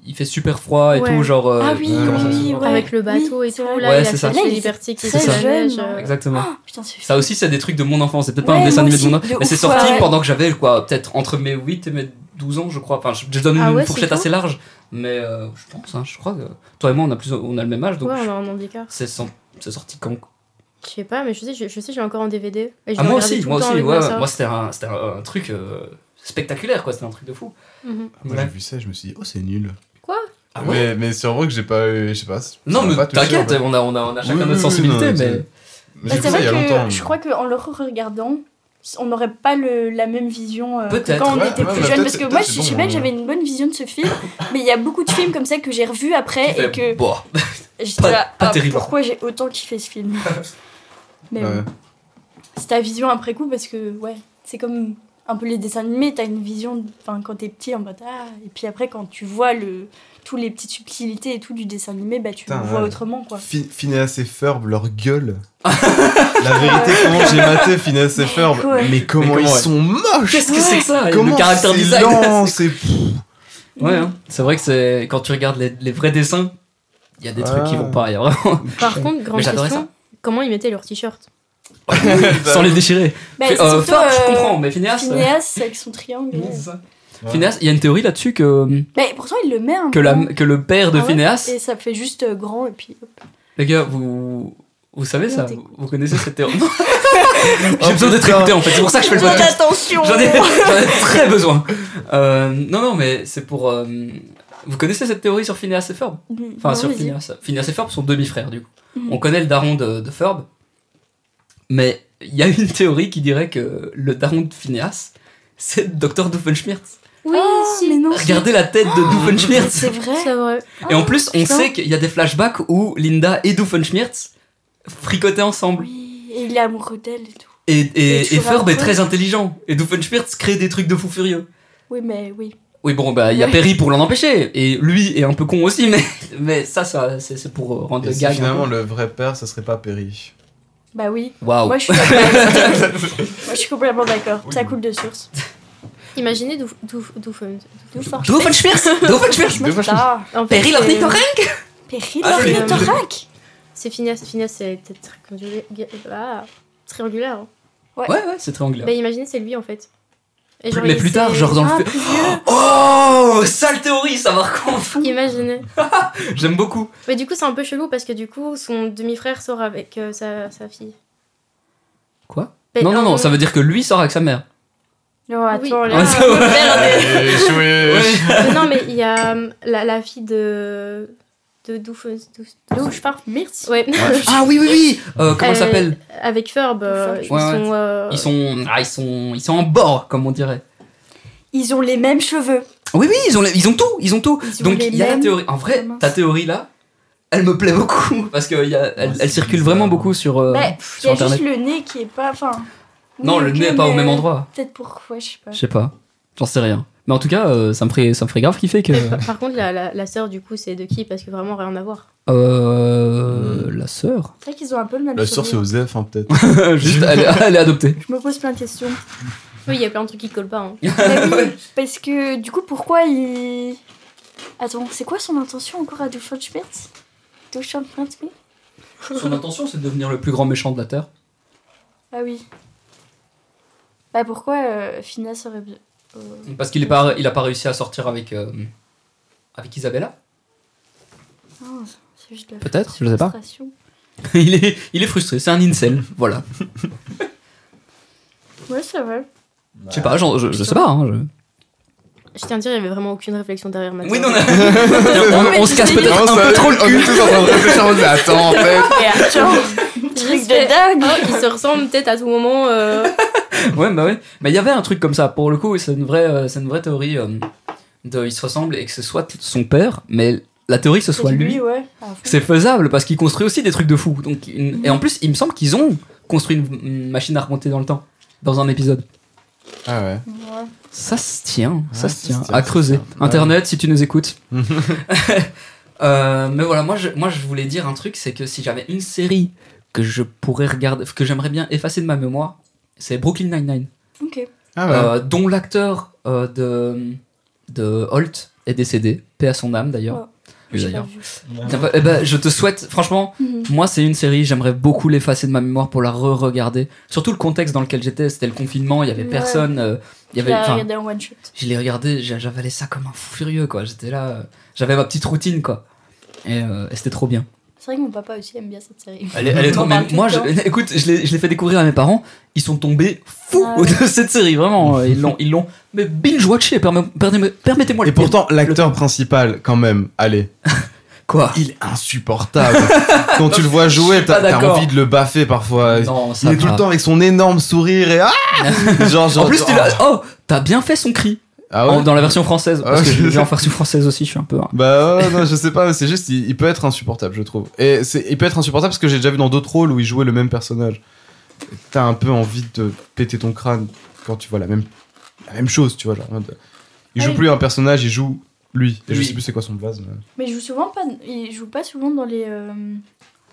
[SPEAKER 2] il fait super froid et
[SPEAKER 5] Ouais.
[SPEAKER 2] tout, genre. euh,
[SPEAKER 4] Ah oui,
[SPEAKER 3] euh,
[SPEAKER 4] oui, oui,
[SPEAKER 3] comment
[SPEAKER 4] ouais.
[SPEAKER 3] ça
[SPEAKER 5] Avec le bateau
[SPEAKER 4] Oui,
[SPEAKER 5] et
[SPEAKER 4] c'est
[SPEAKER 5] tout,
[SPEAKER 4] vrai.
[SPEAKER 5] là,
[SPEAKER 2] Ouais,
[SPEAKER 5] il
[SPEAKER 2] c'est
[SPEAKER 5] a
[SPEAKER 2] ça.
[SPEAKER 5] fait
[SPEAKER 4] Là, il
[SPEAKER 5] les
[SPEAKER 4] est
[SPEAKER 5] libertés qui
[SPEAKER 4] très
[SPEAKER 5] sont sur la
[SPEAKER 4] jeune,
[SPEAKER 5] neige,
[SPEAKER 4] hein.
[SPEAKER 5] euh,
[SPEAKER 2] Exactement.
[SPEAKER 4] Putain, ce film.
[SPEAKER 2] Ça aussi, c'est des trucs de mon enfance. C'est peut-être pas
[SPEAKER 4] Ouais,
[SPEAKER 2] un dessin
[SPEAKER 4] moi
[SPEAKER 2] animé de mon
[SPEAKER 4] aussi,
[SPEAKER 2] enfance,
[SPEAKER 4] de
[SPEAKER 2] mais c'est
[SPEAKER 4] ouf,
[SPEAKER 2] sorti
[SPEAKER 4] ouais.
[SPEAKER 2] pendant que j'avais quoi, peut-être entre mes 8 et mes 12 ans, je crois. Enfin, je, je donne
[SPEAKER 5] Ah
[SPEAKER 2] une
[SPEAKER 5] ouais,
[SPEAKER 2] fourchette
[SPEAKER 5] c'est
[SPEAKER 2] assez large, mais euh, je pense, hein, je crois que toi et moi, on a plus, on a le même âge, donc
[SPEAKER 5] Ouais,
[SPEAKER 2] je-
[SPEAKER 5] on a un handicap.
[SPEAKER 2] c'est sans- c'est sorti quand
[SPEAKER 5] Je sais pas, mais je sais, je, je sais, j'ai encore en DVD. Et je
[SPEAKER 2] Ah,
[SPEAKER 5] le
[SPEAKER 2] moi
[SPEAKER 5] regardais
[SPEAKER 2] aussi,
[SPEAKER 5] tout
[SPEAKER 2] moi
[SPEAKER 5] le temps
[SPEAKER 2] aussi,
[SPEAKER 5] avec
[SPEAKER 2] ouais,
[SPEAKER 5] ma sœur.
[SPEAKER 2] moi c'était un, c'était un, un truc euh, spectaculaire, quoi, c'était un truc de fou.
[SPEAKER 5] Mhm.
[SPEAKER 3] Moi
[SPEAKER 2] Ouais.
[SPEAKER 3] j'ai vu ça, je me suis dit, oh c'est nul.
[SPEAKER 5] Quoi
[SPEAKER 2] Ah
[SPEAKER 3] mais, mais c'est vrai que j'ai pas eu, je sais pas. ça
[SPEAKER 2] Non,
[SPEAKER 3] m'a
[SPEAKER 2] mais
[SPEAKER 3] pas touché,
[SPEAKER 2] t'inquiète,
[SPEAKER 3] en fait.
[SPEAKER 2] on a, on a, on a chacun
[SPEAKER 3] Oui, oui,
[SPEAKER 2] notre
[SPEAKER 3] oui,
[SPEAKER 2] sensibilité,
[SPEAKER 3] non,
[SPEAKER 2] mais.
[SPEAKER 3] Mais
[SPEAKER 4] Bah,
[SPEAKER 3] j'ai
[SPEAKER 4] c'est
[SPEAKER 3] vu ça
[SPEAKER 4] vrai
[SPEAKER 3] il y a longtemps.
[SPEAKER 4] que je crois qu'en le regardant, on n'aurait pas le- la même vision euh, que
[SPEAKER 2] Peut-être.
[SPEAKER 4] quand on
[SPEAKER 3] Ouais,
[SPEAKER 4] était
[SPEAKER 3] ouais,
[SPEAKER 4] plus
[SPEAKER 3] mais
[SPEAKER 4] jeune.
[SPEAKER 3] peut-être-
[SPEAKER 4] Parce que
[SPEAKER 3] peut-être
[SPEAKER 4] moi,
[SPEAKER 3] c'est
[SPEAKER 4] je sais
[SPEAKER 3] bon,
[SPEAKER 4] bien que
[SPEAKER 3] ouais.
[SPEAKER 4] j'avais une bonne vision de ce film, mais il y a beaucoup de films comme ça que j'ai revus après et que
[SPEAKER 2] Bah,
[SPEAKER 4] j'étais
[SPEAKER 2] pas-
[SPEAKER 4] là,
[SPEAKER 2] pas
[SPEAKER 4] ah,
[SPEAKER 2] terrible.
[SPEAKER 4] pourquoi j'ai autant kiffé ce film Mais
[SPEAKER 3] Ouais.
[SPEAKER 4] bon, c'est ta vision après coup parce que, ouais, c'est comme un peu les dessins animés, t'as une vision, enfin, quand t'es petit, en mode ah, et puis après, quand tu vois le, tous les petites subtilités et tout du dessin animé, bah tu
[SPEAKER 3] Putain,
[SPEAKER 4] le vois
[SPEAKER 3] ouais.
[SPEAKER 4] autrement, quoi.
[SPEAKER 3] Fi- Phineas et Ferb, leur gueule. La vérité, comment j'ai maté Phineas et Ferb.
[SPEAKER 4] Ouais.
[SPEAKER 3] Mais comment
[SPEAKER 2] Mais
[SPEAKER 3] ils
[SPEAKER 2] comment-
[SPEAKER 3] sont moches
[SPEAKER 2] qu'est-ce que c'est que ça Le
[SPEAKER 3] Comment
[SPEAKER 2] caractère
[SPEAKER 3] c'est
[SPEAKER 2] design
[SPEAKER 3] lent, c'est.
[SPEAKER 2] Ouais, hein. c'est vrai que c'est quand tu regardes les, les vrais dessins, il y a des trucs qui vont pas, il y a vraiment
[SPEAKER 5] Par contre, grande
[SPEAKER 2] Mais j'adorais
[SPEAKER 5] question, comment ils mettaient leurs t-shirts
[SPEAKER 2] sans les déchirer.
[SPEAKER 4] Bah,
[SPEAKER 2] Fais-
[SPEAKER 4] c'est
[SPEAKER 2] euh,
[SPEAKER 4] surtout,
[SPEAKER 2] Farf, je
[SPEAKER 4] euh,
[SPEAKER 2] comprends, mais Phineas. euh,
[SPEAKER 4] Phineas avec son triangle.
[SPEAKER 2] ouais, Mmh. c'est ça. Phineas, il y a une théorie là-dessus que
[SPEAKER 4] Mais pourtant, il le met un
[SPEAKER 2] que,
[SPEAKER 4] peu.
[SPEAKER 2] la, que le père de
[SPEAKER 4] Ah ouais
[SPEAKER 2] Phineas.
[SPEAKER 4] Et ça fait juste euh, grand et puis. hop.
[SPEAKER 2] Les gars, vous vous savez ça,
[SPEAKER 4] Non,
[SPEAKER 2] vous, vous connaissez cette théorie.
[SPEAKER 3] Oh, Ah,
[SPEAKER 2] J'ai besoin d'être écouté en fait, c'est pour ça que Ah, je fais le podcast.
[SPEAKER 4] attention
[SPEAKER 2] J'en ai, j'en ai très besoin. Euh, non, non, mais c'est pour. euh, vous connaissez cette théorie sur Phineas et Ferb Enfin, sur Phineas. Phineas et Ferb sont demi-frères, du coup.
[SPEAKER 4] Mhm.
[SPEAKER 2] On connaît le daron de, de Ferb, mais il y a une théorie qui dirait que le daron de Phineas, c'est le docteur Doofenshmirtz.
[SPEAKER 5] Oui,
[SPEAKER 4] Ah, mais non.
[SPEAKER 2] Regardez la tête de Doofenshmirtz
[SPEAKER 4] Oh C'est vrai.
[SPEAKER 5] Oh, C'est vrai.
[SPEAKER 2] Et en plus, on
[SPEAKER 4] putain.
[SPEAKER 2] sait qu'il y a des flashbacks où Linda et Doofenshmirtz fricotaient ensemble.
[SPEAKER 4] Oui. Et il est amoureux d'elle et tout.
[SPEAKER 2] Et,
[SPEAKER 4] Et
[SPEAKER 2] et,
[SPEAKER 4] tu
[SPEAKER 2] et
[SPEAKER 4] vois,
[SPEAKER 2] Ferb est
[SPEAKER 4] ouais.
[SPEAKER 2] très intelligent. Et Doofenshmirtz crée des trucs de fou furieux.
[SPEAKER 4] Oui, mais oui.
[SPEAKER 2] Oui, bon, bah, il y a
[SPEAKER 4] Ouais.
[SPEAKER 2] Perry pour l'en empêcher. Et lui est un peu con aussi, mais, mais ça, ça c'est c'est pour euh, rendre
[SPEAKER 6] Et
[SPEAKER 2] le
[SPEAKER 6] si
[SPEAKER 2] gag. un
[SPEAKER 6] finalement,
[SPEAKER 2] peu.
[SPEAKER 6] le vrai père, ça serait pas Perry.
[SPEAKER 4] Bah oui.
[SPEAKER 2] Waouh.
[SPEAKER 4] Moi, je suis d'accord. Moi, je suis complètement d'accord. Ça coule de source. hein.
[SPEAKER 5] Imaginez d'où- d'où d'où font-
[SPEAKER 4] D'où fort.
[SPEAKER 2] Doofenshmirtz Doofenshmirtz
[SPEAKER 4] Putain.
[SPEAKER 5] En fait,
[SPEAKER 2] Perry
[SPEAKER 5] c'est-
[SPEAKER 2] l'ornithorynque
[SPEAKER 4] Péril
[SPEAKER 2] Ah,
[SPEAKER 5] c'est-
[SPEAKER 4] l'ornithorac
[SPEAKER 5] C'est Phineas, Phineas, c'est peut-être triangulaire. Ah, triangulaire. hein.
[SPEAKER 2] Ouais, ouais, c'est triangulaire.
[SPEAKER 5] Bah imaginez, c'est lui en fait. Et
[SPEAKER 2] mais
[SPEAKER 5] il
[SPEAKER 2] plus tard,
[SPEAKER 5] s'est-
[SPEAKER 2] genre dans le
[SPEAKER 4] Ah,
[SPEAKER 2] fait.
[SPEAKER 4] plus vieux.
[SPEAKER 2] Oh Sale théorie, ça par contre
[SPEAKER 5] Imaginez.
[SPEAKER 2] J'aime beaucoup.
[SPEAKER 5] Mais du coup, c'est un peu chelou parce que du coup, son demi-frère sort avec euh, sa, sa fille.
[SPEAKER 2] Quoi
[SPEAKER 5] Ben,
[SPEAKER 2] Non, non,
[SPEAKER 5] euh,
[SPEAKER 2] non, ça veut dire que lui sort avec sa mère.
[SPEAKER 4] Non, attends,
[SPEAKER 5] Oui.
[SPEAKER 4] là.
[SPEAKER 2] Ouais, ça va.
[SPEAKER 4] Merde.
[SPEAKER 5] Ben,
[SPEAKER 2] Euh,
[SPEAKER 5] Mais non, mais il y a euh, la, la fille de. de Douf. euh, Douf, Douf- je parle.
[SPEAKER 4] Merci.
[SPEAKER 5] Ouais.
[SPEAKER 2] Ah oui, oui, oui Euh, Comment
[SPEAKER 5] Euh,
[SPEAKER 2] ça s'appelle
[SPEAKER 5] Avec Ferb, euh,
[SPEAKER 4] Ouais,
[SPEAKER 5] ils,
[SPEAKER 2] ouais.
[SPEAKER 5] sont, euh,
[SPEAKER 2] Ils sont, ah, ils sont, ils sont en bord, comme on dirait.
[SPEAKER 4] Ils ont les mêmes cheveux.
[SPEAKER 2] Oui, oui, ils ont, les- ils ont tout, ils ont tout.
[SPEAKER 4] Ils ont
[SPEAKER 2] Donc
[SPEAKER 4] les
[SPEAKER 2] il y a la
[SPEAKER 4] mêmes.
[SPEAKER 2] théorie. En vrai,
[SPEAKER 4] Comment
[SPEAKER 2] ta théorie là, elle me plaît beaucoup parce que il y a- elle,
[SPEAKER 6] Ouais,
[SPEAKER 2] elle
[SPEAKER 6] c'est
[SPEAKER 2] circule
[SPEAKER 6] bizarre.
[SPEAKER 2] vraiment beaucoup sur, euh,
[SPEAKER 4] Bah, Il y
[SPEAKER 2] sur
[SPEAKER 4] a
[SPEAKER 2] internet.
[SPEAKER 4] juste le nez qui est pas. Enfin.
[SPEAKER 2] Non,
[SPEAKER 4] oui,
[SPEAKER 2] le
[SPEAKER 4] ok,
[SPEAKER 2] nez est pas au
[SPEAKER 4] mais
[SPEAKER 2] même endroit.
[SPEAKER 4] Peut-être pourquoi, je sais pas.
[SPEAKER 2] Je sais pas, j'en sais rien. Mais en tout cas, euh, ça me ferait, ça me ferait grave kiffer que
[SPEAKER 5] mais par- Par contre, la, la, la sœur, du coup, c'est de qui Parce que vraiment, rien à voir.
[SPEAKER 2] euh, la sœur.
[SPEAKER 4] C'est vrai qu'ils ont un peu le même
[SPEAKER 6] La sœur, c'est
[SPEAKER 4] sourire.
[SPEAKER 6] Osef, hein, peut-être.
[SPEAKER 2] juste, elle, est- elle est adoptée.
[SPEAKER 4] Je me pose plein de questions.
[SPEAKER 5] Oui, il y a plein de trucs qui collent pas. hein.
[SPEAKER 4] Bah oui, parce que du coup, pourquoi il. Attends, c'est quoi son intention encore à Doofenshmirtz Doofenshmirtz
[SPEAKER 2] Son intention, c'est de devenir le plus grand méchant de la terre.
[SPEAKER 4] Ah oui. Bah pourquoi euh, Phineas aurait. euh,
[SPEAKER 2] Parce qu'il est pas, il a pas réussi à sortir avec, euh, avec Isabella.
[SPEAKER 4] non, c'est juste de la
[SPEAKER 2] Peut-être, je sais pas.
[SPEAKER 4] frustration.
[SPEAKER 2] il est, il est frustré. C'est un incel. Voilà.
[SPEAKER 4] Ouais, c'est vrai.
[SPEAKER 2] Je sais pas, genre, je, je sais pas. hein, je-
[SPEAKER 5] Je tiens à dire, il y avait vraiment aucune réflexion derrière ma
[SPEAKER 2] Oui,
[SPEAKER 5] théorie.
[SPEAKER 2] non, on, on se casse peut-être un peu trop le cul.
[SPEAKER 6] tous en train de réfléchir en mode, mais attends, en fait.
[SPEAKER 4] Truc
[SPEAKER 5] Respect.
[SPEAKER 4] de dingue
[SPEAKER 5] Ah, ils se ressemblent peut-être à tout moment. euh,
[SPEAKER 2] Ouais, bah ouais. Mais il y avait un truc comme ça. Pour le coup, c'est une vraie, euh, c'est une vraie théorie. euh, de, il se ressemble et que ce soit son père, mais la théorie que ce soit
[SPEAKER 4] C'est
[SPEAKER 2] lui,
[SPEAKER 4] ouais. Ah, fou.
[SPEAKER 2] c'est faisable parce qu'il construit aussi des trucs de fou. Donc, une- et en plus, il me semble qu'ils ont construit une, une machine à remonter dans le temps dans un épisode.
[SPEAKER 6] Ah ouais.
[SPEAKER 4] Ouais.
[SPEAKER 2] Ça se tient, ça
[SPEAKER 6] Ouais,
[SPEAKER 2] se
[SPEAKER 6] ça
[SPEAKER 2] tient.
[SPEAKER 6] se tient,
[SPEAKER 2] à
[SPEAKER 6] ça
[SPEAKER 2] creuser.
[SPEAKER 6] se tient.
[SPEAKER 2] Internet, si tu nous écoutes. Euh, mais voilà, moi je, moi je voulais dire un truc, c'est que si j'avais une série que je pourrais regarder, que j'aimerais bien effacer de ma mémoire, c'est Brooklyn Nine-Nine.
[SPEAKER 4] Ok.
[SPEAKER 6] Ah ouais.
[SPEAKER 2] Euh, dont l'acteur euh, de, de Holt est décédé, paix à son âme d'ailleurs.
[SPEAKER 4] Ouais.
[SPEAKER 2] Oui,
[SPEAKER 4] J'ai
[SPEAKER 2] d'ailleurs.
[SPEAKER 4] pas vu.
[SPEAKER 2] T'as pas- eh ben, je te souhaite, franchement,
[SPEAKER 4] Mhm.
[SPEAKER 2] moi c'est une série, j'aimerais beaucoup l'effacer de ma mémoire pour la re-regarder. Surtout le contexte dans lequel j'étais, c'était le confinement, il y avait
[SPEAKER 4] Ouais.
[SPEAKER 2] personne, euh, il y
[SPEAKER 4] Je
[SPEAKER 2] avait,
[SPEAKER 4] l'ai
[SPEAKER 2] enfin,
[SPEAKER 4] regardé en one shot.
[SPEAKER 2] je l'ai regardé, j'a- j'avalais ça comme un fou furieux quoi. J'étais là, euh, j'avais ma petite routine quoi. Et, euh, et c'était trop bien.
[SPEAKER 4] C'est vrai que mon papa aussi aime bien cette série.
[SPEAKER 2] Elle est, elle est
[SPEAKER 4] On
[SPEAKER 2] trop
[SPEAKER 4] en
[SPEAKER 2] bien.
[SPEAKER 4] parle tout
[SPEAKER 2] Moi,
[SPEAKER 4] le
[SPEAKER 2] je,
[SPEAKER 4] temps.
[SPEAKER 2] écoute, je l'ai je l'ai fait découvrir à mes parents. Ils sont tombés fous
[SPEAKER 4] Ah ouais.
[SPEAKER 2] de cette série, vraiment. Ils l'ont, ils l'ont, mais binge-watché. perme- perme- Permettez-moi
[SPEAKER 6] Et
[SPEAKER 2] le terme.
[SPEAKER 6] pourtant, l'acteur principal, quand même, allez,
[SPEAKER 2] Quoi
[SPEAKER 6] il est insupportable. Quand tu le vois jouer,
[SPEAKER 2] pas
[SPEAKER 6] t'as t'as
[SPEAKER 2] d'accord.
[SPEAKER 6] envie de le baffer parfois.
[SPEAKER 2] Non, ça
[SPEAKER 6] Il est
[SPEAKER 2] va.
[SPEAKER 6] tout le temps avec son énorme sourire et ah genre, genre,
[SPEAKER 2] En plus,
[SPEAKER 6] oh.
[SPEAKER 2] t'es là. Oh, t'as bien fait son cri
[SPEAKER 6] Ah ouais
[SPEAKER 2] En- dans la version française. Parce
[SPEAKER 6] Ah
[SPEAKER 2] que
[SPEAKER 6] ouais.
[SPEAKER 2] je vais en version française aussi. Je suis un peu. hein. un-
[SPEAKER 6] Bah ouais, non, je sais pas, mais c'est juste, il, il peut être insupportable, je trouve. Et c'est, il peut être insupportable parce que j'ai déjà vu dans d'autres rôles où il jouait le même personnage. Et T'as un peu envie de péter ton crâne quand tu vois la même, la même chose, tu vois. Genre, en mode, il
[SPEAKER 5] Ah
[SPEAKER 6] joue
[SPEAKER 5] oui.
[SPEAKER 6] plus un personnage, il joue lui. Et je
[SPEAKER 2] Lui.
[SPEAKER 6] sais plus c'est quoi son vase. mais-
[SPEAKER 4] Mais il joue souvent pas. Il joue pas souvent dans les. euh,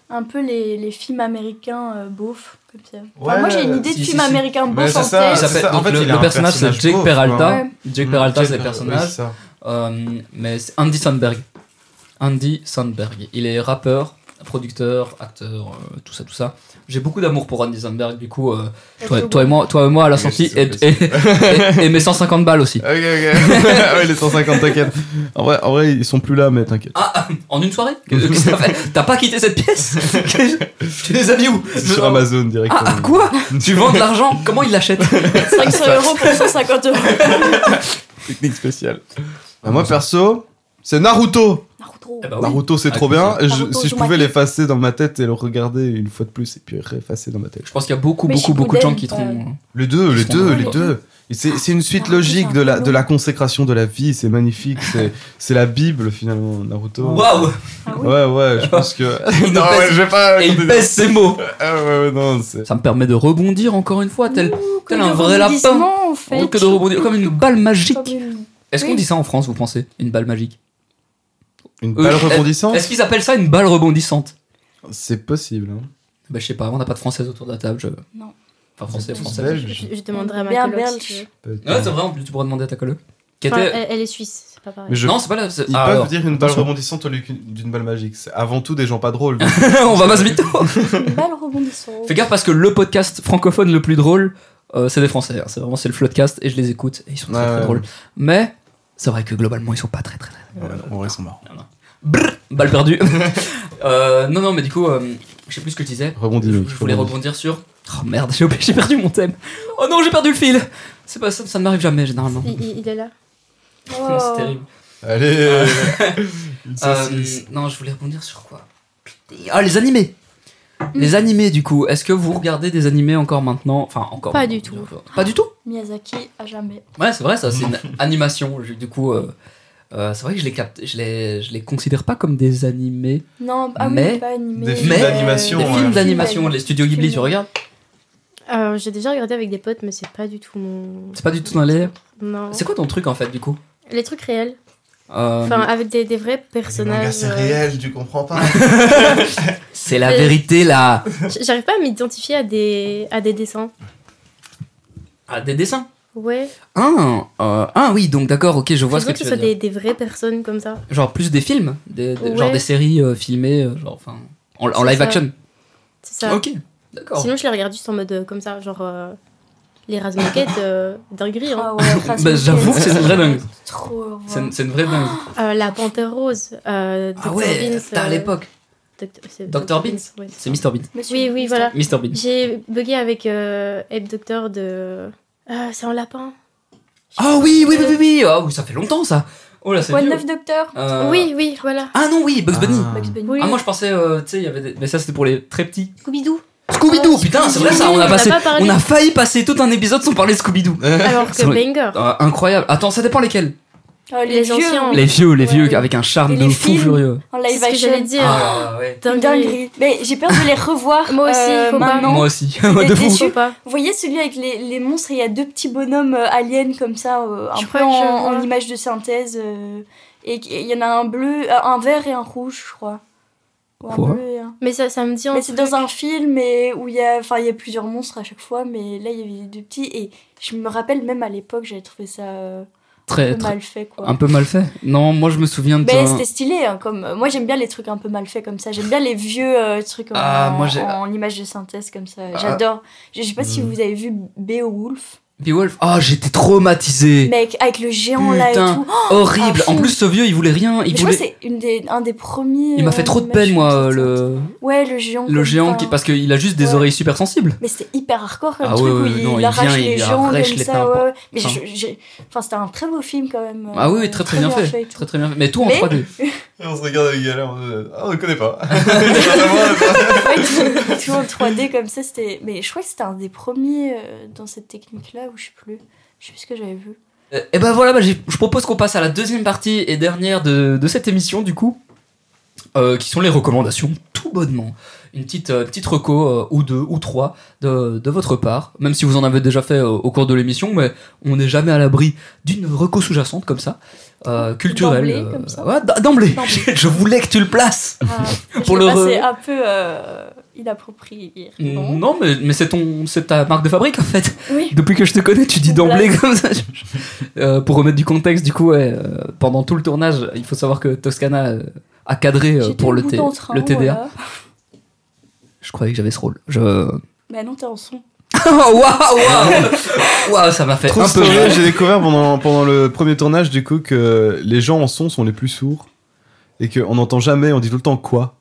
[SPEAKER 4] un peu les, les films américains euh, beaufs, comme ça. Enfin,
[SPEAKER 6] Ouais,
[SPEAKER 4] Bah, moi j'ai une idée de
[SPEAKER 2] si,
[SPEAKER 4] film
[SPEAKER 2] si, si.
[SPEAKER 4] américain
[SPEAKER 6] Mais
[SPEAKER 4] beauf
[SPEAKER 6] c'est
[SPEAKER 4] en
[SPEAKER 6] ça,
[SPEAKER 2] Il
[SPEAKER 4] tête.
[SPEAKER 6] Ah, c'est
[SPEAKER 2] s'appelle-
[SPEAKER 6] ça. En
[SPEAKER 2] donc
[SPEAKER 6] fait,
[SPEAKER 2] le,
[SPEAKER 6] il a
[SPEAKER 2] le
[SPEAKER 6] un
[SPEAKER 2] personnage,
[SPEAKER 6] personnage
[SPEAKER 2] c'est Jake
[SPEAKER 6] pauvre,
[SPEAKER 2] Peralta.
[SPEAKER 6] quoi.
[SPEAKER 4] Ouais.
[SPEAKER 2] Jake Peralta,
[SPEAKER 6] Mmh,
[SPEAKER 2] c'est le
[SPEAKER 6] Jake-
[SPEAKER 2] personnage.
[SPEAKER 6] oui, c'est ça.
[SPEAKER 2] Euh, mais c'est Andy Sandberg. Andy Sandberg. Il est rappeur, producteur, acteur, euh, tout ça, tout ça. J'ai beaucoup d'amour pour Andy Sandberg, du coup, euh, toi, toi et moi, toi et moi à la
[SPEAKER 6] Oui,
[SPEAKER 2] sortie,
[SPEAKER 6] je
[SPEAKER 2] et,
[SPEAKER 6] sais,
[SPEAKER 2] et- et- et mes 150 balles aussi.
[SPEAKER 6] Ok, ok. ouais, les 150, t'inquiète. En vrai, en vrai, ils sont plus là, mais t'inquiète.
[SPEAKER 2] Ah, en une soirée Qu'est-ce que t'as fait T'as pas quitté cette pièce Tu les as mis où
[SPEAKER 6] C'est sur Amazon directement.
[SPEAKER 2] Ah, ah, quoi Tu vends de l'argent Comment il l'achète
[SPEAKER 4] 500 euros pour 150 euros.
[SPEAKER 6] Technique spéciale. Bah, moi, perso, c'est Naruto.
[SPEAKER 4] Naruto.
[SPEAKER 2] Eh bah oui.
[SPEAKER 6] Naruto, c'est
[SPEAKER 2] Ah,
[SPEAKER 6] trop bien. Je- si
[SPEAKER 4] Naruto,
[SPEAKER 6] je
[SPEAKER 4] Uzumaki.
[SPEAKER 6] pouvais l'effacer dans ma tête et le regarder une fois de plus et puis réeffacer dans ma tête.
[SPEAKER 2] Je pense qu'il y a beaucoup,
[SPEAKER 4] Mais
[SPEAKER 2] beaucoup,
[SPEAKER 4] Shippuden,
[SPEAKER 2] beaucoup de gens qui
[SPEAKER 4] euh,
[SPEAKER 2] trouvent. hein.
[SPEAKER 6] Les deux, les
[SPEAKER 2] Ils sont
[SPEAKER 6] deux,
[SPEAKER 2] drôles,
[SPEAKER 6] les
[SPEAKER 2] quoi.
[SPEAKER 6] deux. Et C'est c'est une suite
[SPEAKER 4] Naruto,
[SPEAKER 6] logique
[SPEAKER 4] c'est
[SPEAKER 6] de
[SPEAKER 4] un
[SPEAKER 6] la,
[SPEAKER 4] peu
[SPEAKER 6] de
[SPEAKER 4] long.
[SPEAKER 6] la consécration de la vie, c'est magnifique, c'est- c'est la Bible finalement,
[SPEAKER 4] euh,
[SPEAKER 6] Naruto.
[SPEAKER 2] Waouh
[SPEAKER 4] Ah oui.
[SPEAKER 6] Ouais, ouais, je pense que.
[SPEAKER 2] Il
[SPEAKER 6] non,
[SPEAKER 2] pèse-
[SPEAKER 6] ouais, je vais pas.
[SPEAKER 2] Et il pèse ses mots
[SPEAKER 6] Ah, ouais, ouais, non, c'est.
[SPEAKER 2] Ça me permet de rebondir encore une fois, tel, tel
[SPEAKER 4] Comme
[SPEAKER 2] un
[SPEAKER 4] le
[SPEAKER 2] vrai lapin.
[SPEAKER 4] rebondissement, En fait.
[SPEAKER 2] Plutôt que de rebondir comme une balle
[SPEAKER 4] Comme
[SPEAKER 2] magique.
[SPEAKER 4] une-
[SPEAKER 2] Est-ce qu'on
[SPEAKER 4] oui.
[SPEAKER 2] dit ça en France, vous pensez Une balle magique
[SPEAKER 6] Une balle
[SPEAKER 2] Euh, je-
[SPEAKER 6] rebondissante
[SPEAKER 2] Est-ce qu'ils appellent ça une balle rebondissante
[SPEAKER 6] C'est possible. Hein.
[SPEAKER 2] Bah, je sais pas, on n'a pas de française autour de la table. Je...
[SPEAKER 4] Non.
[SPEAKER 2] Enfin, français,
[SPEAKER 6] Tous
[SPEAKER 2] français.
[SPEAKER 6] belges.
[SPEAKER 5] Je, je demanderai à ma
[SPEAKER 4] Berbe-
[SPEAKER 5] coloc si
[SPEAKER 4] Berbe-
[SPEAKER 5] tu veux.
[SPEAKER 2] Ouais, c'est vrai, en plus, tu pourras demander à ta coloc. Qui
[SPEAKER 5] Enfin,
[SPEAKER 2] était-
[SPEAKER 4] euh,
[SPEAKER 5] elle, elle est suisse, c'est pas pareil.
[SPEAKER 6] Mais je-
[SPEAKER 2] Non, c'est pas la. c'est-
[SPEAKER 6] Ils
[SPEAKER 2] Ah,
[SPEAKER 6] peuvent
[SPEAKER 2] alors.
[SPEAKER 6] dire une balle
[SPEAKER 2] attention.
[SPEAKER 6] rebondissante au lieu qu'une- d'une balle magique. C'est avant tout des gens pas drôles.
[SPEAKER 2] on va masse vite.
[SPEAKER 4] Une balle rebondissante.
[SPEAKER 2] Fais gaffe parce que le podcast francophone le plus drôle, euh, c'est des Français. hein. C'est vraiment c'est le Floodcast et je les écoute et ils sont très,
[SPEAKER 6] Ouais,
[SPEAKER 2] très
[SPEAKER 6] ouais.
[SPEAKER 2] drôles. Mais c'est vrai que globalement ils sont pas très très très.
[SPEAKER 6] en vrai, ils sont marrants.
[SPEAKER 2] Brrr, balle perdue. Euh, non non mais du coup, euh, je sais plus ce que je disais.
[SPEAKER 6] Rebondis,
[SPEAKER 2] je,
[SPEAKER 6] mec,
[SPEAKER 2] je voulais
[SPEAKER 6] rebondis.
[SPEAKER 2] rebondir sur. Oh merde, j'ai j'ai perdu mon thème. Oh non, j'ai perdu le fil. C'est pas ça, ça ne m'arrive jamais généralement.
[SPEAKER 5] Il, il- il est là.
[SPEAKER 4] Oh.
[SPEAKER 2] C'est terrible.
[SPEAKER 6] Allez euh, une
[SPEAKER 2] Euh,
[SPEAKER 6] saucisse.
[SPEAKER 2] non, je voulais rebondir sur quoi Putain. Ah, les animés
[SPEAKER 5] Mm.
[SPEAKER 2] Les animés, du coup. Est-ce que vous regardez des animés encore maintenant Enfin, encore.
[SPEAKER 5] Pas du tout.
[SPEAKER 2] Pas du tout
[SPEAKER 4] Miyazaki à jamais.
[SPEAKER 2] Ouais, c'est vrai, ça, c'est une animation. Je- Du coup, euh, euh, c'est vrai que je les, capte, je, les, je les considère pas comme des animés.
[SPEAKER 4] Non, ah
[SPEAKER 2] Mais-
[SPEAKER 4] oui, pas animé.
[SPEAKER 6] Des films
[SPEAKER 4] mais-
[SPEAKER 6] d'animation, hein.
[SPEAKER 2] Des
[SPEAKER 6] ouais.
[SPEAKER 2] films d'animation, les studios Ghibli,
[SPEAKER 4] Films.
[SPEAKER 2] tu regardes
[SPEAKER 5] Euh, J'ai déjà regardé avec des potes, mais c'est pas du tout mon.
[SPEAKER 2] C'est pas du tout dans les.
[SPEAKER 5] Non.
[SPEAKER 2] C'est quoi ton truc en fait, du coup
[SPEAKER 5] Les trucs réels.
[SPEAKER 2] Euh,
[SPEAKER 5] Enfin, avec des, des vrais
[SPEAKER 6] Les mangas,
[SPEAKER 5] personnages.
[SPEAKER 6] c'est
[SPEAKER 5] euh,
[SPEAKER 6] réel, tu comprends pas.
[SPEAKER 2] C'est la
[SPEAKER 5] Mais-
[SPEAKER 2] vérité là
[SPEAKER 5] j- J'arrive pas à m'identifier à des, à des dessins.
[SPEAKER 2] Ah, des dessins
[SPEAKER 5] Ouais.
[SPEAKER 2] Ah, euh, ah oui, donc d'accord, ok, je vois
[SPEAKER 5] Je
[SPEAKER 2] ce que
[SPEAKER 5] veux que
[SPEAKER 2] tu
[SPEAKER 5] ce
[SPEAKER 2] veux
[SPEAKER 5] soit
[SPEAKER 2] dire.
[SPEAKER 5] des, des vraies personnes comme ça.
[SPEAKER 2] Genre plus des films, des, des-
[SPEAKER 5] Ouais.
[SPEAKER 2] genre des séries euh, filmées, euh, genre enfin en, en
[SPEAKER 5] C'est
[SPEAKER 2] live
[SPEAKER 5] ça.
[SPEAKER 2] action.
[SPEAKER 5] C'est ça.
[SPEAKER 2] Ok, d'accord.
[SPEAKER 5] Sinon, je les regarde juste en mode euh, comme ça, genre euh, les Razmakets, euh, dinguerie. Hein.
[SPEAKER 4] Ah ouais, Rasputin.
[SPEAKER 2] Bah, j'avoue que c'est une vraie dingue.
[SPEAKER 4] Trop. euh,
[SPEAKER 2] C'est
[SPEAKER 4] voilà.
[SPEAKER 2] une, c'est une vraie dingue.
[SPEAKER 5] Euh, la Panthère Rose. Euh,
[SPEAKER 2] Ah
[SPEAKER 5] Dr.
[SPEAKER 2] ouais,
[SPEAKER 5] Beans,
[SPEAKER 2] t'as à
[SPEAKER 5] euh,
[SPEAKER 2] l'époque.
[SPEAKER 5] Doct- c'est
[SPEAKER 2] Dr.
[SPEAKER 5] Dr.
[SPEAKER 2] Beans.
[SPEAKER 5] Beans, ouais.
[SPEAKER 2] C'est Mr Bean.
[SPEAKER 4] Monsieur
[SPEAKER 5] Oui, oui, voilà.
[SPEAKER 2] Mr Bean.
[SPEAKER 5] J'ai bugué avec euh, Ape Doctor de. Ah, c'est un lapin.
[SPEAKER 2] Ah oui, oui, oui, oui, oui. Ah oui, ça fait longtemps ça. Oh là, c'est
[SPEAKER 4] Quoi de
[SPEAKER 2] vieux.
[SPEAKER 4] neuf, docteur
[SPEAKER 2] Euh,
[SPEAKER 5] Oui, oui, voilà.
[SPEAKER 2] Ah non, oui, Bugs Bunny.
[SPEAKER 4] Bugs Bunny.
[SPEAKER 5] Oui.
[SPEAKER 2] Ah moi je pensais, euh, tu sais, il y avait des... mais ça c'était pour les très petits.
[SPEAKER 4] Scooby-Doo.
[SPEAKER 2] Scooby-Doo, putain, c'est vrai ça, on a passé,
[SPEAKER 5] pas parlé.
[SPEAKER 2] on a failli passer tout un épisode sans parler de Scooby-Doo.
[SPEAKER 5] Alors que
[SPEAKER 2] C'est vrai.
[SPEAKER 5] Banger.
[SPEAKER 2] Euh, incroyable. Attends, ça dépend lesquels.
[SPEAKER 4] Ah,
[SPEAKER 5] Les
[SPEAKER 4] vieux,
[SPEAKER 5] anciens.
[SPEAKER 2] Les vieux, les
[SPEAKER 4] Ouais.
[SPEAKER 2] vieux avec un charme
[SPEAKER 4] Et
[SPEAKER 2] de
[SPEAKER 4] les
[SPEAKER 2] fou
[SPEAKER 4] films.
[SPEAKER 2] furieux.
[SPEAKER 4] En
[SPEAKER 5] C'est
[SPEAKER 4] live
[SPEAKER 5] ce que j'allais
[SPEAKER 4] action.
[SPEAKER 5] dire.
[SPEAKER 2] Ah ouais.
[SPEAKER 4] Une
[SPEAKER 5] Dinguerie.
[SPEAKER 4] dinguerie. Mais j'ai peur de les revoir.
[SPEAKER 5] Moi aussi,
[SPEAKER 4] euh,
[SPEAKER 5] faut pas.
[SPEAKER 4] maintenant.
[SPEAKER 2] Moi aussi,
[SPEAKER 4] J'étais
[SPEAKER 2] de fou.
[SPEAKER 4] déçue.
[SPEAKER 5] Faut pas.
[SPEAKER 4] Vous voyez celui avec les, les monstres et il y a deux petits bonhommes euh, aliens comme ça, euh, un
[SPEAKER 5] Je
[SPEAKER 4] peu
[SPEAKER 5] crois que
[SPEAKER 4] en,
[SPEAKER 5] je
[SPEAKER 4] en
[SPEAKER 5] vois.
[SPEAKER 4] image de synthèse. euh, et et il y en a un bleu, euh, un vert et un rouge, je crois. Ou un
[SPEAKER 2] Quoi
[SPEAKER 4] bleu et un-
[SPEAKER 5] Mais ça, ça me dit.
[SPEAKER 4] Mais
[SPEAKER 5] En...
[SPEAKER 4] c'est dans un film et où il y a, enfin, il y a plusieurs monstres à chaque fois, mais là il y avait des petits et je me rappelle même à l'époque j'avais trouvé ça euh, un
[SPEAKER 2] Très,
[SPEAKER 4] peu
[SPEAKER 2] très,
[SPEAKER 4] mal fait quoi.
[SPEAKER 2] un peu mal fait. Non, moi je me souviens de.
[SPEAKER 4] Mais c'était stylé, hein, comme moi j'aime bien les trucs un peu mal faits comme ça. J'aime bien les vieux euh, trucs en,
[SPEAKER 2] Ah, moi, j'ai-
[SPEAKER 4] en image de synthèse comme ça.
[SPEAKER 2] Ah. Hmm.
[SPEAKER 4] J'adore. Je je sais pas si vous avez vu Beowulf,
[SPEAKER 2] Beowulf. Ah, j'étais traumatisé.
[SPEAKER 4] mais avec- avec le géant là et
[SPEAKER 2] Putain.
[SPEAKER 4] tout. Oh,
[SPEAKER 2] Horrible.
[SPEAKER 4] Ah,
[SPEAKER 2] en
[SPEAKER 4] fou.
[SPEAKER 2] plus, ce vieux, il voulait rien.
[SPEAKER 4] mais
[SPEAKER 2] Il
[SPEAKER 4] je crois que
[SPEAKER 2] voulait.
[SPEAKER 4] c'est une des, un des premiers.
[SPEAKER 2] Il m'a
[SPEAKER 4] euh,
[SPEAKER 2] fait trop de
[SPEAKER 4] images
[SPEAKER 2] peine, moi,
[SPEAKER 4] de synthèse.
[SPEAKER 2] le,
[SPEAKER 4] Ouais, le géant.
[SPEAKER 2] le
[SPEAKER 4] comme
[SPEAKER 2] géant,
[SPEAKER 4] ça.
[SPEAKER 2] qui... parce qu'il a juste des
[SPEAKER 4] Ouais.
[SPEAKER 2] oreilles super sensibles.
[SPEAKER 4] Mais c'était hyper hardcore comme
[SPEAKER 2] Ah
[SPEAKER 4] truc
[SPEAKER 2] ouais, ouais,
[SPEAKER 4] où il,
[SPEAKER 2] non, il
[SPEAKER 4] arrache
[SPEAKER 2] vient, il
[SPEAKER 4] les gens
[SPEAKER 2] arrache
[SPEAKER 4] comme
[SPEAKER 2] les
[SPEAKER 4] ça.
[SPEAKER 2] tympans.
[SPEAKER 4] ouais, ouais. Mais
[SPEAKER 2] Enfin.
[SPEAKER 4] je- j'ai- enfin, c'était un très beau film quand même.
[SPEAKER 2] Ah oui,
[SPEAKER 4] euh,
[SPEAKER 2] oui, très très bien fait.
[SPEAKER 4] et tout.
[SPEAKER 2] Très très bien fait. Mais tout en
[SPEAKER 4] Mais-
[SPEAKER 2] 3D.
[SPEAKER 6] Et on se regarde avec galère. On se dit, ah, on le connaît pas.
[SPEAKER 4] Ouais, tout, tout en 3D comme ça, c'était. Mais je crois que c'était un des premiers euh, dans cette technique-là, ou je sais plus. Je sais plus ce que j'avais vu.
[SPEAKER 2] Euh, et ben voilà, bah, j'ai- je propose qu'on passe à la deuxième partie et dernière de, de cette émission, du coup, euh, qui sont les recommandations, tout bonnement. une petite, euh, petite reco euh, ou deux ou trois de, de votre part, même si vous en avez déjà fait euh, au cours de l'émission, mais on n'est jamais à l'abri d'une reco sous-jacente comme ça, euh, culturelle.
[SPEAKER 4] D'emblée, comme ça.
[SPEAKER 2] ouais, d- d'emblée.
[SPEAKER 4] D'emblée.
[SPEAKER 2] Je voulais que tu le places.
[SPEAKER 4] Ah,
[SPEAKER 2] Pour
[SPEAKER 4] Pour
[SPEAKER 2] le
[SPEAKER 4] le
[SPEAKER 2] re- Mm,
[SPEAKER 4] c'est un peu euh, inapproprié.
[SPEAKER 2] Non, euh,
[SPEAKER 4] Non.
[SPEAKER 2] mais, mais c'est ton, c'est ta marque de fabrique en fait.
[SPEAKER 4] Oui.
[SPEAKER 2] Depuis que je te connais, tu dis
[SPEAKER 4] Voilà.
[SPEAKER 2] d'emblée comme ça. Euh, pour remettre du contexte, du coup, ouais, euh, pendant tout le tournage, il faut savoir que Toscana euh, a cadré euh,
[SPEAKER 4] J'étais
[SPEAKER 2] pour
[SPEAKER 4] au
[SPEAKER 2] le,
[SPEAKER 4] bout
[SPEAKER 2] T-
[SPEAKER 4] d'un train,
[SPEAKER 2] le TDA.
[SPEAKER 4] voilà.
[SPEAKER 2] Je croyais que j'avais ce rôle. Je... Waouh,
[SPEAKER 4] Bah non, t'es en son.
[SPEAKER 2] waouh, waouh, ça m'a fait
[SPEAKER 3] True
[SPEAKER 2] un peu
[SPEAKER 3] story,
[SPEAKER 2] mal.
[SPEAKER 3] j'ai découvert pendant, pendant le premier tournage du coup que les gens en son sont les plus sourds et qu'on n'entend jamais, on dit tout le temps quoi.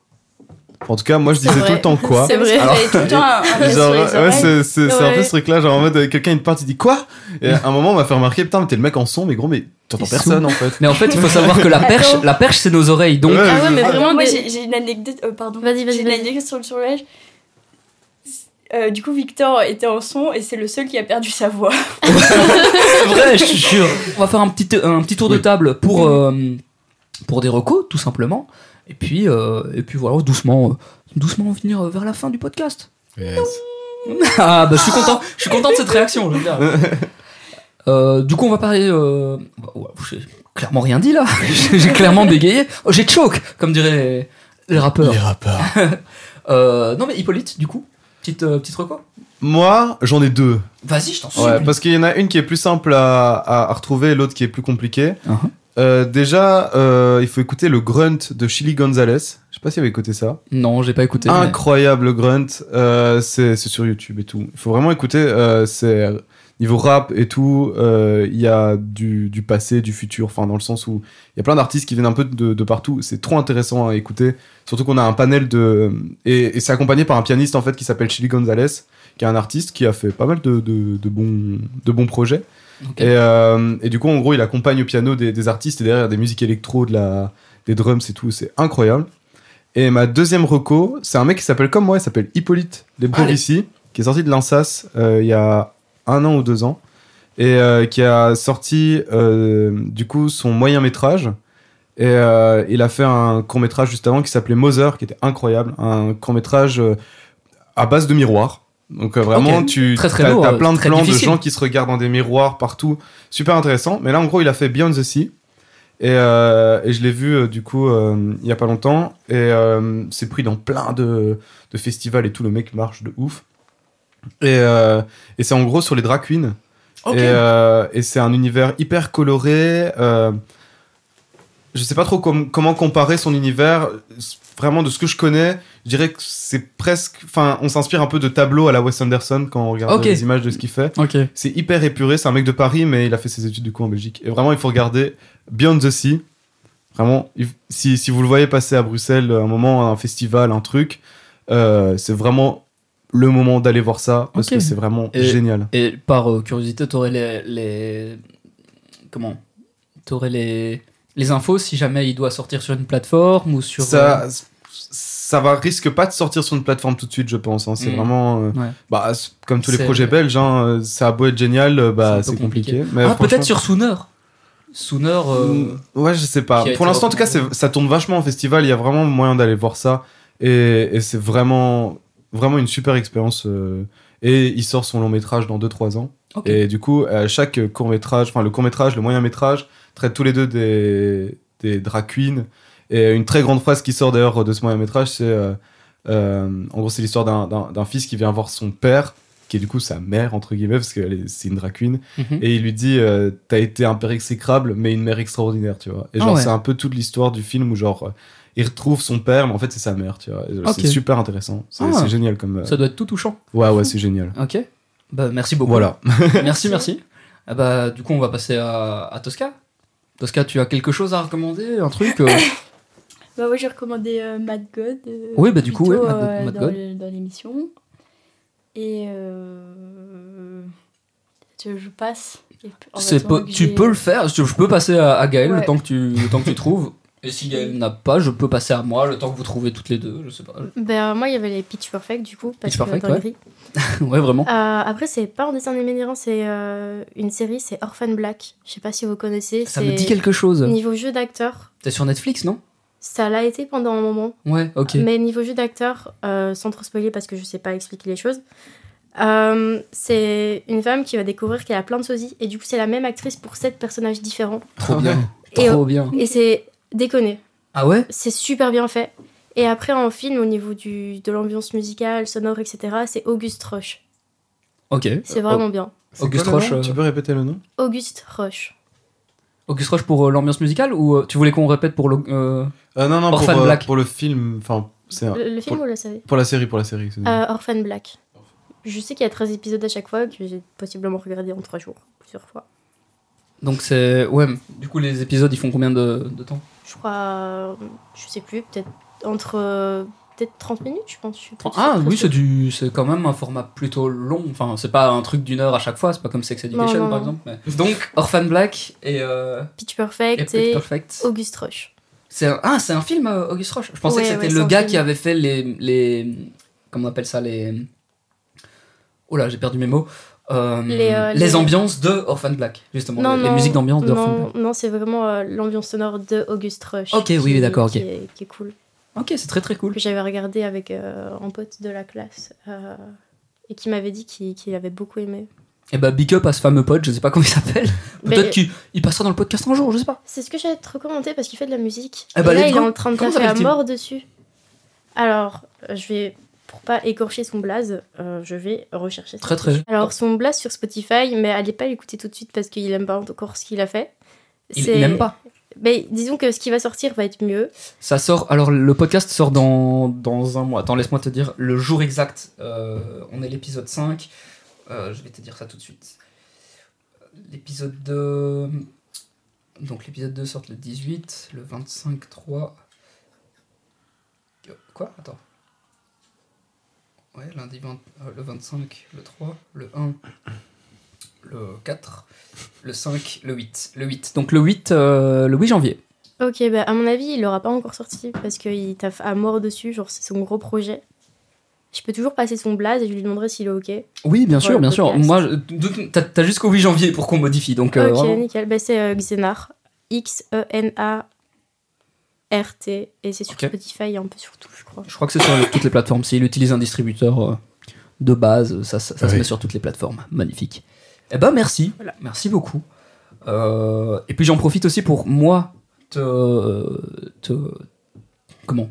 [SPEAKER 3] En tout cas, moi je
[SPEAKER 5] C'est
[SPEAKER 3] disais
[SPEAKER 5] vrai.
[SPEAKER 3] tout le temps quoi.
[SPEAKER 5] C'est vrai. Ah
[SPEAKER 4] J'avais tout le temps un- un
[SPEAKER 3] Genre,
[SPEAKER 4] reste
[SPEAKER 3] ouais,
[SPEAKER 4] sur les oreilles.
[SPEAKER 3] c'est c'est- c'est un peu
[SPEAKER 5] Ouais.
[SPEAKER 3] ce truc là, genre en mode euh, quelqu'un il part, il dit quoi Et à un moment on m'a fait remarquer, putain, mais t'es le mec en son, mais gros, mais t'entends
[SPEAKER 2] T'es
[SPEAKER 3] personne en fait.
[SPEAKER 2] Mais en fait, il faut savoir que la perche,
[SPEAKER 4] Attends.
[SPEAKER 2] la perche, c'est nos oreilles. Donc,
[SPEAKER 3] Ouais.
[SPEAKER 5] Ah ouais, mais
[SPEAKER 4] Ah,
[SPEAKER 5] vraiment
[SPEAKER 4] Moi,
[SPEAKER 5] des-
[SPEAKER 4] j'ai j'ai une anecdote. euh, pardon.
[SPEAKER 5] Vas-y, vas-y,
[SPEAKER 4] J'ai une
[SPEAKER 5] vas-y.
[SPEAKER 4] anecdote sur le tournage. Euh, du coup, Victor était en son et c'est le seul qui a perdu sa voix.
[SPEAKER 2] c'est vrai, je suis sûr. On va faire un petit, un petit tour de
[SPEAKER 3] Oui.
[SPEAKER 2] table pour, euh, pour des recos, tout simplement. Et puis, euh, et puis voilà, doucement, euh, doucement venir euh, vers la fin du podcast. Ah, bah, je suis content, je suis content de cette réaction. je veux dire. Euh, du coup, on va parler. euh, bah, ouais, j'ai clairement rien dit là. J'ai j'ai clairement bégayé. Oh, j'ai choke, comme diraient les, les rappeurs.
[SPEAKER 3] rappeurs.
[SPEAKER 2] Euh, non, mais Hippolyte, du coup, petite, euh, petite reco.
[SPEAKER 3] Moi, j'en ai deux.
[SPEAKER 2] Vas-y, je t'en supplie.
[SPEAKER 3] Ouais, parce qu'il y en a une qui est plus simple à, à- à retrouver et l'autre qui est plus compliquée.
[SPEAKER 2] Uh-huh.
[SPEAKER 3] Euh, déjà, euh, il faut écouter le grunt de Chili Gonzalez. Je sais pas si vous avez écouté ça.
[SPEAKER 2] Non, j'ai pas écouté. mais-
[SPEAKER 3] Incroyable grunt. Euh, c'est c'est sur YouTube et tout. Il faut vraiment écouter. euh, c'est niveau rap et tout. euh, Il y a du, du passé, du futur. Enfin, dans le sens où il y a plein d'artistes qui viennent un peu de, de partout. C'est trop intéressant à écouter. Surtout qu'on a un panel de et, et c'est accompagné par un pianiste en fait qui s'appelle Chili Gonzalez, qui est un artiste qui a fait pas mal de, de, de bons de bons projets.
[SPEAKER 2] Ok.
[SPEAKER 3] Et, euh, et du coup, en gros, il accompagne au piano des, des artistes et derrière des musiques électro, de la, des drums et tout. C'est incroyable. Et ma deuxième reco, c'est un mec qui s'appelle comme moi, il s'appelle Hippolyte Lebrovici, qui est sorti de l'Insas euh, il y a un an ou deux ans, et euh, qui a sorti euh, du coup son moyen métrage. Et euh, il a fait un court métrage juste avant qui s'appelait Mother, qui était incroyable, un court métrage euh, à base de miroirs. Donc euh, vraiment,
[SPEAKER 2] Ok.
[SPEAKER 3] tu
[SPEAKER 2] Très, très
[SPEAKER 3] t'as-
[SPEAKER 2] lourd, euh,
[SPEAKER 3] t'as plein de
[SPEAKER 2] très
[SPEAKER 3] plans de
[SPEAKER 2] difficile.
[SPEAKER 3] gens qui se regardent dans des miroirs partout, super intéressant. Mais là, en gros, il a fait Beyond the Sea. Et, euh, et je l'ai vu euh, du coup euh, il y a pas longtemps et euh, c'est pris dans plein de, de festivals et tout le mec marche de ouf et, euh, et c'est en gros sur les drag queens
[SPEAKER 2] Ok.
[SPEAKER 3] et, euh, et c'est un univers hyper coloré. euh, je sais pas trop com- comment comparer son univers. S- Vraiment, de ce que je connais, je dirais que c'est presque. Enfin, on s'inspire un peu de tableaux à la Wes Anderson quand on regarde
[SPEAKER 2] Ok.
[SPEAKER 3] les images de ce qu'il fait.
[SPEAKER 2] Ok.
[SPEAKER 3] C'est hyper épuré. C'est un mec de Paris, mais il a fait ses études du coup en Belgique. Et vraiment, il faut regarder Beyond the Sea. Vraiment, il- si, si vous le voyez passer à Bruxelles euh, un moment, à un festival, un truc, euh, c'est vraiment le moment d'aller voir ça parce
[SPEAKER 2] Ok.
[SPEAKER 3] que c'est vraiment
[SPEAKER 2] Et-
[SPEAKER 3] génial.
[SPEAKER 2] Et par euh, curiosité, t'aurais les, les. Comment T'aurais les. Les infos si jamais il doit sortir sur une plateforme ou sur.
[SPEAKER 3] ça,
[SPEAKER 2] euh,
[SPEAKER 3] ça va risque pas de sortir sur une plateforme tout de suite, je pense. hein. C'est
[SPEAKER 2] Mm.
[SPEAKER 3] vraiment, euh,
[SPEAKER 2] Ouais.
[SPEAKER 3] bah, c'est comme tous les
[SPEAKER 2] C'est-
[SPEAKER 3] projets belges, hein, euh, ça a beau être génial, euh, bah,
[SPEAKER 2] C'est un
[SPEAKER 3] c'est
[SPEAKER 2] peu compliqué.
[SPEAKER 3] compliqué. Mais
[SPEAKER 2] ah,
[SPEAKER 3] franchement-
[SPEAKER 2] peut-être sur Sooner Sooner. euh,
[SPEAKER 3] Mm, Ouais, je sais pas.
[SPEAKER 2] qui a été
[SPEAKER 3] Pour l'instant, en tout cas,
[SPEAKER 2] recommandé.
[SPEAKER 3] c'est- ça tourne vachement en festival. Il y a vraiment moyen d'aller voir ça, et, et c'est vraiment, vraiment une super expérience. euh, Et il sort son long métrage dans 2-3 ans.
[SPEAKER 2] Ok.
[SPEAKER 3] Et du coup, euh, chaque court métrage, enfin le court métrage, le moyen métrage, traite tous les deux des, des drag queens. Et une très grande phrase qui sort d'ailleurs de ce moyen métrage, c'est euh, euh, en gros, c'est l'histoire d'un- d'un d'un fils qui vient voir son père, qui est du coup sa mère, entre guillemets, parce que elle est- c'est une drag queen.
[SPEAKER 2] Mhm.
[SPEAKER 3] Et il lui dit euh, T'as été un père exécrable, mais une mère extraordinaire, tu vois. Et
[SPEAKER 2] Ah
[SPEAKER 3] genre,
[SPEAKER 2] ouais.
[SPEAKER 3] c'est un peu toute l'histoire du film où genre. euh, il retrouve son père, mais en fait c'est sa mère, tu vois. Et, euh,
[SPEAKER 2] Ok.
[SPEAKER 3] C'est super intéressant. C'est
[SPEAKER 2] Ah.
[SPEAKER 3] c'est génial comme. euh,
[SPEAKER 2] Ça doit être tout touchant.
[SPEAKER 3] Ouais, ouais, c'est génial.
[SPEAKER 2] Ok. Bah, merci beaucoup.
[SPEAKER 3] Voilà.
[SPEAKER 2] Merci, merci. Ah bah, du coup, on va passer à, à Tosca. Tosca, tu as quelque chose à recommander Un truc euh,
[SPEAKER 4] Bah ouais, j'ai recommandé euh, Mad God. euh,
[SPEAKER 2] Oui, bah, du coup,
[SPEAKER 4] plutôt,
[SPEAKER 2] ouais, Mad-
[SPEAKER 4] euh,
[SPEAKER 2] Mad
[SPEAKER 4] dans
[SPEAKER 2] God.
[SPEAKER 4] le- dans l'émission. Et euh, je, je passe. Et p- en
[SPEAKER 2] c'est
[SPEAKER 4] attendant
[SPEAKER 2] pas-
[SPEAKER 4] que
[SPEAKER 2] Tu
[SPEAKER 4] j'ai-
[SPEAKER 2] peux le faire. Je, je peux passer à, à Gaël le,
[SPEAKER 4] Ouais.
[SPEAKER 2] temps que tu, le temps que tu trouves. Et si Gaël n'a pas, je peux passer à moi le temps que vous trouvez toutes les deux. Je sais pas.
[SPEAKER 5] Ben, moi, il y avait les Pitch Perfect, du coup, parce
[SPEAKER 2] Pitch
[SPEAKER 5] que
[SPEAKER 2] Perfect,
[SPEAKER 5] dans le
[SPEAKER 2] ouais.
[SPEAKER 5] gris.
[SPEAKER 2] ouais, vraiment.
[SPEAKER 5] Euh, après, c'est pas un dessin animé d'Iran, c'est euh, une série, c'est Orphan Black. Je sais pas si vous connaissez.
[SPEAKER 2] Ça
[SPEAKER 5] c'est
[SPEAKER 2] me dit quelque chose.
[SPEAKER 5] Niveau jeu d'acteur,
[SPEAKER 2] T'es sur Netflix, non
[SPEAKER 5] Ça l'a été pendant un moment.
[SPEAKER 2] Ouais, ok.
[SPEAKER 5] Mais niveau jeu d'acteur, euh, sans trop spoiler parce que je sais pas expliquer les choses, euh, c'est une femme qui va découvrir qu'elle a plein de sosies et du coup c'est la même actrice pour sept personnages différents.
[SPEAKER 2] Trop bien.
[SPEAKER 5] Et, euh,
[SPEAKER 2] Trop bien.
[SPEAKER 5] et c'est déconné,
[SPEAKER 2] Ah ouais
[SPEAKER 5] c'est super bien fait. Et après en film, au niveau du, de l'ambiance musicale, sonore, etc., c'est Auguste Roche.
[SPEAKER 2] Ok.
[SPEAKER 5] C'est
[SPEAKER 2] oh.
[SPEAKER 5] vraiment bien.
[SPEAKER 6] C'est
[SPEAKER 2] Auguste
[SPEAKER 6] quoi le
[SPEAKER 2] Roche,
[SPEAKER 6] nom
[SPEAKER 2] euh,
[SPEAKER 6] Tu peux répéter le nom
[SPEAKER 5] Auguste Roche.
[SPEAKER 2] Auguste Roche pour euh, l'ambiance musicale ou euh, tu voulais qu'on répète pour le. euh,
[SPEAKER 6] Euh, Non, non, pour,
[SPEAKER 2] Orphan
[SPEAKER 6] euh,
[SPEAKER 2] Black.
[SPEAKER 6] pour le film. Enfin,
[SPEAKER 2] Ah.
[SPEAKER 6] c'est
[SPEAKER 5] Le, le
[SPEAKER 2] Oh.
[SPEAKER 5] film, vous le savez
[SPEAKER 6] pour la série, pour la série. c'est-
[SPEAKER 5] Euh, Orphan Black. Je sais qu'il y a 13 épisodes à chaque fois que j'ai possiblement regardé en 3 jours, plusieurs fois.
[SPEAKER 2] Donc c'est. Ouais, du coup les épisodes ils font combien de, de temps
[SPEAKER 5] je crois, euh, je sais plus, peut-être entre euh, peut-être 30 minutes, je pense. je suis pas
[SPEAKER 2] Ah
[SPEAKER 5] sûre,
[SPEAKER 2] oui,
[SPEAKER 5] presque.
[SPEAKER 2] c'est du c'est quand même un format plutôt long. Enfin, c'est pas un truc d'une heure à chaque fois, c'est pas comme Sex Education
[SPEAKER 5] Non, non,
[SPEAKER 2] par
[SPEAKER 5] non.
[SPEAKER 2] exemple. mais- Donc Orphan Black et, euh,
[SPEAKER 5] Pitch
[SPEAKER 2] et
[SPEAKER 5] Perfect
[SPEAKER 2] Pitch
[SPEAKER 5] et
[SPEAKER 2] Perfect.
[SPEAKER 5] Auguste Roche.
[SPEAKER 2] C'est un- ah, c'est un film, euh, Auguste Roche. Je pensais
[SPEAKER 5] Ouais,
[SPEAKER 2] que c'était
[SPEAKER 5] ouais,
[SPEAKER 2] le
[SPEAKER 5] c'est un
[SPEAKER 2] gars
[SPEAKER 5] film.
[SPEAKER 2] qui avait fait les, les. Comment on appelle ça Les. Oh là, j'ai perdu mes mots. Euh,
[SPEAKER 5] Les, euh,
[SPEAKER 2] les
[SPEAKER 5] les-
[SPEAKER 2] ambiances de Orphan Black, justement.
[SPEAKER 5] Non,
[SPEAKER 2] les, les
[SPEAKER 5] non,
[SPEAKER 2] musiques d'ambiance de Orphan Black.
[SPEAKER 5] Non, non, c'est vraiment euh, l'ambiance sonore de Auguste Roche.
[SPEAKER 2] Ok, oui,
[SPEAKER 5] qui-
[SPEAKER 2] d'accord, ok.
[SPEAKER 5] Qui est, qui est cool.
[SPEAKER 2] Ok, c'est très très cool.
[SPEAKER 5] Que j'avais regardé avec euh, un pote de la classe euh, et qui m'avait dit qu'il qu'il avait beaucoup aimé.
[SPEAKER 2] Et bah, big up à ce fameux pote, je sais pas comment il s'appelle.
[SPEAKER 5] Mais
[SPEAKER 2] Peut-être qu'il il passera dans le podcast un jour, je sais pas.
[SPEAKER 5] C'est ce que j'allais te recommander parce qu'il fait de la musique.
[SPEAKER 2] Eh
[SPEAKER 5] et
[SPEAKER 2] bah,
[SPEAKER 5] là,
[SPEAKER 2] let's
[SPEAKER 5] il est
[SPEAKER 2] go.
[SPEAKER 5] en train de
[SPEAKER 2] Comment
[SPEAKER 5] taper à
[SPEAKER 2] s'appelle-t-il
[SPEAKER 5] mort dessus. Alors, euh, je vais, pour pas écorcher son blaze, euh, je vais rechercher.
[SPEAKER 2] Très très.
[SPEAKER 5] Alors, son blast sur Spotify, mais allez pas l'écouter tout de suite parce qu'il aime pas encore ce qu'il a fait.
[SPEAKER 2] Il,
[SPEAKER 5] C'est-
[SPEAKER 2] il aime pas.
[SPEAKER 5] Mais disons que ce qui va sortir va être mieux.
[SPEAKER 2] Ça sort. Alors, le podcast sort dans, dans un mois. Attends, laisse-moi te dire le jour exact. Euh, on est l'épisode 5. Euh, je vais te dire ça tout de suite. L'épisode 2. Donc, l'épisode 2 sort le 18, le 25, 3. Euh, Quoi Attends. Ouais, lundi 20, euh, le 25, le 3, le 1, le 4, le 5, le 8. Le 8. Donc, le 8, euh, le 8 janvier.
[SPEAKER 5] Ok, bah à mon avis, il l'aura pas encore sorti parce qu'il taffe à mort dessus. Genre, c'est son gros projet. Je peux toujours passer son blaze et je lui demanderai s'il est ok.
[SPEAKER 2] Oui, bien
[SPEAKER 5] pour
[SPEAKER 2] sûr,
[SPEAKER 5] le
[SPEAKER 2] bien sûr.
[SPEAKER 5] podcast.
[SPEAKER 2] Moi, je- donc, t'as t'as jusqu'au 8 janvier pour qu'on modifie. Donc, euh,
[SPEAKER 5] ok,
[SPEAKER 2] vraiment.
[SPEAKER 5] nickel. Bah, c'est euh, Xenar. E X-E-N-A-R-T. Et c'est sur
[SPEAKER 2] Ok.
[SPEAKER 5] Spotify et un peu sur tout, je crois.
[SPEAKER 2] je crois que c'est sur toutes les plateformes. S'il utilise un distributeur euh, de base, ça, ça- ça se
[SPEAKER 6] Oui.
[SPEAKER 2] met sur toutes les plateformes. Magnifique. Eh ben, merci. Merci beaucoup. Euh, et puis, j'en profite aussi pour moi te, te. Comment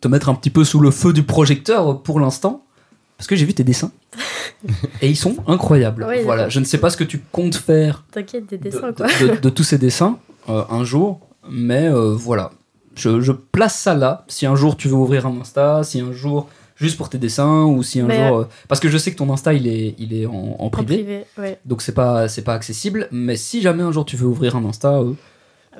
[SPEAKER 2] Te mettre un petit peu sous le feu du projecteur pour l'instant. Parce que j'ai vu tes dessins. et ils sont incroyables.
[SPEAKER 5] Ouais,
[SPEAKER 2] voilà,
[SPEAKER 5] d'accord.
[SPEAKER 2] je ne sais pas ce que tu comptes faire
[SPEAKER 5] T'inquiète des
[SPEAKER 2] de-
[SPEAKER 5] dessins,
[SPEAKER 2] de,
[SPEAKER 5] quoi.
[SPEAKER 2] de- de tous ces dessins euh, un jour, mais euh, voilà. Je, je place ça là. Si un jour tu veux ouvrir un Insta, si un jour juste pour tes dessins, ou si un
[SPEAKER 5] Mais,
[SPEAKER 2] jour. euh, parce que je sais que ton Insta il est, il est en, en
[SPEAKER 5] En
[SPEAKER 2] privé,
[SPEAKER 5] privé, ouais.
[SPEAKER 2] donc c'est pas, c'est pas accessible, mais si jamais un jour tu veux ouvrir un Insta, euh,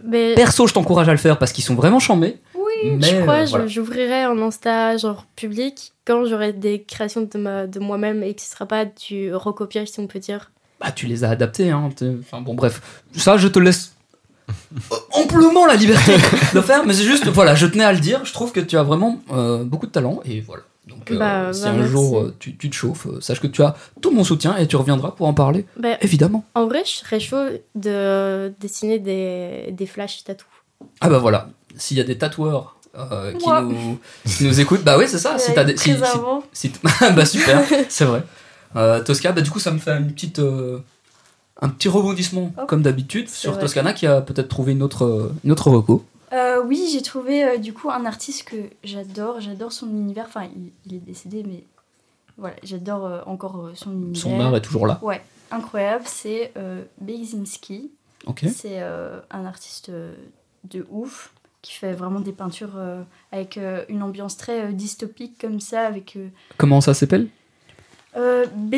[SPEAKER 5] Mais
[SPEAKER 2] perso je t'encourage à le faire parce qu'ils sont vraiment charmés. Oui,
[SPEAKER 5] je crois que j'ouvrirai un Insta genre public quand j'aurai des créations de, ma- de moi-même et que ce sera pas du recopiage si on peut dire.
[SPEAKER 2] Bah, tu les as adaptés, hein. t'es- Enfin, bon, bref. Ça, je te laisse amplement la liberté de faire, mais c'est juste, voilà, je tenais à le dire. Je trouve que tu as vraiment euh, beaucoup de talent, et voilà. Donc, euh,
[SPEAKER 5] Bah,
[SPEAKER 2] si
[SPEAKER 5] bah,
[SPEAKER 2] un
[SPEAKER 5] merci.
[SPEAKER 2] jour euh, tu, tu te chauffes, euh, sache que tu as tout mon soutien et tu reviendras pour en parler,
[SPEAKER 5] Bah,
[SPEAKER 2] évidemment.
[SPEAKER 5] en vrai, je serais chaud de dessiner des, des flashs tatous.
[SPEAKER 2] Ah, bah voilà, s'il y a des tatoueurs euh, qui,
[SPEAKER 4] Moi.
[SPEAKER 2] nous, qui nous écoutent, bah oui, c'est ça. Si t'as des- si-
[SPEAKER 4] Très
[SPEAKER 2] si-
[SPEAKER 4] avant.
[SPEAKER 2] Si t- bah super, c'est vrai. Euh, Tosca, bah du coup ça me fait une petite, euh, un petit rebondissement
[SPEAKER 4] Oh.
[SPEAKER 2] comme d'habitude sur
[SPEAKER 5] vrai.
[SPEAKER 2] Toscana qui a peut-être trouvé une autre, euh, une autre reco.
[SPEAKER 4] Euh, oui, j'ai trouvé euh, du coup un artiste que j'adore, j'adore son univers. Enfin, il, il est décédé, mais voilà, j'adore euh, encore euh, son univers.
[SPEAKER 2] Son art est toujours là.
[SPEAKER 4] Ouais, incroyable. C'est euh, Bezinski.
[SPEAKER 2] Ok.
[SPEAKER 4] C'est euh, un artiste euh, de ouf qui fait vraiment des peintures euh, avec euh, une ambiance très euh, dystopique comme ça, avec euh,
[SPEAKER 2] Comment ça s'appelle
[SPEAKER 4] euh, B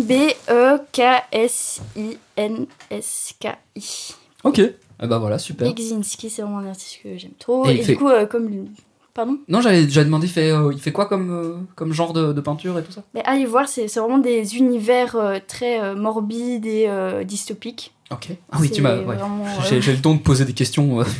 [SPEAKER 4] B E K S I N S K I.
[SPEAKER 2] Ok. Eh bah voilà super.
[SPEAKER 4] Bezinski, c'est vraiment un artiste que j'aime trop.
[SPEAKER 2] Et
[SPEAKER 4] Et,
[SPEAKER 2] il fait-
[SPEAKER 4] du coup, euh, comme pardon.
[SPEAKER 2] Non j'allais j'allais demander il fait, euh, il fait quoi comme, euh, comme genre de, de peinture et tout ça
[SPEAKER 4] Mais allez voir, c'est c'est vraiment des univers euh, très euh, morbides et euh, dystopiques.
[SPEAKER 2] Ok. Ah oui tu
[SPEAKER 4] C'est
[SPEAKER 2] m'as. ouais.
[SPEAKER 4] vraiment, euh,
[SPEAKER 2] J'ai j'ai le don de poser des questions. euh,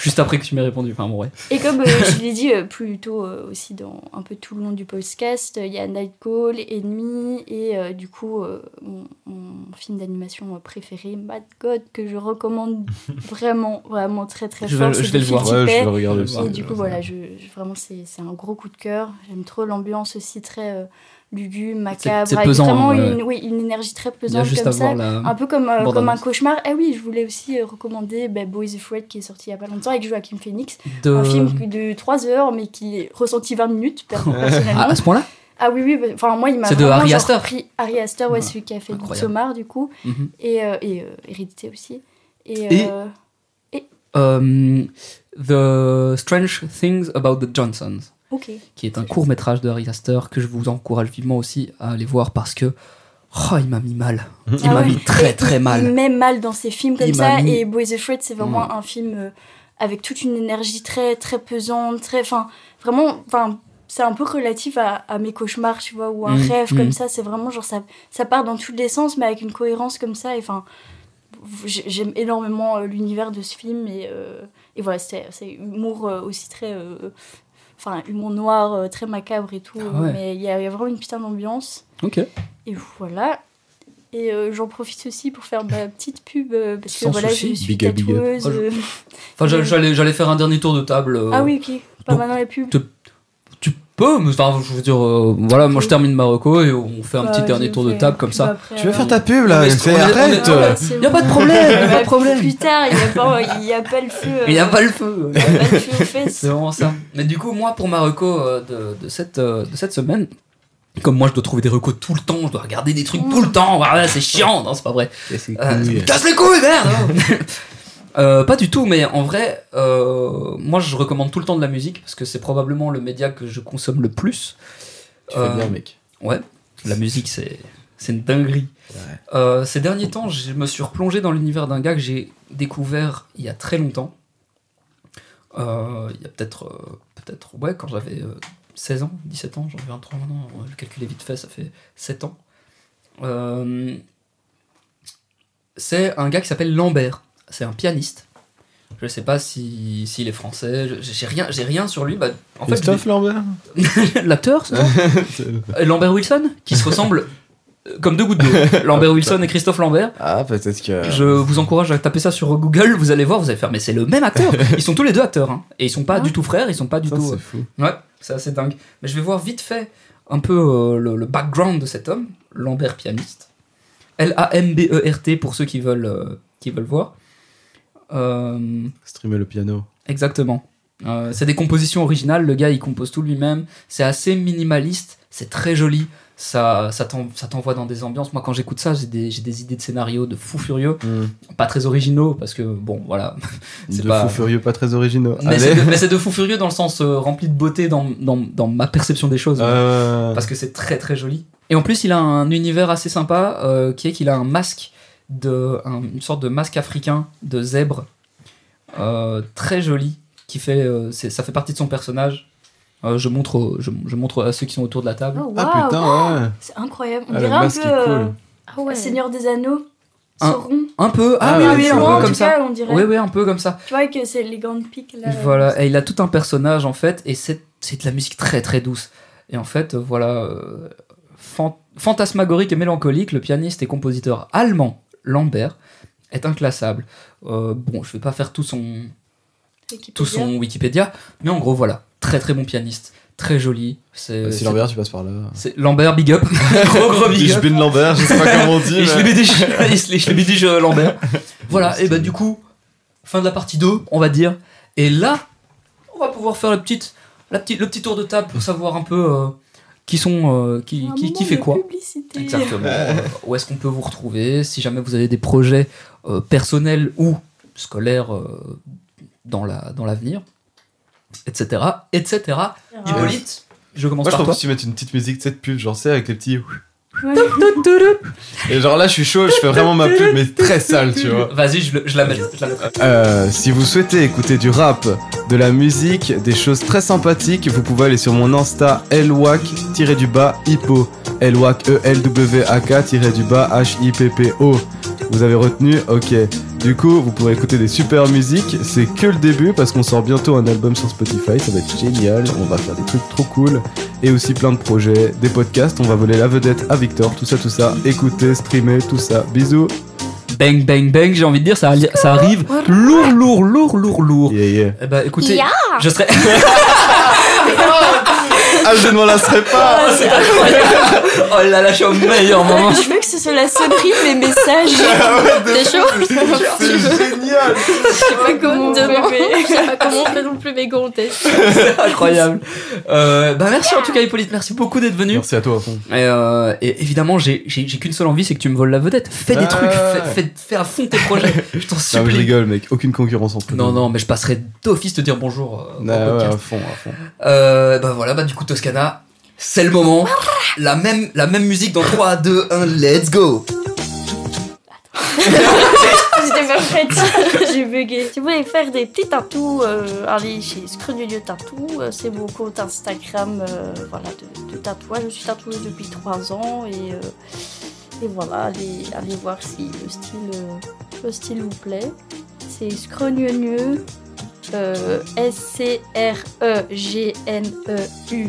[SPEAKER 2] juste après que tu m'aies répondu. Enfin, bon, ouais.
[SPEAKER 4] Et comme euh, je l'ai dit euh, plus tôt euh, aussi dans un peu tout le long du podcast, euh, il y a Nightcall, Enemy et euh, du coup euh, mon, mon film d'animation euh, préféré, Mad God, que je recommande vraiment, vraiment très très
[SPEAKER 2] Je vais
[SPEAKER 4] fort.
[SPEAKER 2] le-
[SPEAKER 4] c'est
[SPEAKER 2] je vais
[SPEAKER 4] du
[SPEAKER 2] le voir.
[SPEAKER 4] Fifty
[SPEAKER 6] Ouais, je
[SPEAKER 4] Pay.
[SPEAKER 6] vais regarder
[SPEAKER 2] aussi.
[SPEAKER 6] ça.
[SPEAKER 4] Et du coup, voilà, je, je- vraiment, c'est c'est un gros coup de cœur. J'aime trop l'ambiance aussi très euh, lugubre, macabre.
[SPEAKER 2] c'est
[SPEAKER 4] avec
[SPEAKER 2] pesant,
[SPEAKER 4] vraiment
[SPEAKER 2] hein, ouais.
[SPEAKER 4] une, oui, une énergie très
[SPEAKER 2] Il y a
[SPEAKER 4] pesante
[SPEAKER 2] juste à
[SPEAKER 4] comme ça.
[SPEAKER 2] voir la.
[SPEAKER 4] Un peu comme, euh,
[SPEAKER 2] bande
[SPEAKER 4] comme un
[SPEAKER 2] annonce.
[SPEAKER 4] cauchemar. Eh oui, je voulais aussi euh, recommander bah, Boys Afraid qui est sorti il y a pas longtemps avec Joaquin Phoenix.
[SPEAKER 2] de-
[SPEAKER 4] Un film que- de 3 heures mais qui est ressenti 20 minutes per- personnellement.
[SPEAKER 2] Ah, à ce point-là
[SPEAKER 4] Ah oui, oui, bah, enfin moi il m'a
[SPEAKER 2] C'est de
[SPEAKER 4] vraiment,
[SPEAKER 2] Ari
[SPEAKER 4] genre,
[SPEAKER 2] Aster.
[SPEAKER 4] pris- Ari Aster, ouais,
[SPEAKER 2] Ouais,
[SPEAKER 4] celui qui a fait
[SPEAKER 2] incroyable.
[SPEAKER 4] Midsommar du coup,
[SPEAKER 2] Mhm.
[SPEAKER 4] et, euh, et, euh, Hérédité aussi. Et,
[SPEAKER 2] Et-
[SPEAKER 4] euh,
[SPEAKER 2] Euh, The Strange Things About the Johnsons.
[SPEAKER 4] ok.
[SPEAKER 2] qui est un court métrage de Harry Aster que je vous encourage vivement aussi à aller voir parce que oh, il m'a mis mal. Il
[SPEAKER 4] Ah
[SPEAKER 2] m'a
[SPEAKER 4] ouais.
[SPEAKER 2] mis très très
[SPEAKER 4] Il
[SPEAKER 2] mal.
[SPEAKER 4] met mal dans ses films comme
[SPEAKER 2] Il m'a
[SPEAKER 4] ça.
[SPEAKER 2] mis- Mm.
[SPEAKER 4] Et Boys Afraid, c'est vraiment un film euh, avec toute une énergie très très pesante, très. Enfin, vraiment. Enfin, c'est un peu relatif à, à mes cauchemars, tu vois, ou un
[SPEAKER 2] Mm,
[SPEAKER 4] rêve
[SPEAKER 2] mm.
[SPEAKER 4] comme ça. C'est vraiment genre ça, ça part dans tous les sens, mais avec une cohérence comme ça. Et enfin, j'ai- j'aime énormément euh, l'univers de ce film. Et, euh, et voilà, c'est c'est humour euh, aussi très. euh, Enfin, humour noir, euh, très macabre et tout.
[SPEAKER 2] Ah ouais.
[SPEAKER 4] Mais il y a il y a vraiment une putain d'ambiance.
[SPEAKER 2] Ok.
[SPEAKER 4] Et voilà. Et euh, j'en profite aussi pour faire ma petite pub euh, parce que
[SPEAKER 2] Sans
[SPEAKER 4] voilà,
[SPEAKER 2] souci.
[SPEAKER 4] je suis
[SPEAKER 6] Big up, big up.
[SPEAKER 4] tatoueuse.
[SPEAKER 2] Ah, je-
[SPEAKER 4] euh,
[SPEAKER 2] Enfin, j'a- j'allais j'allais faire un dernier tour de table. euh,
[SPEAKER 4] Ah oui, ok. Pas
[SPEAKER 2] donc,
[SPEAKER 4] maintenant les pubs.
[SPEAKER 2] tu- Tu peux, mais enfin, je veux dire, euh, voilà, moi je termine Marocco et on fait un petit
[SPEAKER 4] Bah,
[SPEAKER 2] dernier
[SPEAKER 4] je
[SPEAKER 2] tour de
[SPEAKER 4] fais
[SPEAKER 2] table
[SPEAKER 4] une
[SPEAKER 2] comme
[SPEAKER 4] pub
[SPEAKER 2] ça.
[SPEAKER 4] après,
[SPEAKER 6] Tu veux
[SPEAKER 4] alors.
[SPEAKER 6] faire ta pub là
[SPEAKER 2] Mais
[SPEAKER 6] MC,
[SPEAKER 2] on est- on est-
[SPEAKER 6] Arrête
[SPEAKER 4] Non, bah,
[SPEAKER 6] euh.
[SPEAKER 4] c'est
[SPEAKER 2] Y a
[SPEAKER 4] bon.
[SPEAKER 2] pas de problème, y a pas
[SPEAKER 4] Bah,
[SPEAKER 2] de problème.
[SPEAKER 4] Plus tard, il n'y a, pas- il y a pas le feu.
[SPEAKER 2] Il n'y a
[SPEAKER 4] euh,
[SPEAKER 2] pas le feu.
[SPEAKER 4] il y a pas le feu aux fesses.
[SPEAKER 2] C'est vraiment ça. Mais du coup, moi, pour ma reco euh, de, de cette, euh, de cette semaine, comme moi, je dois trouver des recos tout le temps, je dois regarder des trucs tout le temps, voilà, c'est chiant, non, c'est pas vrai. Euh, casse les couilles, merde hein. Euh, pas du tout, mais en vrai, euh, moi je recommande tout le temps de la musique parce que c'est probablement le média que je consomme le plus.
[SPEAKER 6] Tu fais
[SPEAKER 2] Euh,
[SPEAKER 6] bien, mec.
[SPEAKER 2] La musique, c'est c'est une dinguerie. Euh, ces derniers temps, je me suis replongé dans l'univers d'un gars que j'ai découvert il y a très longtemps. Euh, il y a peut-être, euh, peut-être, ouais, quand j'avais euh, 16 ans, 17 ans, j'en ai 23 maintenant, on va le calculer vite fait, ça fait 7 ans. Euh, c'est un gars qui s'appelle Lambert, c'est un pianiste. Je sais pas si, s'il est français, je- j'ai rien, j'ai rien sur lui. Bah, en fait,
[SPEAKER 6] Christophe Lambert
[SPEAKER 2] je l'ai- l'acteur, c'est ça Euh, Lambert Wilson, qui se ressemblent euh, comme deux gouttes d'eau. Lambert Wilson et Christophe Lambert.
[SPEAKER 6] Ah, peut-être que.
[SPEAKER 3] Euh.
[SPEAKER 2] Je vous encourage à taper ça sur Google, vous allez voir, vous allez faire, mais c'est le même acteur. Ils sont tous les deux acteurs, hein. et ils sont pas
[SPEAKER 4] Ah.
[SPEAKER 2] du tout frères, ils sont pas du
[SPEAKER 6] Putain,
[SPEAKER 2] tout. euh,
[SPEAKER 6] c'est fou.
[SPEAKER 2] Ouais, c'est assez dingue. Mais je vais voir vite fait un peu euh, le, le background de cet homme, Lambert pianiste. L-A-M-B-E-R-T E pour ceux qui veulent, euh, qui veulent voir. Euh,
[SPEAKER 6] Streamer le piano.
[SPEAKER 2] Exactement. Euh, c'est des compositions originales, le gars il compose tout lui-même, c'est assez minimaliste, c'est très joli, ça, ça, t'en- ça t'envoie dans des ambiances. Moi quand j'écoute ça, j'ai des, j'ai des idées de scénarios de fou furieux, pas très originaux parce que bon voilà. Hmm. C'est
[SPEAKER 6] De
[SPEAKER 2] pas-
[SPEAKER 6] fous furieux, pas très originaux.
[SPEAKER 2] Mais c'est de, mais c'est de fou furieux dans le sens euh, rempli de beauté dans, dans, dans ma perception des choses,
[SPEAKER 3] Ah
[SPEAKER 6] Euh,
[SPEAKER 2] parce que c'est très très joli. Et en plus il a un univers assez sympa euh, qui est qu'il a un masque, de, un- une sorte de masque africain de zèbre, euh, très joli, qui fait, euh, c'est- ça fait partie de son personnage. Euh, je, montre, au- je, je montre à ceux qui sont autour de la table.
[SPEAKER 4] Oh,
[SPEAKER 6] Ah
[SPEAKER 4] waouh.
[SPEAKER 6] putain, ouais.
[SPEAKER 4] C'est incroyable. On
[SPEAKER 6] Ah, le
[SPEAKER 4] dirait un
[SPEAKER 6] masque
[SPEAKER 4] peu
[SPEAKER 6] est cool.
[SPEAKER 4] euh,
[SPEAKER 5] Ah ouais.
[SPEAKER 4] Seigneur des Anneaux.
[SPEAKER 2] Un-
[SPEAKER 4] Sauron.
[SPEAKER 2] Un peu, ah,
[SPEAKER 6] Ah
[SPEAKER 2] oui,
[SPEAKER 6] ouais,
[SPEAKER 2] oui,
[SPEAKER 6] c'est
[SPEAKER 2] un
[SPEAKER 6] vrai.
[SPEAKER 4] Sauron,
[SPEAKER 2] peu
[SPEAKER 4] en
[SPEAKER 2] comme
[SPEAKER 4] tout
[SPEAKER 2] ça.
[SPEAKER 4] cas, on dirait.
[SPEAKER 2] Oui, oui, un peu comme ça.
[SPEAKER 4] Tu vois que c'est les grandes piques là.
[SPEAKER 2] Voilà, et il a tout un personnage en fait, et c'est c'est de la musique très très douce. Et en fait, euh, voilà, euh, fan- fantasmagorique et mélancolique, le pianiste et compositeur allemand Lambert est inclassable. Euh, bon, je vais pas faire tout son,
[SPEAKER 4] Wikipédia.
[SPEAKER 2] tout son Wikipédia, mais en gros, voilà, très très bon pianiste, très joli. Bah, Euh, C'est
[SPEAKER 6] Si
[SPEAKER 2] c'est-
[SPEAKER 6] Lambert, tu passes par là.
[SPEAKER 2] c'est- Lambert, big up, gros gros big
[SPEAKER 6] Je
[SPEAKER 2] up.
[SPEAKER 6] bin Lambert, je sais pas comment on dit.
[SPEAKER 2] Et je
[SPEAKER 6] mais-
[SPEAKER 2] les bidige, je les- je les bidige, euh, Lambert. Voilà, et bah du coup, fin de la partie 2, on va dire. Et là, on va pouvoir faire la petite, la petite, le petit tour de table pour savoir un peu euh, qui sont, euh, qui,
[SPEAKER 4] Un
[SPEAKER 2] qui, qui
[SPEAKER 4] moment
[SPEAKER 2] fait
[SPEAKER 4] de
[SPEAKER 2] quoi.
[SPEAKER 4] publicité.
[SPEAKER 2] Exactement. Euh, où est-ce qu'on peut vous retrouver Si jamais vous avez des projets euh, personnels ou scolaires euh, dans la dans l'avenir, etc., etc.
[SPEAKER 4] Ah.
[SPEAKER 2] Hippolyte, je commence
[SPEAKER 6] Moi, je
[SPEAKER 2] par toi.
[SPEAKER 6] propose que tu mettes une petite musique, tu sais, de pub, genre, c'est avec les petits.
[SPEAKER 4] Ouais.
[SPEAKER 6] Et genre là, je suis chaud, je fais vraiment ma pub, mais très sale, tu vois.
[SPEAKER 2] Vas-y, je, le- je la mets. je la mettrai.
[SPEAKER 6] Euh, si vous souhaitez écouter du rap, de la musique, des choses très sympathiques, vous pouvez aller sur mon Insta lwac-du-bas hippo. lwac e l w a k du-bas h i p p o. Vous avez retenu Ok. Du coup, vous pourrez écouter des super musiques. C'est que le début parce qu'on sort bientôt un album sur Spotify. Ça va être génial. On va faire des trucs trop cool. Et aussi plein de projets, des podcasts. On va voler la vedette à Victor. Tout ça, tout ça. Écoutez, streamer, tout ça. Bisous.
[SPEAKER 2] Bang, bang, bang, j'ai envie de dire, ça, alli- ça arrive lourd, lourd, lourd, lourd, lourd.
[SPEAKER 6] Yeah, yeah.
[SPEAKER 2] Eh bah écoutez,
[SPEAKER 4] Ya
[SPEAKER 2] je serais.
[SPEAKER 6] Ah, je ne m'en lasserai pas.
[SPEAKER 2] Ah, c'est incroyable. Oh là là, je suis au meilleur moment.
[SPEAKER 4] Je veux que ce soit la sonnerie de mes messages.
[SPEAKER 5] C'est chaud
[SPEAKER 6] C'est génial.
[SPEAKER 5] Je sais pas comment on
[SPEAKER 4] Comment on fait
[SPEAKER 5] Je sais pas comment on fait non plus, mais go, on teste.
[SPEAKER 2] C'est incroyable. Euh, bah merci en tout cas, Hippolyte, merci beaucoup d'être venu.
[SPEAKER 6] Merci à toi, à fond.
[SPEAKER 2] Et, euh, et évidemment, j'ai j'ai- j'ai qu'une seule envie, c'est que tu me voles la vedette. Fais des
[SPEAKER 6] Ah.
[SPEAKER 2] trucs, fais, fais- fais à fond tes projets. Je t'en
[SPEAKER 6] Non, mais je
[SPEAKER 2] supplie.
[SPEAKER 6] rigole, mec. Aucune concurrence entre
[SPEAKER 2] Non,
[SPEAKER 6] nous.
[SPEAKER 2] non, mais je passerai d'office te dire bonjour. euh, au
[SPEAKER 6] Ah, ouais,
[SPEAKER 2] podcast.
[SPEAKER 6] à fond, à fond.
[SPEAKER 2] Euh, bah voilà, bah du coup Toscana, c'est le moment. La même, la même musique dans 3, 2, 1, let's go
[SPEAKER 4] J'étais pas prête. J'ai bugué. Si vous voulez faire des petits tatous, euh, allez chez Scrudulio Tatou. euh, c'est mon compte Instagram euh, voilà, de, de tatouage. Je suis tatoueuse depuis 3 ans et, euh, et voilà, allez, allez voir si le style, euh, le style vous plaît. C'est Scrogneux. euh, E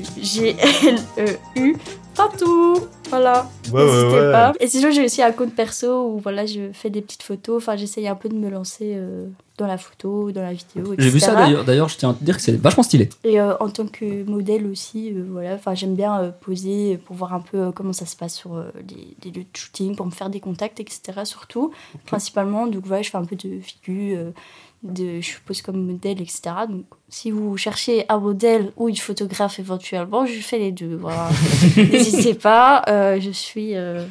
[SPEAKER 4] S-C-R-E-G-N-E-U-G-N-E-U E Tatou Voilà N'hésitez pas. Et sinon, j'ai aussi un compte perso où voilà, je fais des petites photos. Enfin, j'essaye un peu de me lancer euh, dans la photo, dans la vidéo, etc.
[SPEAKER 2] J'ai vu ça d'ailleurs, d'ailleurs je tiens à te dire que c'est vachement stylé.
[SPEAKER 4] Et euh, en tant que modèle aussi, euh, voilà, enfin, j'aime bien euh, poser pour voir un peu euh, comment ça se passe sur euh, les, les lieux de shooting, pour me faire des contacts, etc. Surtout, principalement. Donc voilà, je fais un peu de figure, euh, de, je pose comme modèle, etc. Donc si vous cherchez un modèle ou une photographe éventuellement, je fais les deux. Voilà. N'hésitez pas, euh, je suis euh,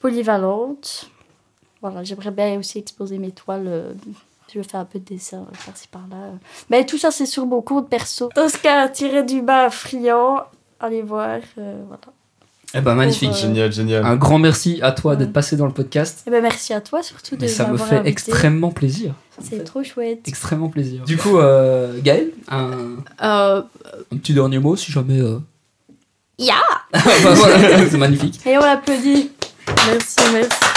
[SPEAKER 4] polyvalente. Voilà, j'aimerais bien aussi exposer mes toiles. euh, je vais faire un peu de dessin euh, par-ci par-là. Mais Ben, tout ça, c'est sur mon compte perso. Tosca tiré du bas friand. Allez voir. euh, voilà.
[SPEAKER 2] Eh ben magnifique.
[SPEAKER 4] Pour, euh,
[SPEAKER 6] Génial, génial.
[SPEAKER 2] Un grand merci à toi d'être passé dans le podcast.
[SPEAKER 4] Et ben merci à toi surtout
[SPEAKER 2] Mais
[SPEAKER 4] de
[SPEAKER 2] ça me
[SPEAKER 4] m'avoir
[SPEAKER 2] fait
[SPEAKER 4] invité.
[SPEAKER 2] extrêmement plaisir. Ça me
[SPEAKER 4] C'est
[SPEAKER 2] fait
[SPEAKER 4] trop chouette.
[SPEAKER 2] Extrêmement plaisir. Du coup, euh, Gaël, un,
[SPEAKER 5] Euh,
[SPEAKER 2] un petit dernier mot si jamais. Euh...
[SPEAKER 4] Ya
[SPEAKER 2] Ah, bah, voilà, c'est magnifique.
[SPEAKER 4] Et on l'applaudit.
[SPEAKER 5] merci, merci.
[SPEAKER 6] Ah,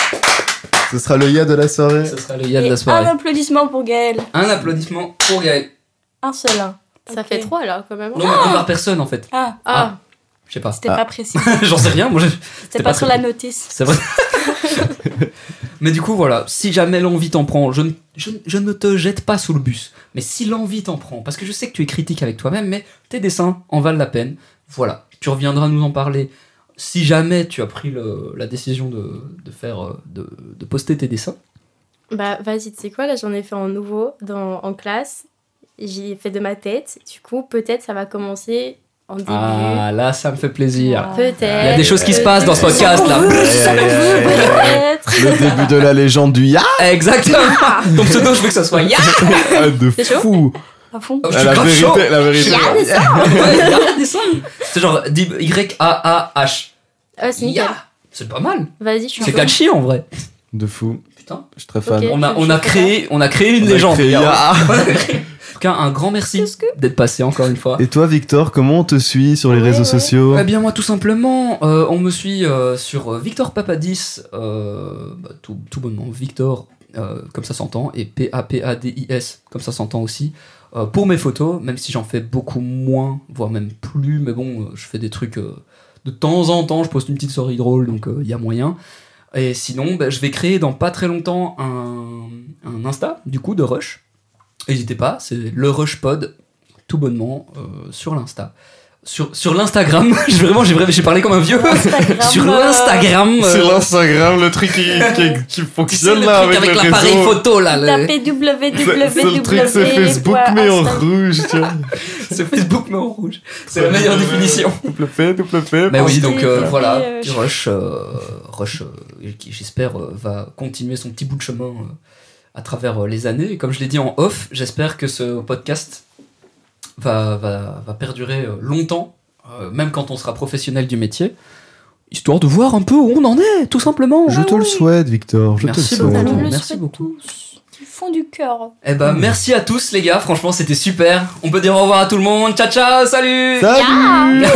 [SPEAKER 6] Ce sera le ya de la soirée.
[SPEAKER 2] Ce sera le ya de
[SPEAKER 4] Et
[SPEAKER 2] la
[SPEAKER 4] un
[SPEAKER 2] soirée.
[SPEAKER 4] applaudissement pour Gaël.
[SPEAKER 2] Un applaudissement pour Gaël.
[SPEAKER 4] Un seul. un.
[SPEAKER 5] Ça
[SPEAKER 4] Ok.
[SPEAKER 5] fait trois là, quand même.
[SPEAKER 2] Non, mais on par personne en fait.
[SPEAKER 4] Ah,
[SPEAKER 5] Ah,
[SPEAKER 2] Je sais pas.
[SPEAKER 4] c'était
[SPEAKER 6] Ah.
[SPEAKER 4] pas précis.
[SPEAKER 2] J'en sais rien, moi je-
[SPEAKER 4] C'était
[SPEAKER 2] pas
[SPEAKER 4] pas sur
[SPEAKER 2] très
[SPEAKER 4] la notice.
[SPEAKER 2] C'est vrai. mais du coup, voilà, si jamais l'envie t'en prend, je ne, je, ne- je ne te jette pas sous le bus. Mais si l'envie t'en prend, parce que je sais que tu es critique avec toi-même, mais tes dessins en valent la peine. Voilà, tu reviendras nous en parler. Si jamais tu as pris le- la décision de, de faire euh, de, de poster tes dessins,
[SPEAKER 5] bah vas-y, tu sais quoi, là j'en ai fait un nouveau dans, en classe. J'y ai fait de ma tête. Du coup, peut-être ça va commencer en début.
[SPEAKER 2] ah là, ça me fait plaisir.
[SPEAKER 4] Ah.
[SPEAKER 5] Peut-être. Euh,
[SPEAKER 2] Il y a des choses qui se passent dans ce
[SPEAKER 5] Peut-être.
[SPEAKER 2] podcast là.
[SPEAKER 5] Peut-être.
[SPEAKER 6] Le début de la légende du ya.
[SPEAKER 2] Ah, Exactement. Ton pseudo, je veux que ça soit Ya.
[SPEAKER 6] Ah, de
[SPEAKER 5] C'est chaud
[SPEAKER 6] fou.
[SPEAKER 4] À fond.
[SPEAKER 2] Oh, je
[SPEAKER 6] Ah,
[SPEAKER 2] suis
[SPEAKER 6] la
[SPEAKER 2] grave
[SPEAKER 6] vérité,
[SPEAKER 2] chaud.
[SPEAKER 6] la vérité.
[SPEAKER 2] C'est genre Y A A H.
[SPEAKER 5] Ah, c'est nickel.
[SPEAKER 2] C'est pas mal.
[SPEAKER 5] Vas-y, je suis
[SPEAKER 2] C'est
[SPEAKER 5] chaud.
[SPEAKER 2] catchy en vrai.
[SPEAKER 6] De fou.
[SPEAKER 2] Putain.
[SPEAKER 6] Je suis très fan.
[SPEAKER 5] Ok.
[SPEAKER 2] On a,
[SPEAKER 5] je-
[SPEAKER 2] on a
[SPEAKER 5] je
[SPEAKER 2] créé, on a créé une
[SPEAKER 6] On a
[SPEAKER 2] légende.
[SPEAKER 6] créé
[SPEAKER 2] les gars.
[SPEAKER 6] ya.
[SPEAKER 2] En tout cas, un grand merci d'être passé encore une fois.
[SPEAKER 6] Et toi, Victor, comment on te suit sur les
[SPEAKER 4] Ouais,
[SPEAKER 6] réseaux
[SPEAKER 4] ouais.
[SPEAKER 6] sociaux
[SPEAKER 2] Eh bien moi tout simplement, euh, on me suit euh, sur euh, Victor Papadis, euh, bah, tout, tout bonnement Victor, euh, comme ça s'entend, et P-A-P-A-D-I-S, comme ça s'entend aussi, euh, pour mes photos, même si j'en fais beaucoup moins, voire même plus, mais bon, euh, je fais des trucs euh, de temps en temps, je poste une petite story drôle, donc il y a moyen. Et sinon, bah, je vais créer dans pas très longtemps un, un Insta, du coup, de Rush. N'hésitez pas, c'est le Rush Pod, tout bonnement, euh, sur l'Insta. Sur, sur l'Instagram, j'ai vraiment, j'ai vraiment- j'ai parlé comme un vieux.
[SPEAKER 4] Instagram,
[SPEAKER 2] sur
[SPEAKER 4] euh,
[SPEAKER 2] l'Instagram. euh,
[SPEAKER 6] C'est l'Instagram, le truc qui, qui, qui
[SPEAKER 2] tu sais,
[SPEAKER 6] fonctionne
[SPEAKER 2] le
[SPEAKER 6] là
[SPEAKER 2] truc
[SPEAKER 6] avec,
[SPEAKER 2] avec,
[SPEAKER 6] le
[SPEAKER 2] l'appareil
[SPEAKER 6] réseau.
[SPEAKER 2] photo là. le-
[SPEAKER 4] Tapez
[SPEAKER 6] C'est c'est le truc, c'est Facebook, mais en
[SPEAKER 4] www.insta-
[SPEAKER 6] rouge, tu vois.
[SPEAKER 2] C'est Facebook mais en rouge. C'est la meilleure définition.
[SPEAKER 6] Double fait, double fait.
[SPEAKER 2] Mais oui,
[SPEAKER 4] Pensez,
[SPEAKER 2] donc euh,
[SPEAKER 4] tapez,
[SPEAKER 2] voilà,
[SPEAKER 4] euh,
[SPEAKER 2] Rush, euh, Rush euh, qui j'espère euh, va continuer son petit bout de chemin euh, à travers euh, les années. Et comme je l'ai dit en off, j'espère que ce podcast va, va, va perdurer euh, longtemps, euh, même quand on sera professionnel du métier, histoire de voir un peu où on en est, tout simplement.
[SPEAKER 6] Je te le souhaite, Victor. Je te
[SPEAKER 2] Merci
[SPEAKER 6] le
[SPEAKER 2] beaucoup.
[SPEAKER 6] souhaite.
[SPEAKER 4] Allons le
[SPEAKER 2] Merci
[SPEAKER 4] souhaite
[SPEAKER 2] beaucoup.
[SPEAKER 4] tous du fond du cœur.
[SPEAKER 2] Eh ben, merci à tous les gars, franchement c'était super. On peut dire au revoir à tout le monde. Ciao ciao, salut
[SPEAKER 6] Salut